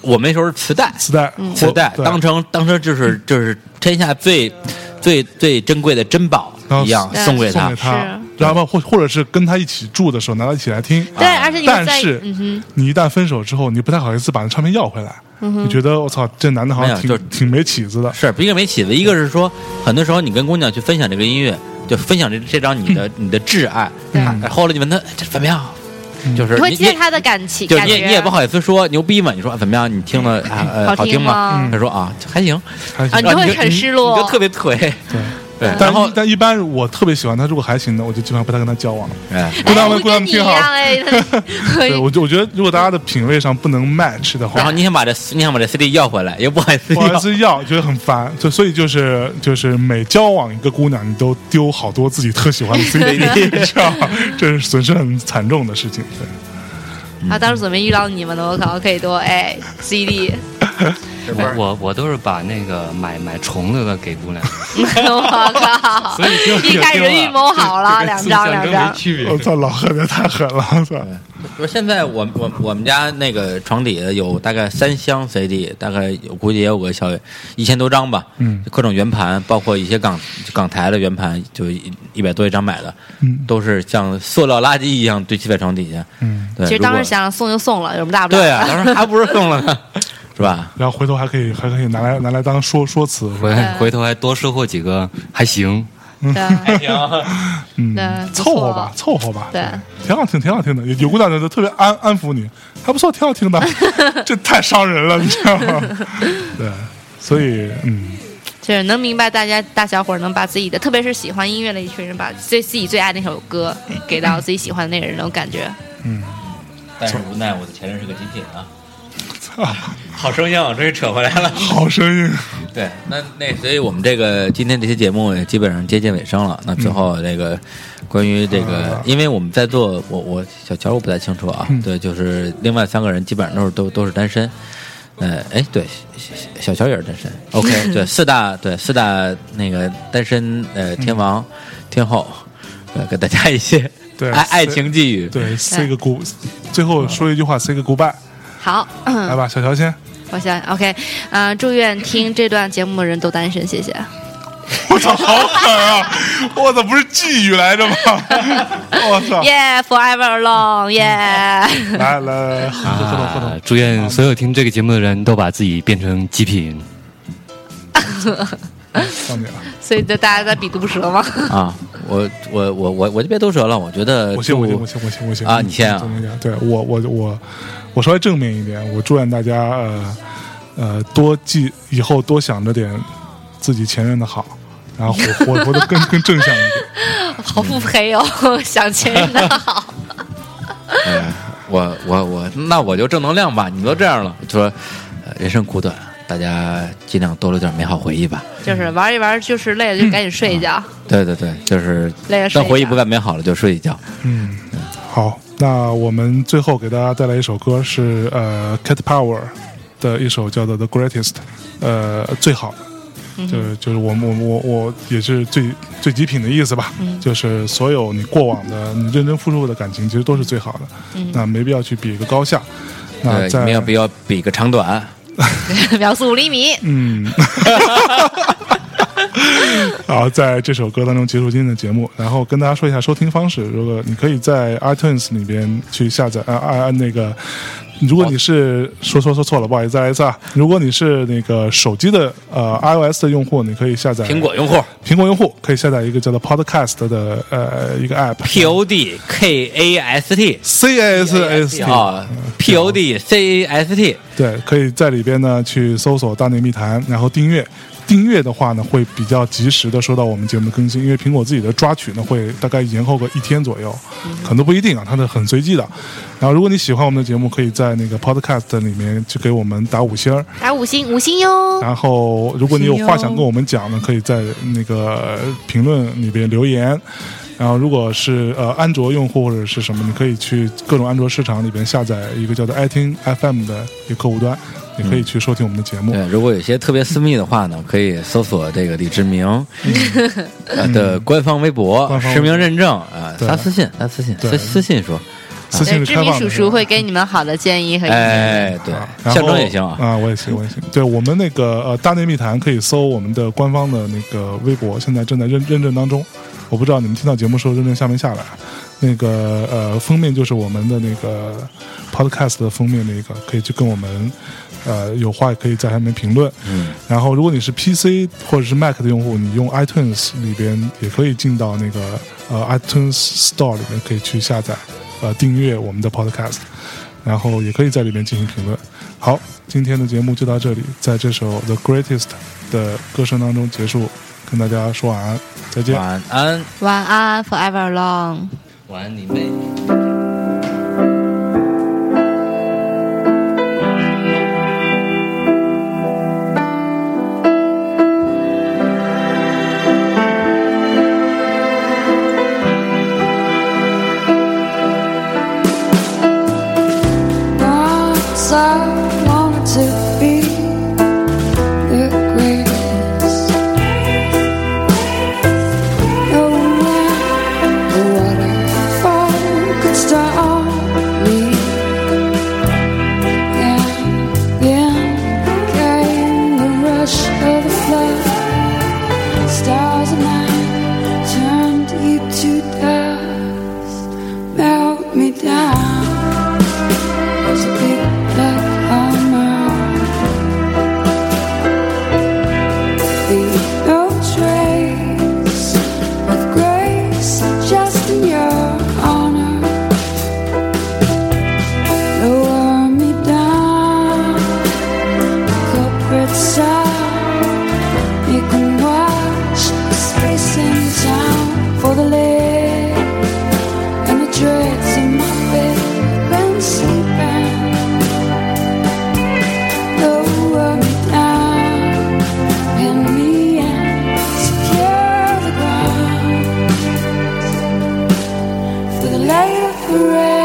[SPEAKER 2] 我们那时候是磁带，
[SPEAKER 1] 磁带，
[SPEAKER 2] 磁带
[SPEAKER 1] 对
[SPEAKER 2] 当成当成就是就是天下最最最珍贵的珍宝
[SPEAKER 1] 然后
[SPEAKER 2] 一样
[SPEAKER 3] 对
[SPEAKER 2] 送给
[SPEAKER 1] 送
[SPEAKER 2] 他
[SPEAKER 1] 给。她
[SPEAKER 3] 是，
[SPEAKER 1] 然后或或者是跟她一起住的时候拿她一起来听。
[SPEAKER 3] 对，而且你
[SPEAKER 1] 但
[SPEAKER 3] 会在
[SPEAKER 1] 是
[SPEAKER 3] 嗯哼，
[SPEAKER 1] 你一旦分手之后，你不太好意思把那唱片要回来，
[SPEAKER 3] 嗯
[SPEAKER 1] 你觉得我操，这男的好像
[SPEAKER 2] 没有
[SPEAKER 1] 挺挺没起子的。
[SPEAKER 2] 是，一个没起子，一个是说，很多时候你跟姑娘去分享
[SPEAKER 1] 嗯
[SPEAKER 2] 这个音乐，就分享这这张你的、你的挚爱，哎
[SPEAKER 3] 对
[SPEAKER 2] 她后来你问她这怎么样，
[SPEAKER 1] 嗯
[SPEAKER 2] 就是
[SPEAKER 3] 你会
[SPEAKER 2] 你
[SPEAKER 3] 期待
[SPEAKER 2] 你
[SPEAKER 3] 他的感情，
[SPEAKER 2] 就是
[SPEAKER 3] 感
[SPEAKER 2] 你也
[SPEAKER 3] 觉嗯
[SPEAKER 2] 你也不好意思说牛逼嘛，你说啊怎么样？你听了啊呃
[SPEAKER 3] 好
[SPEAKER 2] 好
[SPEAKER 3] 听
[SPEAKER 2] 听
[SPEAKER 3] 吗
[SPEAKER 2] 他说啊还行，
[SPEAKER 1] 还
[SPEAKER 3] 啊，
[SPEAKER 1] 行
[SPEAKER 3] 你。就会
[SPEAKER 2] 就
[SPEAKER 3] 很失落，
[SPEAKER 2] 你就特别颓。对，
[SPEAKER 1] 但
[SPEAKER 2] 然后
[SPEAKER 1] 但一般我特别喜欢他，如果还行的，我就基本上不太跟他交往。
[SPEAKER 2] 哎，
[SPEAKER 1] 姑娘
[SPEAKER 3] 哎
[SPEAKER 1] 们，
[SPEAKER 3] 我
[SPEAKER 1] 姑娘
[SPEAKER 3] 跟
[SPEAKER 1] 们
[SPEAKER 3] 你一
[SPEAKER 1] 听好
[SPEAKER 3] 样，哎，
[SPEAKER 1] 对我就我觉得如果大家的品味上不能 match 的话，
[SPEAKER 2] 然后你想把这你想把这 CD 要回来，又不好意思
[SPEAKER 1] 不好意
[SPEAKER 2] 要。
[SPEAKER 1] 思要，觉得很烦，所所以就是就是每交往一个姑娘，你都丢好多自己特喜 欢的 CD，你知道吗？这是损失很惨重的事情。对，
[SPEAKER 3] 啊，当时怎么没遇到你们呢？我靠，可以多哎，CD，
[SPEAKER 4] 我我我都是把那个买买虫子的给姑 娘，
[SPEAKER 3] 我靠，一看人预谋好了，两张两张，
[SPEAKER 8] 区
[SPEAKER 1] 我操，老何这太狠了，我操！
[SPEAKER 2] 不是现在我我我们家那个床底下有大概三箱 CD，大概有估计也有个小一千多张吧，
[SPEAKER 1] 嗯
[SPEAKER 2] 各种圆盘，包括一些港港台的圆盘，就一一百多一张买的，
[SPEAKER 1] 嗯
[SPEAKER 2] 都是像塑料垃圾一样堆积在床底下。
[SPEAKER 1] 嗯，
[SPEAKER 2] 对，
[SPEAKER 3] 其实
[SPEAKER 2] 如
[SPEAKER 3] 当
[SPEAKER 2] 果
[SPEAKER 3] 时想送就送了，有什么大不了？
[SPEAKER 2] 对 啊，当时还不是送了呢，是吧？
[SPEAKER 1] 然后回头还可以还可以拿来拿来当说说辞。
[SPEAKER 4] 回
[SPEAKER 3] 对
[SPEAKER 4] 回头还多收获几个，还行。
[SPEAKER 3] 对
[SPEAKER 2] 哎
[SPEAKER 3] 啊，
[SPEAKER 1] 嗯
[SPEAKER 3] 对，
[SPEAKER 1] 凑合吧，
[SPEAKER 3] 不
[SPEAKER 1] 凑合吧，
[SPEAKER 3] 对，
[SPEAKER 1] 挺好听，挺好听的。有有姑娘就特别安安抚你，还不错，挺好听的。 这太伤人了，你知道吗？对，所以嗯，
[SPEAKER 3] 就是能明白大家大小伙儿能把自己的，特别是喜欢音乐的一群人，把最自己最爱那首歌给到自己喜欢的那个人，那种感觉。
[SPEAKER 2] 但是无奈我的前任是个极品 啊！好声音，我啊终于扯回来了。
[SPEAKER 1] 好声音，
[SPEAKER 2] 对，那那所以我们这个今天这期节目也基本上接近尾声了。那最后这
[SPEAKER 1] 嗯
[SPEAKER 2] 个关于这
[SPEAKER 1] 啊
[SPEAKER 2] 个，因为我们在座，我我小乔我不太清楚啊。
[SPEAKER 1] 嗯
[SPEAKER 2] 对，就是另外三个人基本上都是都都是单身。呃，哎，对，小小小乔也是单身。OK，对，四大对四大那个单身呃天王、天后，呃，给大家一些
[SPEAKER 1] 嗯对
[SPEAKER 2] 爱
[SPEAKER 1] 是
[SPEAKER 2] 爱情寄语。
[SPEAKER 1] 对，say 个 good，最后说一句话，say 个 goodbye，
[SPEAKER 3] 好，嗯
[SPEAKER 1] 来吧，小乔先。
[SPEAKER 3] 我想 OK，嗯、祝愿听这段节目的人都单 身，谢谢。
[SPEAKER 1] 我操，好狠啊！我操，不是寄语来着吗？ 我操，
[SPEAKER 3] Yeah，forever alone。Yeah，
[SPEAKER 1] 来来，喝喝喝喝
[SPEAKER 4] 啊！祝愿所有听这个节目的人都把自己变成极品。
[SPEAKER 2] 嗯
[SPEAKER 1] 上你啊！
[SPEAKER 3] 所以就大家在比毒舌吗？
[SPEAKER 2] 啊，我我我我我这边都折了，我觉得
[SPEAKER 1] 我先，我先，
[SPEAKER 2] 祝
[SPEAKER 1] 我先，我先，我先
[SPEAKER 2] 啊你先啊
[SPEAKER 1] 我先对我，我，我，我稍微正面一点，我祝愿大家呃呃多记，以后多想着点自己前任的好，然后活活活得更更正向一点。
[SPEAKER 3] 好腹黑哦， 想前任的好。
[SPEAKER 2] 哎我我我，那我就正能量吧。你们都这样了，就说、呃人生苦短，大家尽量多留点美好回忆吧。
[SPEAKER 3] 就是玩一玩，就是累了就赶紧睡一觉。
[SPEAKER 2] 对对对，就是
[SPEAKER 3] 累了睡
[SPEAKER 2] 当
[SPEAKER 3] 一
[SPEAKER 2] 回忆
[SPEAKER 3] 觉
[SPEAKER 2] 不再美好了，就睡一觉。
[SPEAKER 1] 嗯，好，那我们最后给大家带来一首歌是呃 Cat Power 的一首叫做《The Greatest》，呃，最好的。就是就是我们我我我也是最最极品的意思吧，就是所有你过往的你认真付出的感情，其实都是最好的，那没必要去比一个高下。那
[SPEAKER 2] 对，
[SPEAKER 1] 啊在
[SPEAKER 2] 没有必要比个长短。
[SPEAKER 3] 秒速五厘 米，
[SPEAKER 1] 嗯， 然后在这首歌当中结束今天的节目，然后跟大家说一下收听方式。如果你可以在 iTunes 里边去下载，啊啊啊那个，如果你是说说说错了，不好意思，再来一次啊。如果你是那个手机的呃 iOS 的用户，你可以下载
[SPEAKER 2] 苹果用户
[SPEAKER 1] 苹果用户可以下载一个叫做 Podcast 的呃一个 app。
[SPEAKER 2] P O D K A S T
[SPEAKER 1] C S S T
[SPEAKER 2] 啊，P O D C A S T，
[SPEAKER 1] 对，可以在里边呢去搜索“大内密谈”，然后订阅。订阅的话呢，会比较及时的收到我们节目的更新，因为苹果自己的抓取呢会大概延后个一天左右，可能不一定啊，它是很随机的。然后，如果你喜欢我们的节目，可以在那个 Podcast 里面去给我们打五星儿。
[SPEAKER 3] 打五星五星哟。
[SPEAKER 1] 然后，如果你有话想跟我们讲呢，可以在那个呃评论里边留言。然后，如果是呃安卓用户或者是什么，你可以去各种安卓市场里边下载一个叫做爱听 FM 的一个客户端，你可以去收听我们的节目。
[SPEAKER 2] 对，如果有些特别私密的话呢，可以搜索这个李志明
[SPEAKER 3] 嗯
[SPEAKER 2] 呃的官方微博
[SPEAKER 1] 官方微博
[SPEAKER 2] 实名认证啊，
[SPEAKER 1] 对
[SPEAKER 2] 发私信，发私信，
[SPEAKER 1] 对
[SPEAKER 2] 私私信说，
[SPEAKER 1] 私信是
[SPEAKER 3] 对，嗯哎知
[SPEAKER 1] 开
[SPEAKER 3] 名
[SPEAKER 1] 放
[SPEAKER 3] 叔嗯
[SPEAKER 1] 的。
[SPEAKER 3] 叔会给你们好的建议和意见。
[SPEAKER 2] 哎，对
[SPEAKER 1] 啊，然
[SPEAKER 2] 象
[SPEAKER 1] 后
[SPEAKER 2] 征也行啊。
[SPEAKER 1] 啊，我也行，我也行。对我们那个呃大内密谈可以搜我们的官方的那个微博，现在正在认认证当中。我不知道你们听到节目时候认证下没下来。那个呃封面就是我们的那个 podcast 的封面那个，可以去跟我们呃有话也可以在上面评论。
[SPEAKER 2] 嗯，
[SPEAKER 1] 然后如果你是 PC 或者是 Mac 的用户，你用 iTunes 里边也可以进到那个呃 iTunes Store 里面可以去下载。呃订阅我们的 Podcast，然后也可以在里面进行评论。好，今天的节目就到这里，在这首《The Greatest》的歌声当中结束，跟大家说晚安，再见。
[SPEAKER 2] 晚安。
[SPEAKER 3] 晚安，Forever Long。
[SPEAKER 4] 晚安，你妹。
[SPEAKER 11] Once I wanted to be the greatest. No man or what I thought could stop me. And then came the rush of the flood. Stars of mine turned you to dust, melt me down. It's a big black armor. Leave no trace of grace, just in your honor. Lower me down, culprit sound. You can watch the space and time for the lid and the dreads in my bed been sleeping. Lower me down, pin me and secure the ground for the light of parade.